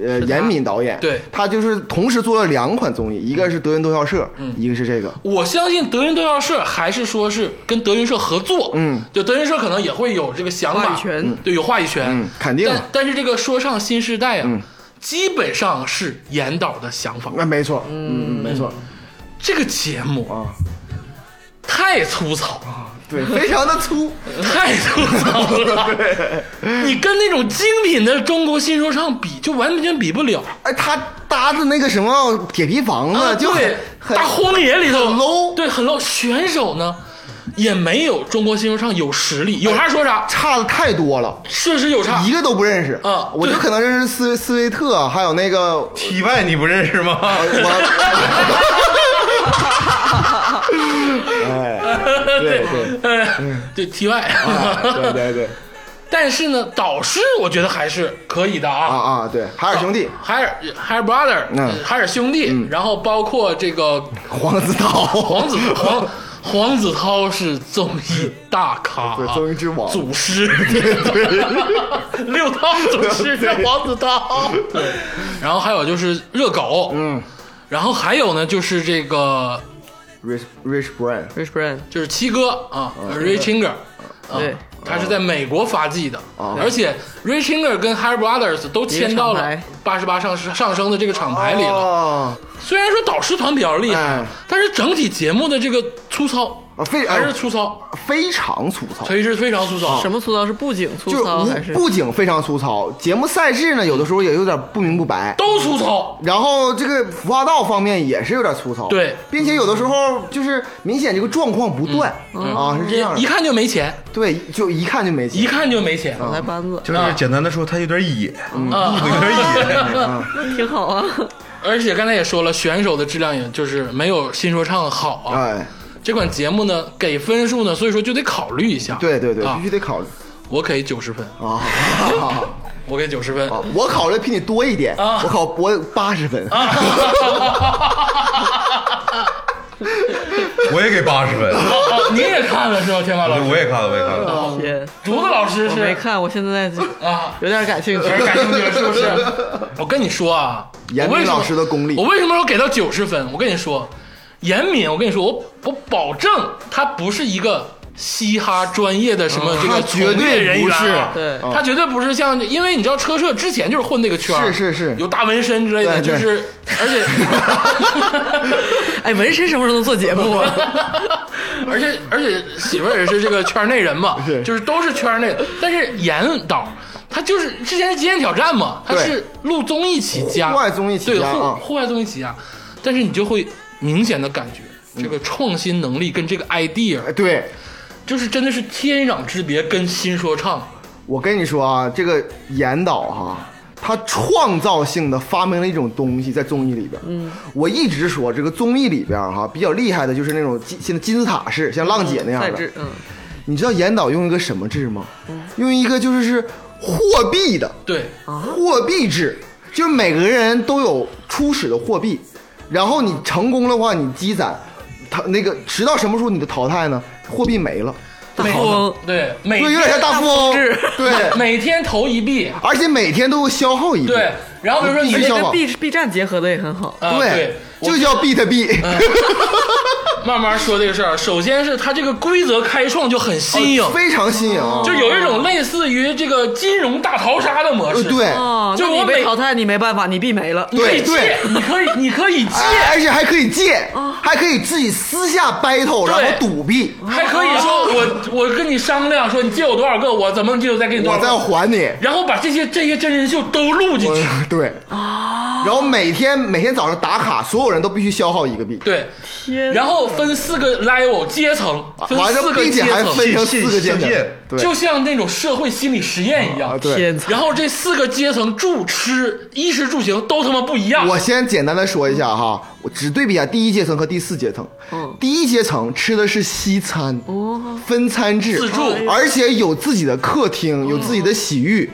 Speaker 2: 呃
Speaker 3: 他
Speaker 2: 严敏导演，
Speaker 1: 对
Speaker 2: 他就是同时做了两款综艺，一个是《德云逗笑社》，一个是这个，
Speaker 1: 我相信德云斗笑社还是说是跟德云社合作，
Speaker 2: 嗯，
Speaker 1: 就德云社可能也会有这个想法，
Speaker 3: 话语权
Speaker 1: 对，有话语权，
Speaker 2: 嗯肯定啊嗯
Speaker 1: 但但是这个说唱新时代啊，基本上是严导的想法，
Speaker 2: 那、没错，嗯，没错
Speaker 1: 这个节目
Speaker 2: 啊，
Speaker 1: 太粗糙了。
Speaker 2: 对，非常的粗，
Speaker 1: 太粗糙 了。你跟那种精品的中国新说唱比，就完全比不了。
Speaker 2: 哎，他搭的那个什么铁皮房子、就很
Speaker 1: 啊对，
Speaker 2: 很
Speaker 1: 大荒野里头
Speaker 2: 很 low
Speaker 1: 对，很 low。选手呢，也没有中国新说唱有实力，有啥说啥，
Speaker 2: 差的太多了。
Speaker 1: 确实有差
Speaker 2: 一。个都不认识
Speaker 1: 啊
Speaker 2: 我就
Speaker 1: 对
Speaker 2: 可能认识斯斯威特，还有那个我
Speaker 4: 体外你不认识吗？
Speaker 2: 哎我，哎，对对 嗯
Speaker 1: 哎，对，题外。
Speaker 2: 对对对，
Speaker 1: 但是呢，导师我觉得还是可以的
Speaker 2: 啊
Speaker 1: 啊。
Speaker 2: 啊，对，海尔兄弟，
Speaker 1: 海尔海尔 brother，
Speaker 2: 嗯
Speaker 1: 海尔兄弟，然后包括这个
Speaker 2: 黄子韬，
Speaker 1: 黄子黄黄子韬是综艺大咖、
Speaker 2: 对
Speaker 1: 啊，
Speaker 2: 综艺之王
Speaker 1: 祖师， 六套祖师是黄子韬，对，然后还有就是热狗，嗯，然后还有呢就是这个
Speaker 2: Rich Rich Brian，
Speaker 3: Rich Brian，
Speaker 1: 就是七哥啊、r a y Chinger，啊
Speaker 3: 对
Speaker 1: 他是在美国发迹的，啊
Speaker 2: 哦
Speaker 1: 而且 Ray Chinger 跟 High Brothers 都签到
Speaker 3: 一
Speaker 1: 了
Speaker 3: 个
Speaker 1: 八十八上市上升的这个厂牌里了。
Speaker 2: 哦，
Speaker 1: 虽然说导师团比较厉害，
Speaker 2: 哎
Speaker 1: 但是整体节目的这个粗糙
Speaker 2: 啊非
Speaker 1: 还
Speaker 2: 哎
Speaker 1: 是粗糙。
Speaker 2: 非常粗糙。
Speaker 1: 所以是非常粗糙。
Speaker 3: 什么粗糙是布景粗
Speaker 2: 就是
Speaker 3: 糙还
Speaker 2: 无
Speaker 3: 是？
Speaker 2: 布景非常粗糙，节目赛制呢，有的时候也有点不明不白，
Speaker 1: 都粗糙，
Speaker 2: 然后这个服化道方面也是有点粗糙，
Speaker 1: 对
Speaker 2: 并且有的时候就是明显这个状况不断、啊，是这样
Speaker 1: 一
Speaker 2: 的，
Speaker 1: 看就没钱，
Speaker 2: 对，就一看就没
Speaker 1: 嗯一
Speaker 2: 钱。
Speaker 1: 看就没钱，
Speaker 3: 脑袋班子，
Speaker 4: 就是简单的说，他有点野，嗯
Speaker 1: 啊
Speaker 4: 肚子有点野。
Speaker 3: 那挺好啊。
Speaker 1: 而且刚才也说了，选手的质量也就是没有新说唱好啊。
Speaker 2: 哎，
Speaker 1: 这款节目呢，给分数呢，所以说就得考虑一下。
Speaker 2: 对对对，
Speaker 1: 啊
Speaker 2: 必须得考虑
Speaker 1: 我给九十分，
Speaker 2: 啊
Speaker 1: 我给九十分
Speaker 2: 啊。我考虑比你多一点，
Speaker 1: 啊
Speaker 2: 我考我八十分，
Speaker 4: 我也给八 十分，
Speaker 1: 哦你也看了是吧，天马老师？
Speaker 4: 我也看了，我也看
Speaker 1: 哎
Speaker 4: 了。
Speaker 3: 天，
Speaker 1: 竹子老师
Speaker 3: 我
Speaker 1: 是
Speaker 3: 没看，我现在
Speaker 1: 啊。
Speaker 3: 有点感兴趣
Speaker 1: 有。点感兴趣了，是不是？ 我跟你说啊，
Speaker 2: 严
Speaker 1: 我为
Speaker 2: 敏
Speaker 1: 什么
Speaker 2: 老师的功力
Speaker 1: 我为什么说给到九十分？我跟你说，严敏，我跟你说，我我保证他不是一个嘻哈专业的什么这
Speaker 2: 他
Speaker 1: 个
Speaker 2: 绝
Speaker 1: 从业
Speaker 2: 对
Speaker 1: 人
Speaker 2: 不
Speaker 1: 员啊，
Speaker 2: 是
Speaker 3: 对
Speaker 1: 他绝对不是像，因为你知道车社之前 就是混那个圈儿
Speaker 2: 是是是
Speaker 1: 有大纹身之类的，
Speaker 2: 对对
Speaker 1: 就是而 且。
Speaker 3: 哎，纹身什么时候能做节目啊？
Speaker 1: 而且而且媳妇儿也是这个圈内人嘛，
Speaker 2: 是
Speaker 1: 就是都是圈内的。但是严导他就是之前是极限挑战嘛，他
Speaker 2: 对
Speaker 1: 是录综艺起家，
Speaker 2: 户外综艺起
Speaker 1: 对
Speaker 2: 家
Speaker 1: 户
Speaker 2: 啊
Speaker 1: 户外综艺起家，但是你就会明显的感觉。
Speaker 2: 嗯
Speaker 1: 这个创新能力跟这个 idea，
Speaker 2: 哎对，
Speaker 1: 就是真的是天壤之别，跟新说唱
Speaker 2: 我跟你说啊，这个严导哈、他创造性的发明了一种东西在综艺里边。嗯，我一直说这个综艺里边哈、比较厉害的就是那种金现在金字塔式，像 浪姐那样
Speaker 3: 赛
Speaker 2: 的。
Speaker 3: 制，嗯，
Speaker 2: 你知道严导用一个什么制吗？用一个就是是货币的
Speaker 1: 对
Speaker 2: 货币制，就是每个人都有初始的货币，然后你成功的话，你积攒，他那个直到什么时候你的淘汰呢？货币没了，
Speaker 3: 大富翁，
Speaker 1: 对每
Speaker 2: 对，有点像大富翁，
Speaker 3: 制
Speaker 2: 对。
Speaker 1: 每天投一币，
Speaker 2: 而且每天都会消耗一定，
Speaker 1: 对，然后比如说你
Speaker 2: 必
Speaker 1: 这
Speaker 2: 须
Speaker 1: 个
Speaker 2: 要
Speaker 3: 哎跟 B B 站结合的也很好。
Speaker 1: 啊对，嗯我
Speaker 2: 就叫 beat beat，
Speaker 1: 慢慢说这个事儿。首先是他这个规则开创就很新颖，哦
Speaker 2: 非常新颖。啊
Speaker 1: 就有一种类似于这个金融大逃杀的模
Speaker 2: 呃
Speaker 1: 式。
Speaker 2: 对，
Speaker 3: 哦，
Speaker 1: 就
Speaker 3: 那
Speaker 1: 我
Speaker 3: 你
Speaker 1: 每
Speaker 3: 被淘汰，你没办法，你必没了。
Speaker 1: 你可以借
Speaker 2: 对，
Speaker 1: 你可以，你可以 借，
Speaker 2: 哎而且还可以借，还可以自己私下 battle，然
Speaker 1: 对
Speaker 2: 后赌币，
Speaker 1: 还可以说
Speaker 2: 哦
Speaker 1: 我我跟你商量，说你借我多少个，我怎么就再给你多
Speaker 2: 我
Speaker 1: 少
Speaker 2: 再
Speaker 1: 个，
Speaker 2: 还你。
Speaker 1: 然后把这些这些真人秀都录进去。
Speaker 2: 对，
Speaker 1: 哦
Speaker 2: 然后每天每天早上打卡，所有人都必须消耗一个币，
Speaker 1: 对，
Speaker 3: 天，
Speaker 1: 然后分四个 level 阶层，分
Speaker 2: 啊完
Speaker 1: 四
Speaker 2: 了
Speaker 1: 个
Speaker 2: 并
Speaker 1: 阶
Speaker 2: 且还
Speaker 1: 层，
Speaker 2: 分成
Speaker 4: 信
Speaker 2: 四个阶
Speaker 4: 信
Speaker 2: 层
Speaker 4: 信，
Speaker 2: 对
Speaker 1: 就像那种社会心理实验一
Speaker 2: 啊
Speaker 1: 样。
Speaker 2: 对。
Speaker 3: 天才，
Speaker 1: 然后这四个阶层住、吃、衣食住行都他妈不一样。
Speaker 2: 我先简单的说一下哈，我只对比一下第一阶层和第四阶层。
Speaker 3: 嗯
Speaker 2: 第一阶层吃的是西餐，分餐制，
Speaker 1: 哦自助
Speaker 2: 而且有自己的客厅，有自己的
Speaker 1: 哦
Speaker 2: 洗浴。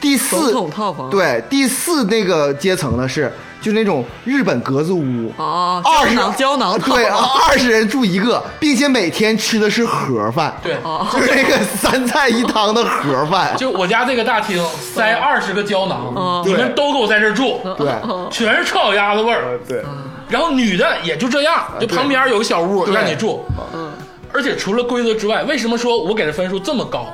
Speaker 2: 第
Speaker 3: 总
Speaker 2: 四
Speaker 3: 统套房，
Speaker 2: 对第四那个阶层呢是就是那种日本格子屋
Speaker 3: 哦，
Speaker 2: 二
Speaker 3: 胶
Speaker 2: 十啊
Speaker 3: 囊胶囊套
Speaker 2: 对，二十人住一个，并且每天吃的是盒饭，
Speaker 1: 对
Speaker 3: 哦
Speaker 2: 就是那个三菜一汤的盒饭，
Speaker 1: 就我家这个大厅塞二十个胶
Speaker 2: 嗯
Speaker 1: 囊，你们都给我在这儿住，
Speaker 2: 对
Speaker 3: 哦
Speaker 1: 全是臭脚丫子味儿。
Speaker 2: 对，
Speaker 1: 然后女的也就这样，就旁边有个小屋
Speaker 2: 嗯啊对嗯
Speaker 1: 让你住。而且除了规则之外，为什么说我给的分数这么高？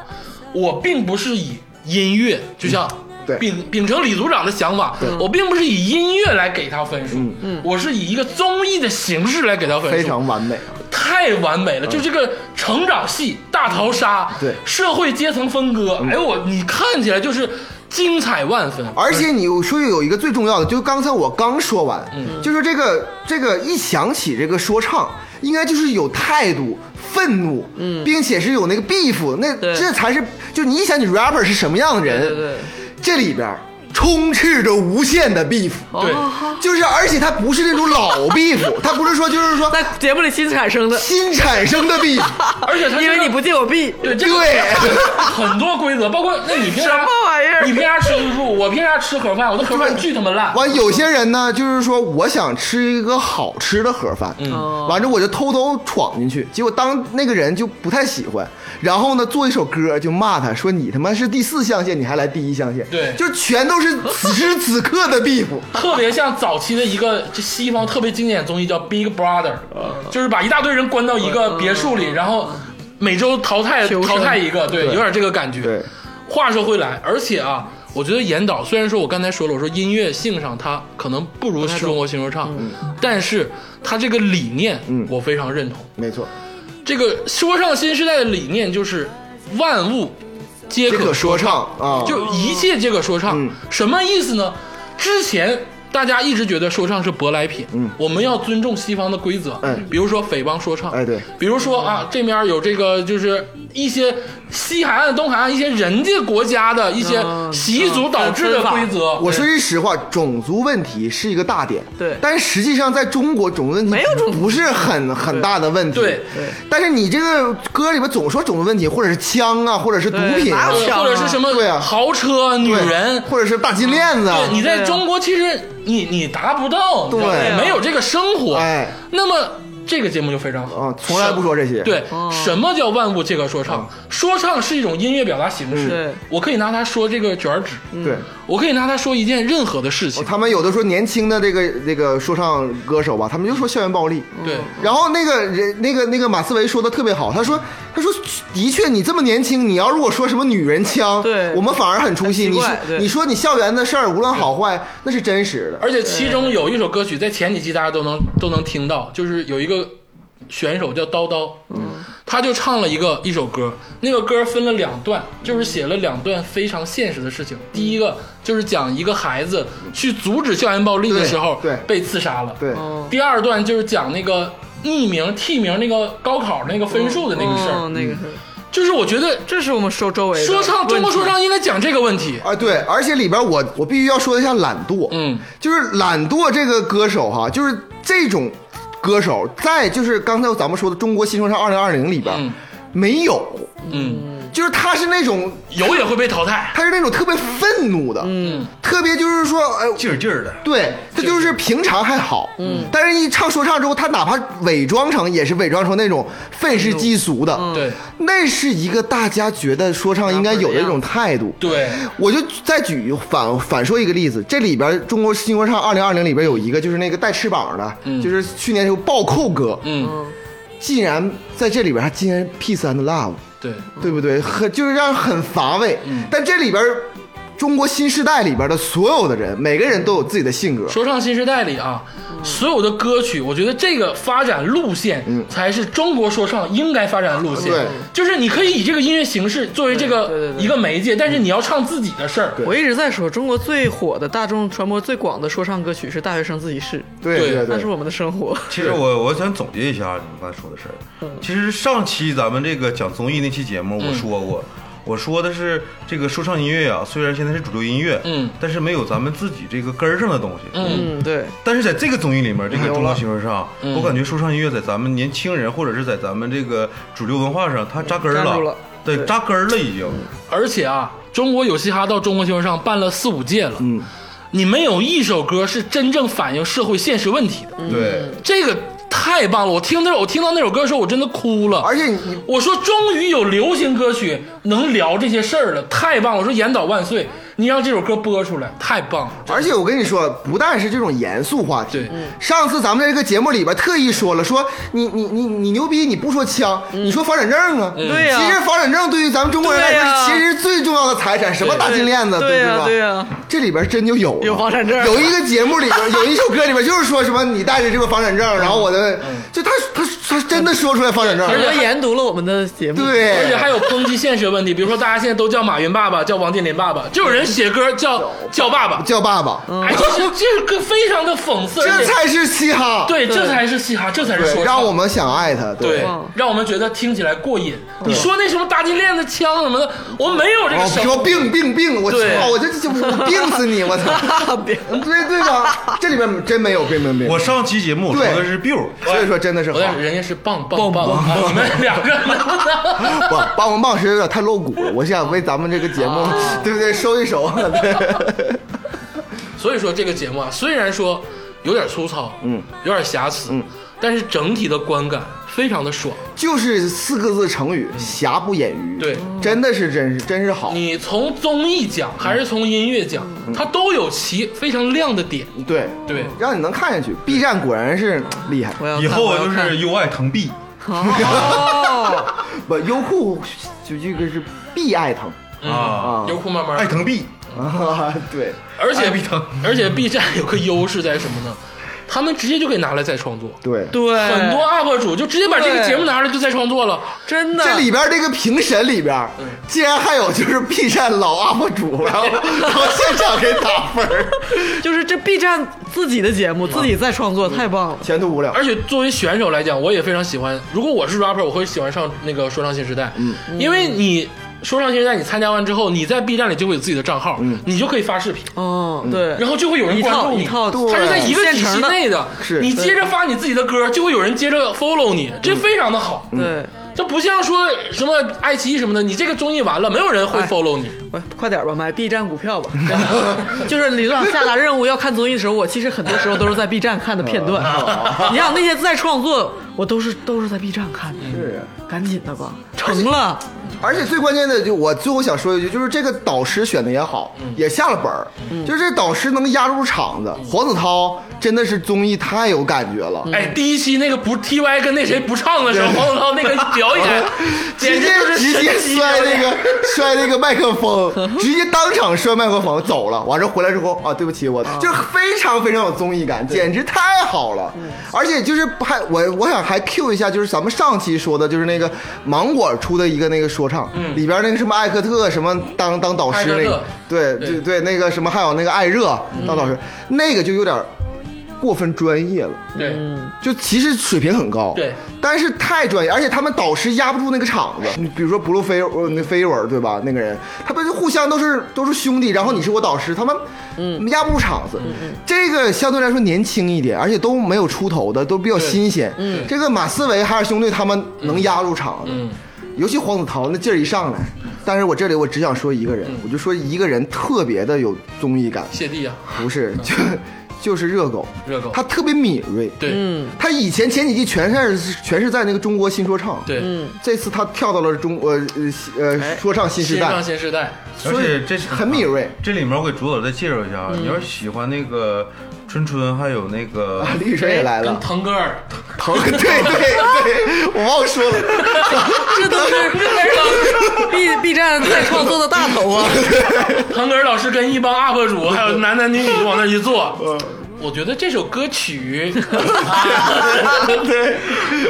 Speaker 1: 我并不是以音乐，就像
Speaker 2: 嗯对
Speaker 1: 秉秉承李组长的想法，我并不是以音乐来给他分数，我是以一个综艺的形式来给他分数，
Speaker 2: 嗯非常完美。
Speaker 1: 太完美了，就这个成长戏、大逃杀，
Speaker 2: 对嗯
Speaker 1: 社会阶层分割，哎呦我你看起来就是精彩万分，
Speaker 2: 而且你说有一个最重要的，就刚才我刚说完，
Speaker 3: 嗯
Speaker 2: 就是这个这个一想起这个说唱，应该就是有态度、愤怒，并且是有那个 beef，那
Speaker 3: 嗯对
Speaker 2: 这才是就你一想起 rapper 是什么样的人，
Speaker 3: 对对对
Speaker 2: 这里边充斥着无限的 beef。
Speaker 3: 哦
Speaker 1: 对，
Speaker 2: 就是，而且他不是那种老 beef，他不是说就是 说
Speaker 3: 在节目里新产生的，
Speaker 2: 新产生的 beef，
Speaker 1: 而且他
Speaker 3: 因为
Speaker 1: 这个
Speaker 3: 你不借我币，
Speaker 1: 对这个
Speaker 2: 对，
Speaker 1: 很多规则，包括那你凭啥
Speaker 3: 什么玩意儿
Speaker 1: 你凭啥吃自助？我凭啥吃盒饭？我的盒饭巨他妈烂。
Speaker 2: 完，有些人呢，就是说我想吃一个好吃的盒饭，嗯，完之后我就偷偷闯进去，结果当那个人就不太喜欢，然后呢做一首歌就骂他说你他妈是第四象限，你还来第一象限，
Speaker 1: 对
Speaker 2: 就全都是此时此刻的 beef，
Speaker 1: 特别像早期的一个这西方特别经典的综艺叫《Big Brother》，就是把一大堆人关到一个别墅里，然后每周淘汰
Speaker 3: 求生
Speaker 1: 淘汰一个，对，有点这个感觉。
Speaker 2: 对
Speaker 1: 话说回来，而且啊，我觉得严导虽然说我刚才说了，我说音乐性上他可能不如中国新说唱，
Speaker 3: 嗯
Speaker 1: 但是他这个理念我非常认同。
Speaker 2: 没错，
Speaker 1: 这个说唱新时代的理念就是万物皆
Speaker 2: 这
Speaker 1: 可
Speaker 2: 可嗯说唱 啊，
Speaker 1: 就一切皆可说唱。什么意思呢？之前大家一直觉得说唱是舶来品，我们要尊重西方的规则，
Speaker 2: 嗯哎
Speaker 1: 比如说匪帮说唱，
Speaker 2: 哎对，
Speaker 1: 比如说啊，这面有这个就是一些西海岸、东海岸一些人家国家的一些
Speaker 3: 嗯
Speaker 1: 习俗导致的规则，
Speaker 2: 嗯我说句实话，种族问题是一个大点，
Speaker 3: 对
Speaker 2: 但实际上在中国种族问题
Speaker 3: 没有种族
Speaker 2: 不是很很大的问题，
Speaker 1: 对
Speaker 3: 对
Speaker 2: 但是你这个歌里边总说种族问题，或者是枪啊，或者是毒品啊
Speaker 3: 哪，有
Speaker 1: 呃或者是什么
Speaker 2: 对啊
Speaker 1: 豪车、女
Speaker 2: 对
Speaker 1: 人。
Speaker 2: 或者是大金链子啊，
Speaker 1: 对，你在中国其实你你达不到，你知道吗
Speaker 2: 对啊
Speaker 1: 没有这个生活。
Speaker 2: 哎，
Speaker 1: 那么这个节目就非常好
Speaker 2: 啊，从来不说这些，啊
Speaker 1: 对，什么叫万物皆可说唱？说唱是一种音乐表达形
Speaker 3: 嗯对
Speaker 1: 式，我可以拿它说这个卷纸，
Speaker 2: 对。哦
Speaker 1: 我可以拿它说一件任何的事情。
Speaker 2: 他们有的说年轻的这个这个说唱歌手吧，他们就说校园暴力。
Speaker 1: 对
Speaker 2: 然后那个人那个那个马思唯说的特别好，他说他说的确你这么年轻，你要如果说什么女人腔，
Speaker 3: 对
Speaker 2: 我们反而很出戏。
Speaker 3: 很奇
Speaker 2: 你说
Speaker 3: 怪对
Speaker 2: 你说你校园的事儿，无论好坏，那是真实的。
Speaker 1: 而且其中有一首歌曲，在前几期大家都能都能听到，就是有一个选手叫叨叨，
Speaker 2: 嗯
Speaker 1: 他就唱了一个一首歌，那个歌分了两段，就是写了两段非常现实的事情。第一个就是讲一个孩子去阻止校园暴力的时候
Speaker 2: 对对
Speaker 1: 被刺杀了，
Speaker 2: 对，
Speaker 3: 哦
Speaker 1: 第二段就是讲那个匿名、替名那个高考那个分数的那个事儿，
Speaker 3: 嗯那个事儿，
Speaker 1: 就是我觉得
Speaker 3: 这是我们周周围的
Speaker 1: 说唱中国说唱应该讲这个问题。
Speaker 2: 啊，对，而且里边我我必须要说一下懒惰，
Speaker 1: 嗯，
Speaker 2: 就是懒惰这个歌手哈，就是这种歌手，在就是刚才咱们说的中国新说唱二零二零里边、
Speaker 1: 嗯
Speaker 2: 没有，
Speaker 1: 嗯，
Speaker 2: 就是他是那种
Speaker 1: 有也会被淘汰。
Speaker 2: 他是那种特别愤怒的，嗯，特别就是说，哎，
Speaker 4: 劲儿劲儿的。
Speaker 2: 对他就是平常还好，嗯，但是一唱说唱之后，他哪怕伪装成也是伪装成那种愤世嫉俗的，
Speaker 3: 嗯
Speaker 1: 对
Speaker 2: 那是一个大家觉得说唱应该有的一种态度，
Speaker 1: 对，
Speaker 2: 我就再举反反说一个例子，这里边《中国新说唱二零二零》里边有一个就是那个带翅膀的，就是去年有暴扣哥，
Speaker 1: 嗯，
Speaker 2: 竟然在这里边他竟然 peace and love，
Speaker 1: 对，
Speaker 2: 对不对？很就是让人很乏味。但这里边中国新时代里边的所有的人，每个人都有自己的性格。
Speaker 1: 说唱新时代里啊，
Speaker 3: 嗯
Speaker 1: 所有的歌曲，我觉得这个发展路线才是中国说唱应该发展的路线
Speaker 2: 对。
Speaker 1: 就是你可以以这个音乐形式作为这
Speaker 3: 对
Speaker 1: 个
Speaker 3: 对对
Speaker 1: 一个媒介，但是你要唱自己的事儿。
Speaker 3: 我一直在说，中国最火的大众传播最广的说唱歌曲是大学生自习室，
Speaker 2: 对
Speaker 1: 对
Speaker 2: 对
Speaker 3: 那
Speaker 2: 对
Speaker 3: 是我们的生活。
Speaker 4: 其实我我想总结一下你刚才说的事儿。
Speaker 1: 嗯
Speaker 4: 其实上期咱们这个讲综艺那期节目，我说过，我说的是这个说唱音乐啊，虽然现在是主流音乐，
Speaker 1: 嗯，
Speaker 4: 但是没有咱们自己这个根儿上的东西，嗯。
Speaker 3: 嗯，对，
Speaker 4: 但是在这个综艺里面，这个中国新说唱，我感觉说唱音乐在咱们年轻人或者是在咱们这个主流文化上，它扎根儿
Speaker 3: 扎住
Speaker 4: 了
Speaker 3: 了，
Speaker 4: 对，扎根儿了已经。
Speaker 1: 而且啊，中国有嘻哈到中国新说唱办了四五届了，嗯，你没有一首歌是真正反映社会现实问题的，
Speaker 4: 对，
Speaker 1: 这个太棒了！我听那我听到那首歌的时候，我真的哭了。
Speaker 2: 而且你
Speaker 1: 我说，终于有流行歌曲能聊这些事儿了，太棒了！我说严导万岁！你让这首歌播出来，太棒了！
Speaker 2: 而且我跟你说，不但是这种严肃话题，
Speaker 1: 对嗯
Speaker 2: 上次咱们在这个节目里边特意说了，说你你你你牛逼，你不说枪，你说房产证
Speaker 1: 嗯
Speaker 2: 啊，
Speaker 3: 对呀
Speaker 2: 其实房产证对于咱们中国人来
Speaker 3: 对
Speaker 2: 说，
Speaker 3: 呀
Speaker 2: 其实是最重要的财产，什么大金链子，
Speaker 3: 对
Speaker 2: 不
Speaker 3: 呀
Speaker 2: 吧？
Speaker 3: 对呀，
Speaker 2: 这里边真就有了
Speaker 3: 有房产证
Speaker 2: 有一个节目里边，有一首歌里边就是说什么你带着这个房产证，然后我的，就他他他真的说出来房产证
Speaker 1: 嗯而
Speaker 3: 耳
Speaker 1: 且
Speaker 2: 了，
Speaker 3: 朵研读了我们的节目，
Speaker 2: 对，
Speaker 1: 而且还有抨击现实问题，比如说大家现在都叫马云爸爸，叫王健林爸爸，就有人写歌叫叫爸爸，
Speaker 2: 叫爸爸，
Speaker 1: 哎，这是这个非常的讽刺，而
Speaker 2: 这
Speaker 1: 且
Speaker 2: 才是嘻哈，
Speaker 1: 对，这才是嘻哈，这才是说
Speaker 2: 对，
Speaker 1: 唱
Speaker 2: 让我们想爱他，
Speaker 1: 对
Speaker 3: 哇，
Speaker 1: 让我们觉得听起来过瘾。你说那什么大金链子、枪什么的，我没有这
Speaker 2: 然
Speaker 1: 个
Speaker 2: 后
Speaker 1: 手。
Speaker 2: 哦说病病病，我操
Speaker 1: 对！
Speaker 2: 我这这我病死你！我操！ 嗯
Speaker 3: 大饼。
Speaker 2: 对对吧？这里面真没有病病病，
Speaker 4: 我上期节目我说的是 biu，
Speaker 2: 所以说真的是好
Speaker 1: 我。但是人家是棒棒棒，啊你们两个 人
Speaker 2: 不，棒棒棒实在有点太露骨了，我想为咱们这个节目，
Speaker 1: 啊
Speaker 2: 对不对？收一收。对，
Speaker 1: 所以说这个节目啊，虽然说有点粗糙，嗯，有点瑕疵，嗯，但是整体的观感非常的爽。
Speaker 2: 就是四个字成语“瑕不掩瑜”。
Speaker 1: 对，
Speaker 2: 真的是真是真是好。
Speaker 1: 你从综艺讲还是从音乐讲，它都有其非常亮的点。
Speaker 2: 对
Speaker 1: 对
Speaker 2: 让你能看下去。B 站果然是厉害，
Speaker 3: 我要看
Speaker 4: 以后
Speaker 3: 我
Speaker 4: 我
Speaker 3: 要
Speaker 4: 就
Speaker 3: 看
Speaker 4: 是优爱腾币，
Speaker 3: 哦，
Speaker 2: 不，优酷就这个是 B 爱腾
Speaker 4: 啊，
Speaker 1: 优酷慢慢
Speaker 4: 爱腾币，
Speaker 2: 啊， 对。
Speaker 1: 而且
Speaker 4: 爱必疼
Speaker 1: 而且 B 站有个优势在什么呢？他们直接就给拿来再创作。
Speaker 2: 对，
Speaker 3: 对，
Speaker 1: 很多 UP 主就直接把这个节目拿出来就再创作了，
Speaker 3: 真的
Speaker 2: 这里边这个评审里边，竟然还有就是 B 站老 UP 主，然后然后现场给打分 儿，
Speaker 3: 就是这 B 站自己的节目，
Speaker 2: 嗯
Speaker 3: 自己在创作，太棒了。
Speaker 2: 前途无量。
Speaker 1: 而且作为选手来讲，我也非常喜欢。如果我是 rapper，我会喜欢上那个说唱新时代，嗯，因为你说唱新时代你参加完之后，你在 B 站里就会有自己的账号，你就可以发视频。
Speaker 3: 嗯，对。
Speaker 1: 然后就会有人
Speaker 3: 一
Speaker 1: 关
Speaker 3: 套
Speaker 1: 注你，
Speaker 3: 一套
Speaker 1: 它是在一个体系内的，
Speaker 2: 是
Speaker 1: 你接着发你自己的歌，就会有人接着 follow 你，
Speaker 3: 嗯
Speaker 1: 这非常的好。
Speaker 3: 对，
Speaker 2: 嗯
Speaker 1: 这不像说什么爱奇艺什么的，你这个综艺完了，没有人会
Speaker 3: 哎
Speaker 1: follow 你。
Speaker 3: 喂，快点吧，买 B 站股 票吧。真的就是李组长下达任务要看综艺的时候，我其实很多时候都是在 B 站看的片段。
Speaker 2: 哦
Speaker 3: 你想那些在创作，我都是都是在 B 站看的。
Speaker 2: 是，
Speaker 3: 赶紧的吧，成了。
Speaker 2: 而且最关键的就我最后想说一句，就是这个导师选的也好，嗯也下了本儿，就是这导师能压住场子。黄子韬真的是综艺太有感觉了，
Speaker 1: 哎，第一期那个不 T Y 跟那谁不唱的时候，黄子韬那个表 演，简
Speaker 2: 直接
Speaker 1: 直就是啊
Speaker 2: 直接
Speaker 1: 神级
Speaker 2: 摔
Speaker 1: 表
Speaker 2: 那
Speaker 1: 演
Speaker 2: 个摔那个麦克风，直接当场摔麦克风走了。完之后回来之后啊，对不起，我就是非常非常有综艺感，简直太好了。
Speaker 1: 嗯
Speaker 2: 而且就是还我我想还 Q 一下，就是咱们上期说的，就是那个芒果出的一个那个说唱，里边那个什么艾克特什么当当导
Speaker 1: 嗯艾
Speaker 2: 师
Speaker 1: 克
Speaker 2: 那个
Speaker 1: 特，
Speaker 2: 对对对，那个什么还有那个艾热当导师，
Speaker 1: 嗯
Speaker 2: 那个就有点过分专业了。
Speaker 1: 对，
Speaker 2: 就其实水平很高，
Speaker 1: 对，
Speaker 2: 但是太专业，而且他们导师压不住那个场子。你比如说布鲁菲呃那菲尔对吧？那个人，他们互相都是都是兄弟，然后你是我导师，他们嗯压不住场子。这个相对来说年轻一点，而且都没有出头的，都比较新鲜。嗯，这个马思唯、海尔兄弟他们能压住场子，
Speaker 1: 嗯
Speaker 2: 尤其黄子韬那劲儿一上来。但是我这里我只想说一个人，
Speaker 1: 嗯
Speaker 2: 我就说一个人特别的有综艺感，
Speaker 1: 谢帝啊，
Speaker 2: 不是就就是热狗，
Speaker 1: 热狗
Speaker 2: 他特别敏锐，
Speaker 1: 对、
Speaker 2: 他以前前几季全是全是在那个中国新说唱，，
Speaker 1: 对，哎
Speaker 2: 这次他跳到了中呃呃西呃说唱新时
Speaker 1: 新上
Speaker 2: 代，
Speaker 1: 新时代，
Speaker 4: 而
Speaker 2: 所以
Speaker 4: 且这是啊
Speaker 2: 很敏锐。
Speaker 4: 这里面我给主导再介绍一下啊，你要是喜欢那个春春，还有 那个
Speaker 1: 哎
Speaker 2: 啊，李宇春也来
Speaker 1: 跟
Speaker 2: 了，
Speaker 1: 腾格尔，
Speaker 2: 疼，对对对，我忘说 了，
Speaker 3: 这都是 B B 站在创作的大头啊！
Speaker 1: 腾格尔老师跟一帮 UP 主还有男男女女往那一
Speaker 2: 嗯
Speaker 1: 坐，我觉得这首歌曲，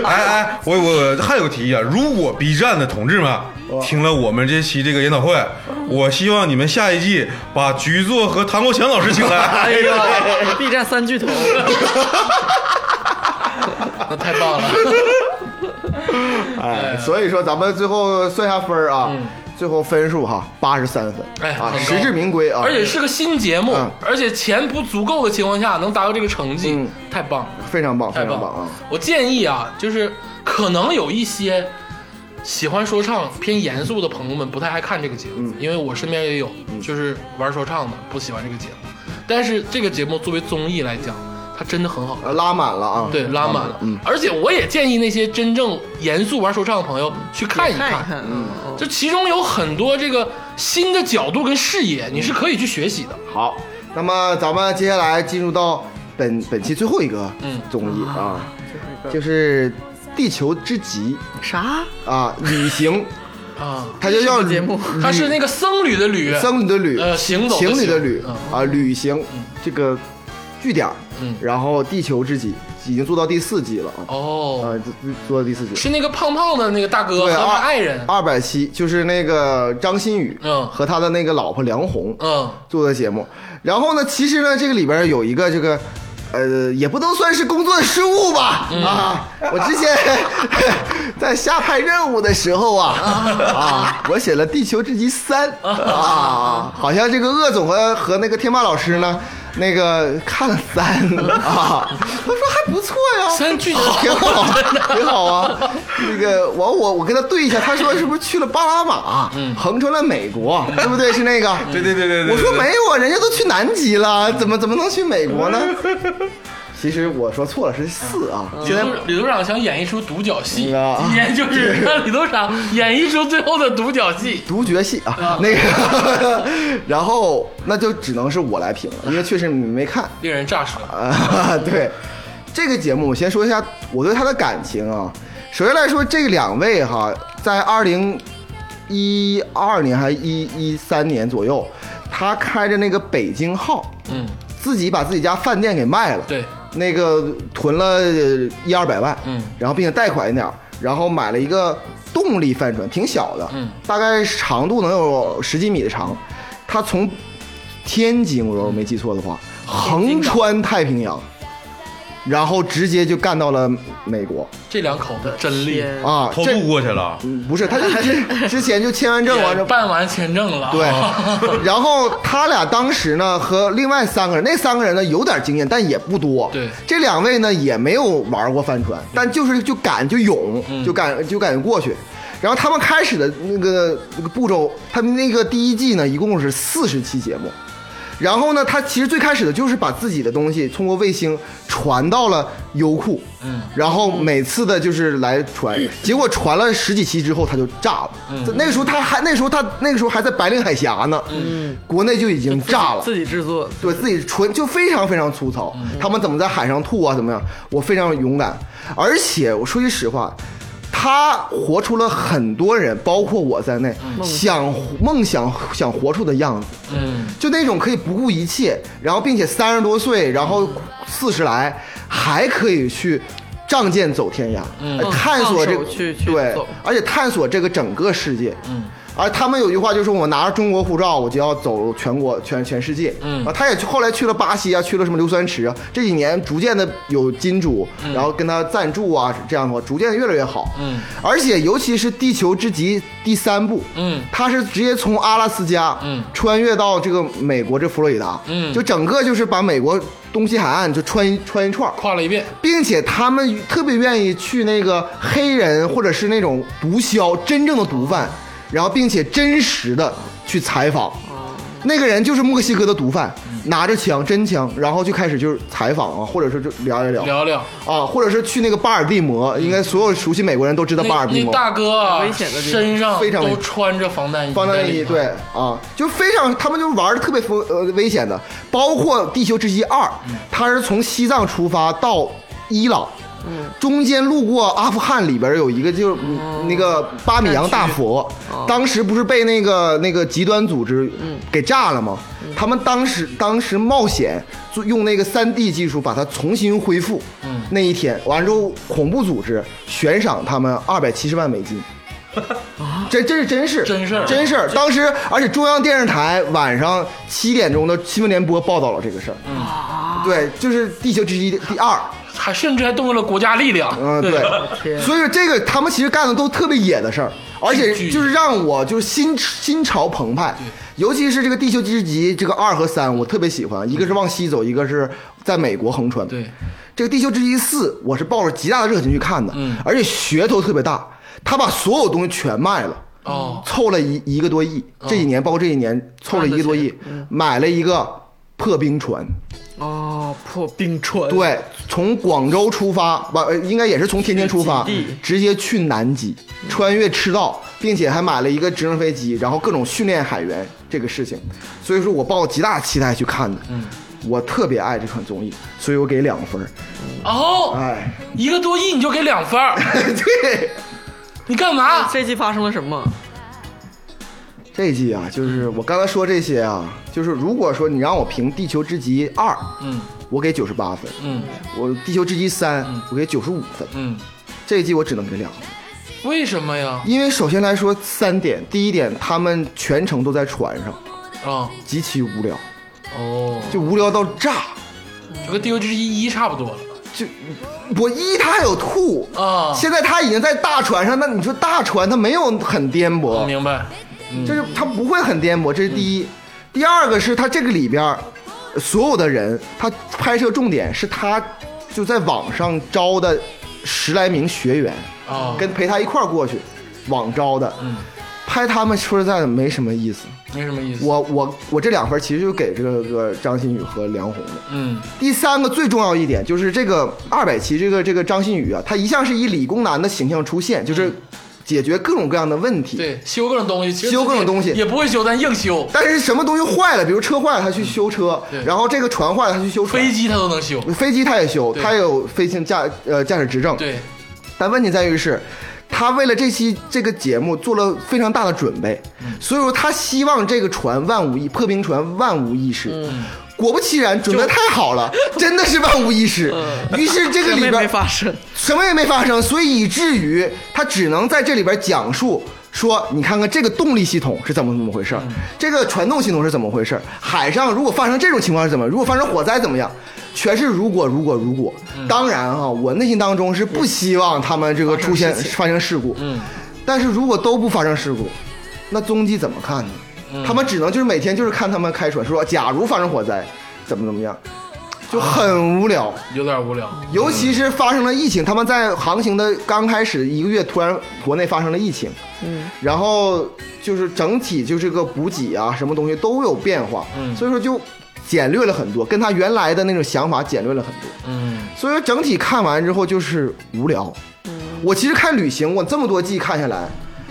Speaker 4: 哎哎，我我还有个提议啊，如果 B 站的同志们听了我们这期这个研讨会，我希望你们下一季把局座和唐国强老师请
Speaker 3: 哎
Speaker 4: 来。
Speaker 3: 呀，B 站三巨头，
Speaker 1: 那太棒 了，
Speaker 2: 哎，所以说咱们最后算下分儿啊，最后分数哈八十三分，
Speaker 1: 嗯哎很
Speaker 2: 啊，
Speaker 1: 高
Speaker 2: 实至名归啊，
Speaker 1: 而且是个新节目
Speaker 2: 嗯，
Speaker 1: 而且钱不足够的情况下能达到这个成绩
Speaker 2: 嗯，
Speaker 1: 太棒了。
Speaker 2: 非常棒，
Speaker 1: 太
Speaker 2: 非
Speaker 1: 棒
Speaker 2: 常
Speaker 1: 了
Speaker 2: 棒啊，！
Speaker 1: 我建议啊，就是可能有一些喜欢说唱偏严肃的朋友们不太爱看这个节目，因为我身边也有就是玩说唱的不喜欢这个节目。但是这个节目作为综艺来讲，它真的很好看。
Speaker 2: 呃拉满了啊。
Speaker 1: 对，拉满了。而且我也建议那些真正严肃玩说唱的朋友去看一
Speaker 3: 看一
Speaker 1: 看，
Speaker 3: 看，嗯，
Speaker 1: 这其中有很多这个新的角度跟视野，你是可以去学习的。
Speaker 2: 好，那么咱们接下来进入到本本期最后一个
Speaker 1: 嗯
Speaker 2: 综艺啊，就是《地球之极
Speaker 3: 啥？》
Speaker 2: 啊，旅行，
Speaker 1: 啊，
Speaker 2: 它就叫
Speaker 3: 什么节目
Speaker 1: 他是那个僧侣的侣，
Speaker 2: 僧侣的旅，
Speaker 1: 呃行走的
Speaker 2: 情侣的
Speaker 1: 行
Speaker 2: 旅
Speaker 1: 嗯
Speaker 2: 啊，旅行这个据点儿，
Speaker 1: 嗯
Speaker 2: 然后《地球之极》已经做到第四季了啊，
Speaker 1: 哦，
Speaker 2: 啊，做做到第四季，
Speaker 1: 是那个胖胖的那个大哥和
Speaker 2: 对，啊
Speaker 1: 他
Speaker 2: 二
Speaker 1: 爱人，
Speaker 2: 二百七，就是那个张馨予，
Speaker 1: 嗯
Speaker 2: 和他的那个老婆梁红，
Speaker 1: 嗯
Speaker 2: 做的节目。然后呢，其实呢，这个里边有一个这个。呃，也不能算是工作的失误吧，啊，我之前 在下派任务的时候啊，啊，我写了《地球之极三》啊，好像这个鄂总和和那个天霸老师呢，那个看了三啊，他说还不错呀，啊
Speaker 1: 三剧情
Speaker 2: 挺好，挺好啊。那个我我我跟他对一下，他说是不是去了巴拿马，横穿了美国，对不对？是那个，
Speaker 4: 对对对对对，
Speaker 2: 我说
Speaker 4: 对
Speaker 2: 没有啊，人家都去南极了，怎么怎么能去美国 呢？其实我说错了，是四啊。
Speaker 4: 嗯
Speaker 1: 李
Speaker 2: 现在
Speaker 1: 组李组长想演一出独角戏，
Speaker 2: 嗯啊
Speaker 1: 今天就是让李组长演一出最后的独角戏。
Speaker 2: 独角戏
Speaker 4: 嗯
Speaker 2: 啊，那个， 然后那就只能是我来评了，因为确实没看
Speaker 1: 令人咋舌。
Speaker 2: 啊。对，这个节目我先说一下我对他的感情啊。首先来说，这两位哈，在二零一二年还一一三年左右，他开着那个北京号，
Speaker 1: 嗯，
Speaker 2: 自己把自己家饭店给卖了。
Speaker 1: 对，
Speaker 2: 那个囤了一二百万，
Speaker 1: 嗯
Speaker 2: 然后并且贷款一点儿，然后买了一个动力帆船，挺小的，
Speaker 1: 嗯，
Speaker 2: 大概长度能有十几米的长，它从天津，我如果没记错的话，
Speaker 1: 哦
Speaker 2: 横穿太平洋，然后直接就干到了美国
Speaker 1: 这两口子真厉害，
Speaker 3: 天
Speaker 2: 啊，
Speaker 4: 偷
Speaker 2: 这
Speaker 4: 渡过去了，
Speaker 2: 不是，他就 之之前就签完证完
Speaker 1: 也
Speaker 2: 之后。
Speaker 1: 办完签证了。
Speaker 2: 对，
Speaker 1: 啊
Speaker 2: 然后他俩当时呢和另外三个人，那三个人呢有点经验，但也不多。
Speaker 1: 对
Speaker 2: 这两位呢也没有玩过帆船，但就是就敢就勇，就敢就敢过去。然后他们开始的那个那个步骤，他们那个第一季呢一共是四十期节目。然后呢，他其实最开始的就是把自己的东西通过卫星传到了优酷，
Speaker 1: 嗯，
Speaker 2: 然后每次的就是来传，结果传了十几期之后他就炸了，嗯，那个时候他还那时候他那个时候还在白令海峡呢，嗯，国内就已经炸了，
Speaker 3: 自己制作，
Speaker 2: 对自己纯就非常非常粗糙，他们怎么在海上吐啊，怎么样？我非常勇敢，而且我说句实话，他活出了很多人，包括我在内，想梦想想活出的样子，
Speaker 1: 嗯，
Speaker 2: 就那种可以不顾一切，然后并且三十多岁，然后四十来还可以去仗剑走天涯，
Speaker 1: 嗯
Speaker 2: 呃探索这
Speaker 3: 放手去去
Speaker 2: 对
Speaker 3: 走，
Speaker 2: 而且探索这个整个世界，
Speaker 1: 嗯。
Speaker 2: 而他们有句话就是我拿着中国护照，我就要走全国全全世界。
Speaker 1: 嗯
Speaker 2: 啊，他也去后来去了巴西啊，去了什么硫酸池啊，这几年逐渐的有金主，然后跟他赞助啊，这样的话逐渐越来越好。
Speaker 1: 嗯，
Speaker 2: 而且尤其是《地球之极》第三部，
Speaker 1: 嗯
Speaker 2: 他是直接从阿拉斯加，
Speaker 1: 嗯
Speaker 2: 穿越到这个美国这佛罗里达，
Speaker 1: 嗯
Speaker 2: 就整个就是把美国东西海岸就穿一穿一串儿，
Speaker 1: 跨了一遍，
Speaker 2: 并且他们特别愿意去那个黑人或者是那种毒枭，真正的毒贩，然后并且真实的去采访。
Speaker 1: 哦
Speaker 2: 那个人就是墨西哥的毒贩，
Speaker 1: 嗯
Speaker 2: 拿着枪，真枪，然后就开始就是采访啊，或者说就聊一聊
Speaker 1: 聊聊
Speaker 2: 啊，或者是去那个巴尔的摩，应该所有熟悉美国人都知道
Speaker 1: 那
Speaker 2: 巴尔的
Speaker 1: 那
Speaker 2: 摩。
Speaker 1: 大哥啊
Speaker 3: 危险的地方
Speaker 1: 身上
Speaker 2: 非常危
Speaker 1: 都
Speaker 2: 险
Speaker 1: 穿着防弹衣，
Speaker 2: 防弹衣，对，啊，就非常，他们就玩的特别疯呃危险的，包括《地球之息二》，它是从西藏出发到伊朗。中间路过阿富汗里边有一个就是那个巴米扬大佛，当时不是被那个那个极端组织给炸了吗？他们当时当时冒险做用那个三 D 技术把它重新恢复。那一天完之后，恐怖组织悬赏他们二百七十万美金。这这是真事，
Speaker 1: 真事儿
Speaker 2: 真事儿。当时，而且中央电视台晚上七点钟的新闻联播报道了这个事儿。
Speaker 1: 嗯
Speaker 2: 对，就是《地球之一》第二，
Speaker 1: 还甚至还动用了国家力量。
Speaker 2: 嗯，对。
Speaker 3: 天
Speaker 2: 所以说这个他们其实干的都特别野的事儿，而且
Speaker 1: 巨
Speaker 2: 就是让我就是心心潮澎湃。尤其是这个《地球之极》这个二和三，我特别喜欢，一个是往西走，一个是在美国横穿。
Speaker 1: 对，
Speaker 2: 这个《地球之极四》，我是抱着极大的热情去看的，
Speaker 1: 嗯
Speaker 2: 而且噱头特别大，他把所有东西全卖了。
Speaker 1: 哦，
Speaker 2: 凑了一一个多亿，这几年包括这一年凑了一个多亿，买了一个破冰船。
Speaker 3: 哦，破冰船，
Speaker 2: 对，从广州出发，完呃应该也是从天津出发
Speaker 3: 去极地，
Speaker 2: 直接去南极，穿越赤道，并且还买了一个直升飞机，然后各种训练海员这个事情，所以说我抱极大期待去看的。嗯，我特别爱这款综艺，所以我给两分儿。
Speaker 1: 哦，
Speaker 2: 哎，
Speaker 1: 一个多亿你就给两分儿，
Speaker 2: 对，
Speaker 1: 你干
Speaker 2: 啊
Speaker 1: 嘛？
Speaker 3: 这季发生了什么？
Speaker 2: 这一季啊，就是我刚才说这些啊，就是如果说你让我评《地球之极二》，
Speaker 1: 嗯
Speaker 2: 我给九十八分；
Speaker 1: 嗯
Speaker 2: 我《地球之极三》，我给九十五分。
Speaker 1: 嗯，
Speaker 2: 这一季我只能给两分。
Speaker 1: 为什么呀？
Speaker 2: 因为首先来说三点，第一点，他们全程都在船上，
Speaker 1: 啊
Speaker 2: 极其无聊，
Speaker 1: 哦，
Speaker 2: 就无聊到炸。
Speaker 1: 就跟《地球之一》一差不多了
Speaker 2: 就我一他还有吐
Speaker 1: 啊
Speaker 2: 现在他已经在大船上，那你说大船它没有很颠簸，
Speaker 1: 明白？
Speaker 2: 就是他不会很颠簸，这是第一。第二个是他这个里边儿所有的人，他拍摄重点是他就在网上招的十来名学员，
Speaker 1: 啊，
Speaker 2: 跟陪他一块儿过去，网招的。拍他们说实在的没什么意思。
Speaker 1: 没什么意思。
Speaker 2: 我我我这两分其实就给这个个张馨予和梁红的。
Speaker 1: 嗯
Speaker 2: 第三个最重要一点就是这个二百期这个这个张馨予啊，他一向是以理工男的形象出现，就是解决各种各样的问题。
Speaker 1: 对，修各种东西，其实
Speaker 2: 修各种东西
Speaker 1: 自己也不会修，但硬修，
Speaker 2: 但是什么东西坏了，比如车坏了，他去修车
Speaker 1: 对；
Speaker 2: 然后这个船坏了，他去修船
Speaker 1: 飞。机他都能修。
Speaker 2: 飞机他也修，
Speaker 1: 对
Speaker 2: 他有飞行驾呃驾驶执证。
Speaker 1: 对，
Speaker 2: 但问题在于是，他为了这期这个节目做了非常大的准备，
Speaker 1: 嗯
Speaker 2: 所以说他希望这个船万无一破冰船万无一失。
Speaker 1: 嗯
Speaker 2: 果不其然，准备得太好了，真的是万无一 失。
Speaker 1: 嗯
Speaker 2: 于是这个
Speaker 3: 什么
Speaker 2: 里
Speaker 3: 也
Speaker 2: 边
Speaker 3: 没发生。
Speaker 2: 什么也没发生，所以以至于他只能在这里边讲述说，你看看这个动力系统是怎么怎么回事儿，这个传动系统是怎么回事儿，海上如果发生这种情况是怎么，如果发生火灾怎么样，全是如果如果如果。当然哈、我内心当中是不希望他们这个出现发生事故，嗯，但是如果都不发生事故，那踪迹怎么看呢？他们只能就是每天就是看他们开船，说假如发生火灾，怎么怎么样，就很无聊。
Speaker 1: 有点无聊。
Speaker 2: 尤其是发生了疫情，他们在航行的刚开始一个月，突然国内发生了疫情，嗯，然后就是整体就是个补给啊，什么东西都有变化，嗯，所以说就简略了很多，跟他原来的那种想法简略了很多，
Speaker 1: 嗯
Speaker 2: 所以说整体看完之后就是无聊。我其实看旅行，我这么多季看下来，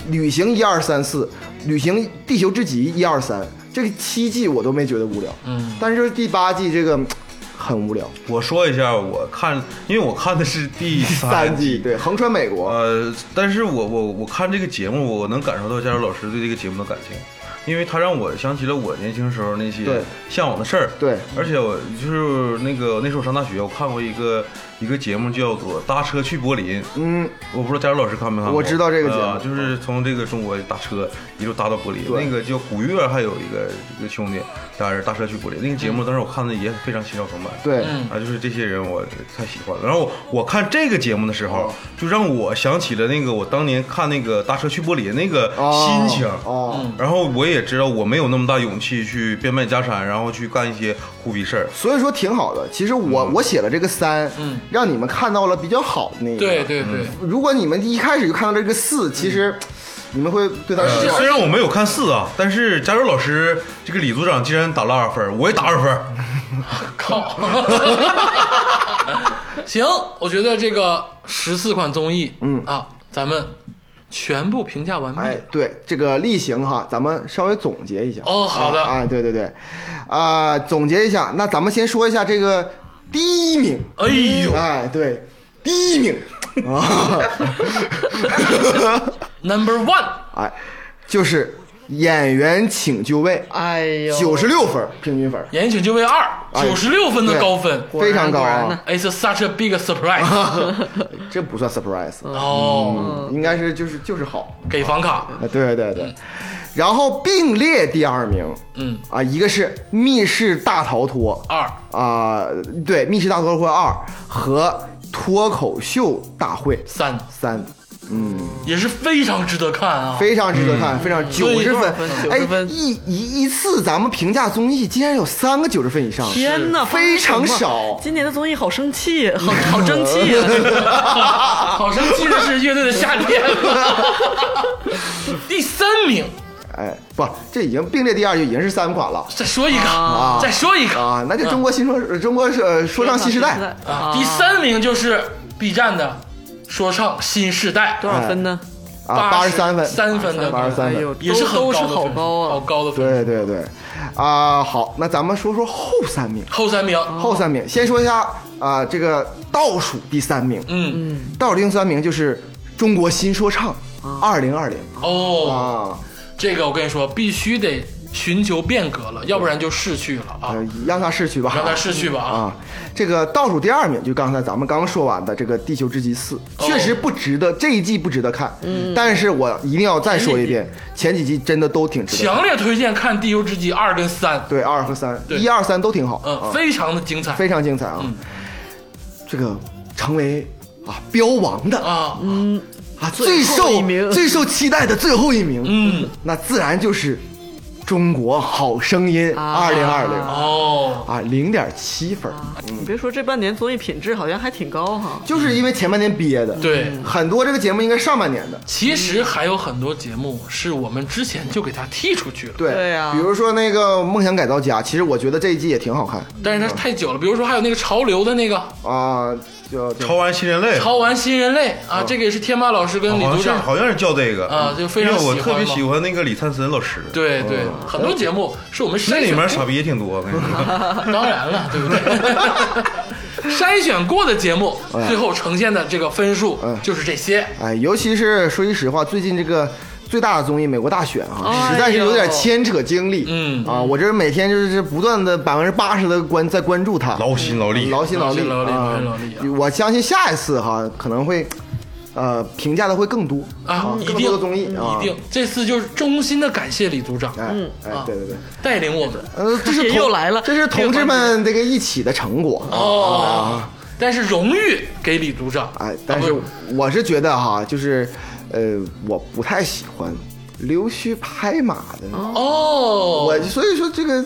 Speaker 2: 旅行一二三四，旅行地球之极一二三，这个七季我都没觉得无聊，
Speaker 1: 嗯，
Speaker 2: 但是第八季这个很无聊，
Speaker 4: 我说一下，我看，因为我看的是第
Speaker 2: 三季对横穿美国，
Speaker 4: 呃，但是我我我看这个节目，我能感受到佳茹老师对这个节目的感情，因为他让我想起了我年轻时候
Speaker 2: 对
Speaker 4: 那些向往的事儿。
Speaker 2: 对
Speaker 4: 而且我就是那个那时候上大学，我看过一个一个节目叫做《搭车去柏林》。
Speaker 2: 嗯，
Speaker 4: 我不知道佳茹老师看没看过？
Speaker 2: 我知道这个节目
Speaker 4: 呃就是从这个中国搭车一路搭到柏林。
Speaker 2: 对
Speaker 4: 那个叫古月，还有一个一个兄弟，俩人搭车去柏林。那个节目当时我看的也非常心潮澎湃。
Speaker 2: 对，
Speaker 1: 嗯
Speaker 4: 啊，就是这些人我太喜欢了。然后我我看这个节目的时
Speaker 2: 哦
Speaker 4: 候，就让我想起了那个我当年看那个《搭车去柏林》那个心情。
Speaker 2: 哦。
Speaker 1: 嗯
Speaker 4: 然后我也知道我没有那么大勇气去变卖家产，然后去干一些虎逼事儿。
Speaker 2: 所以说挺好的，其实我、我写了这个三，
Speaker 1: 嗯
Speaker 2: 让你们看到了比较好的那一面
Speaker 1: 对。嗯对对，
Speaker 2: 如果你们一开始就看到这个四，其实你们会对他
Speaker 1: 嗯
Speaker 4: 呃
Speaker 2: 失望。
Speaker 4: 虽然我没有看四啊，但是加州老师这个李组长既然打了二分儿，我也打二分儿。
Speaker 1: 嗯靠！ 行，我觉得这个十四款综艺，嗯啊，咱们全部评价完毕。
Speaker 2: 哎，对这个例行哈，咱们稍微总结一下。
Speaker 1: 哦好的
Speaker 2: 啊，哎对对对，啊、总结一下，那咱们先说一下这个第一名。
Speaker 1: 哎呦，
Speaker 2: 哎，对，第一名 啊，
Speaker 1: Number One，
Speaker 2: 哎，就是演员请就位，
Speaker 3: 哎呦，
Speaker 2: 九十六分儿平均分儿，
Speaker 1: 《言情就位二》
Speaker 2: 哎
Speaker 1: 九十六分的
Speaker 2: 对
Speaker 1: 高分
Speaker 3: 果然
Speaker 2: 非常高
Speaker 3: 果然
Speaker 2: 啊
Speaker 3: 呢。
Speaker 1: ，It's such a big surprise。
Speaker 2: 这不算 surprise，嗯
Speaker 1: 哦，
Speaker 2: 应该是就是就是好
Speaker 1: 给房卡，
Speaker 2: 啊，对对对。然后并列第二名
Speaker 1: 嗯，
Speaker 2: 啊，一个是《密室大逃脱
Speaker 1: 二，》
Speaker 2: 啊，对，《密室大逃脱二》和《脱口秀大会
Speaker 1: 三
Speaker 2: 三》，
Speaker 1: 也是非常值得看啊。
Speaker 2: 非常值得看，非常九十分
Speaker 3: 分，90
Speaker 2: 哎
Speaker 3: 分，
Speaker 2: 一一一次咱们评价综艺竟然有三个九十分以上，
Speaker 3: 天哪，
Speaker 2: 非常
Speaker 3: 发生什么
Speaker 2: 少
Speaker 3: 今年的综艺好生 气，好好争气啊！
Speaker 1: 好生气的是乐队的夏天。第三名，
Speaker 2: 哎，不，这已经并列第二就已经是三款了
Speaker 1: 再说一个，
Speaker 3: 啊
Speaker 1: 再说一个，
Speaker 2: 啊！那就中国新说、中国呃说唱新时代，
Speaker 3: 啊，
Speaker 1: 第三名就是 B 站的说唱新时代，
Speaker 3: 多少分呢？
Speaker 2: 啊，八十三分，
Speaker 1: 三分的
Speaker 2: 83
Speaker 3: 哎
Speaker 2: 分
Speaker 3: 呦，
Speaker 1: 也是很
Speaker 3: 都
Speaker 1: 高
Speaker 3: 都
Speaker 1: 的
Speaker 3: 是
Speaker 1: 分数
Speaker 3: 好高
Speaker 1: 好
Speaker 3: 啊！
Speaker 1: 高的分数。
Speaker 2: 对对对，啊、好，那咱们说说后三名，
Speaker 1: 后三名，
Speaker 3: 啊
Speaker 2: 后三名先说一下啊、这个倒数第三名，
Speaker 1: 嗯，
Speaker 2: 倒数第三名就是中国新说唱二零二零
Speaker 1: 啊哦，
Speaker 2: 啊，
Speaker 1: 这个我跟你说，必须得寻求变革了，要不然就逝去了啊
Speaker 2: 呃，让它逝去吧，
Speaker 1: 让它逝去吧啊。
Speaker 2: 啊，这个倒数第二名就刚才咱们刚说完的这个《地球之极四》，
Speaker 1: 哦
Speaker 2: 确实不值得这一季不值得看，嗯，但是我一定要再说一遍，前几季真的都挺值得看，
Speaker 1: 强烈推荐看《地球之极二》跟三，
Speaker 2: 对二和三，
Speaker 1: 对
Speaker 2: 一二三都挺好，
Speaker 1: 嗯，
Speaker 2: 啊
Speaker 1: 非常的精彩
Speaker 2: 非常精彩
Speaker 3: 嗯
Speaker 2: 啊，这个成为啊标王的
Speaker 1: 啊，
Speaker 2: 啊最
Speaker 3: 后一
Speaker 2: 受
Speaker 3: 名
Speaker 2: 最受期待的最后一名，
Speaker 1: 嗯，
Speaker 2: 那自然就是中国好声音
Speaker 3: 啊
Speaker 2: 二零二零
Speaker 1: 哦，
Speaker 2: 啊零点七分儿，
Speaker 3: 你别说，这半年综艺品质好像还挺高哈。
Speaker 2: 就是因为前半年憋的，。
Speaker 1: 对，
Speaker 2: 很多这个节目应该上半年的，
Speaker 1: 其实还有很多节目是我们之前就给它踢出去了，
Speaker 2: 对
Speaker 3: 对啊呀
Speaker 2: 比如说那个《梦想改造家》，其实我觉得这一季也挺好看
Speaker 1: 但是它太久了。比如说还有那个潮流的那个
Speaker 2: 啊，就就
Speaker 4: 潮玩新人类，
Speaker 1: 《潮玩新人类》啊，这个也是天霸老师跟李
Speaker 4: 好
Speaker 1: 组
Speaker 4: 像是
Speaker 1: 长
Speaker 4: 好像是叫这个嗯
Speaker 1: 啊就非常
Speaker 4: 因为我
Speaker 1: 喜
Speaker 4: 特
Speaker 1: 欢
Speaker 4: 别
Speaker 1: 嘛
Speaker 4: 喜欢那个李灿森老师，
Speaker 1: 对对，很多节目是我们
Speaker 4: 那
Speaker 1: 筛
Speaker 4: 里
Speaker 1: 选
Speaker 4: 面
Speaker 1: 过，
Speaker 4: 傻逼也挺多，我跟你 说，
Speaker 1: 当然了，对不对？筛选过的节目，最后呈现的这个分数就是这些。
Speaker 2: 哎，尤其是说句实话，最近这个最大的综艺《美国大选》啊，
Speaker 3: 哎呦
Speaker 2: 实在是有点牵扯精力。
Speaker 1: 嗯
Speaker 2: 啊，我这每天就是不断的百分之八十的关在关注它，
Speaker 4: 劳心劳力，
Speaker 2: 劳心劳力
Speaker 1: 劳心劳力
Speaker 2: 啊
Speaker 1: 劳心劳力
Speaker 2: 我相信下一次哈可能会，呃，评价的会更多
Speaker 1: 啊，一
Speaker 2: 更
Speaker 1: 定
Speaker 2: 多的综艺啊，
Speaker 1: 一定。这次就是衷心的感谢李组长
Speaker 2: 哎哎
Speaker 1: 啊，
Speaker 2: 对对对。
Speaker 1: 带领我们
Speaker 2: 呃，这是
Speaker 3: 也
Speaker 2: 同
Speaker 3: 又来了
Speaker 2: 这是同志们这个一起的成果啊
Speaker 1: 哦。但是荣誉给李组长，
Speaker 2: 哎，但是
Speaker 1: 啊
Speaker 2: 我是觉得哈，就是，呃，我不太喜欢溜须拍马的，
Speaker 1: 不哦，
Speaker 2: 我所以说这个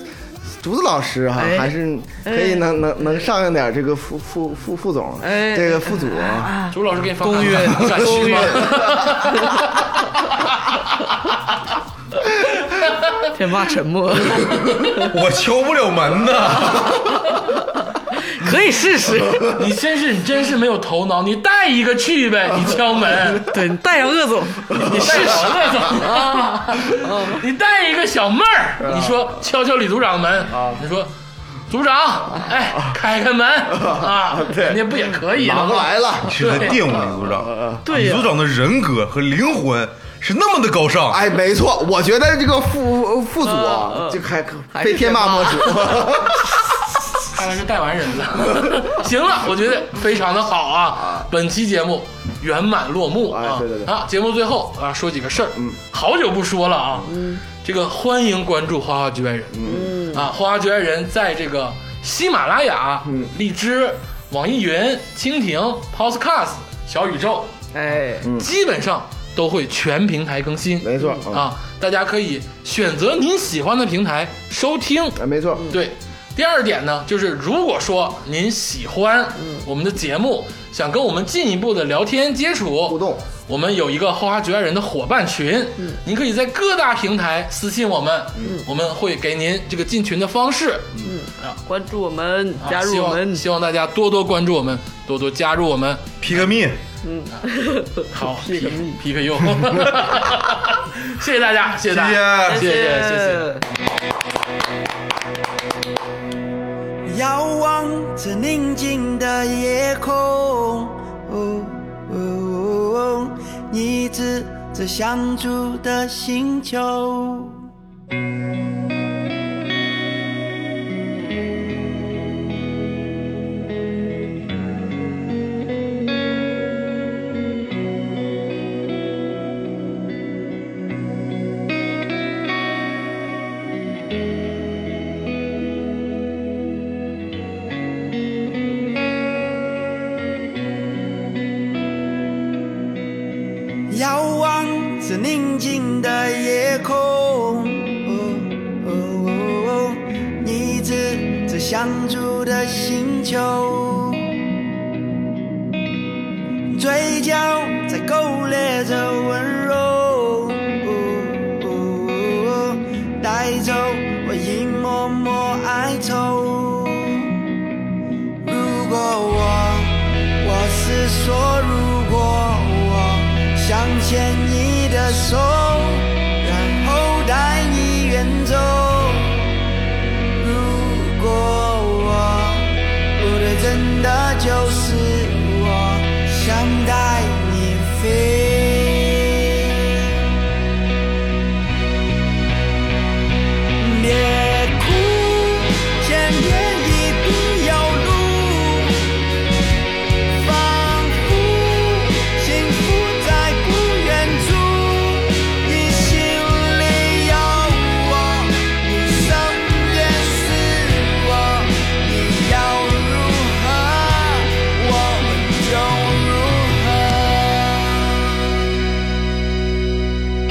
Speaker 2: 竹子老师哈，
Speaker 3: 哎
Speaker 2: 还是可以能能能上一点这个副副副副总，
Speaker 3: 哎
Speaker 2: 这个副组啊，
Speaker 1: 朱老师给你发
Speaker 3: 公约
Speaker 1: 展示
Speaker 3: 公约
Speaker 1: 吗？
Speaker 3: 天霸 沉默，
Speaker 4: 我敲不了门呐，
Speaker 3: 可以 试试。
Speaker 1: 你真是你真是没有头脑，你带一个去呗，你敲门，
Speaker 3: 对你带上鄂总，
Speaker 1: 你试试那种， 你带一个小妹儿，你说敲敲李组长门，你说组长，哎，开开门啊，人家不也可以
Speaker 2: 马
Speaker 1: 了
Speaker 2: 哥
Speaker 1: 吗？
Speaker 2: 来了，
Speaker 4: 是在玷污李组 长，
Speaker 3: 对
Speaker 4: 李
Speaker 3: 呀
Speaker 4: 组长的人格和灵魂是那么的高尚，
Speaker 2: 哎，没错，我觉得这个副副组啊，就还
Speaker 3: 还
Speaker 2: 非
Speaker 3: 是
Speaker 2: 天
Speaker 3: 天
Speaker 2: 霸
Speaker 3: 霸
Speaker 2: 莫属，
Speaker 1: 看来是带完人了。 行了，我觉得非常的好啊，本期节目圆满落幕啊。
Speaker 2: 哎对对对
Speaker 1: 啊，节目最后啊说几个事儿，嗯，好久不说了啊。嗯，这个欢迎关注花花局外人，嗯啊，花花局外人在这个喜马拉雅、
Speaker 2: 嗯
Speaker 1: 荔枝、网易云、蜻蜓、Podcast、小宇宙，
Speaker 3: 哎，
Speaker 1: 基本上都会全平台更新。
Speaker 2: 嗯没错啊，
Speaker 1: 啊，大家可以选择您喜欢的平台收听，
Speaker 2: 哎没错，
Speaker 1: 对，第二点呢，就是如果说您喜欢我们的节目，想跟我们进一步的聊天接触
Speaker 2: 互动，
Speaker 1: 我们有一个后花局外人的伙伴群，您可以在各大平台私信我们，我们会给您这个进群的方式，
Speaker 3: 关注我们，
Speaker 1: 啊
Speaker 3: 嗯加
Speaker 1: 希
Speaker 3: 入
Speaker 1: 望
Speaker 3: 我们，
Speaker 1: 希望大家多多关注我们，多多加入我们，
Speaker 4: 皮革命，
Speaker 1: 好，皮 皮克用，谢谢大家，谢谢大
Speaker 4: 谢
Speaker 1: 家，
Speaker 4: 谢。
Speaker 1: 谢谢谢谢。
Speaker 5: 遥望着宁静的夜空，哦哦哦你指着相处的星球。遥望着宁静的夜空，哦哦哦哦你指着相处的星球，嘴角在勾勒着温柔，哦哦哦的手，然后带你远走。如果我不对，真的就是我想带你飞。别哭，前面一定有路，仿佛幸福在不远处。你心里有我，你身边是我，你要如何，我们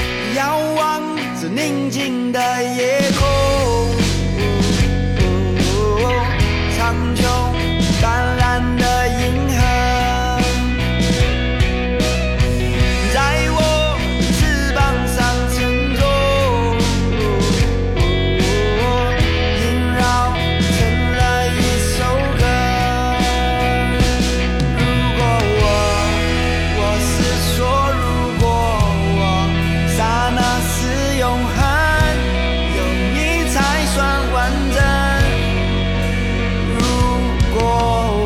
Speaker 5: 就如何。遥望着宁静的夜空，苍穹斑斓的银河，在我翅膀上乘坐，萦绕成了一首歌。如果我，我是说如果我，刹那是永恒，有你才算完整。如果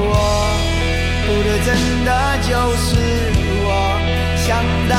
Speaker 5: 我，不对，真的就是我，想带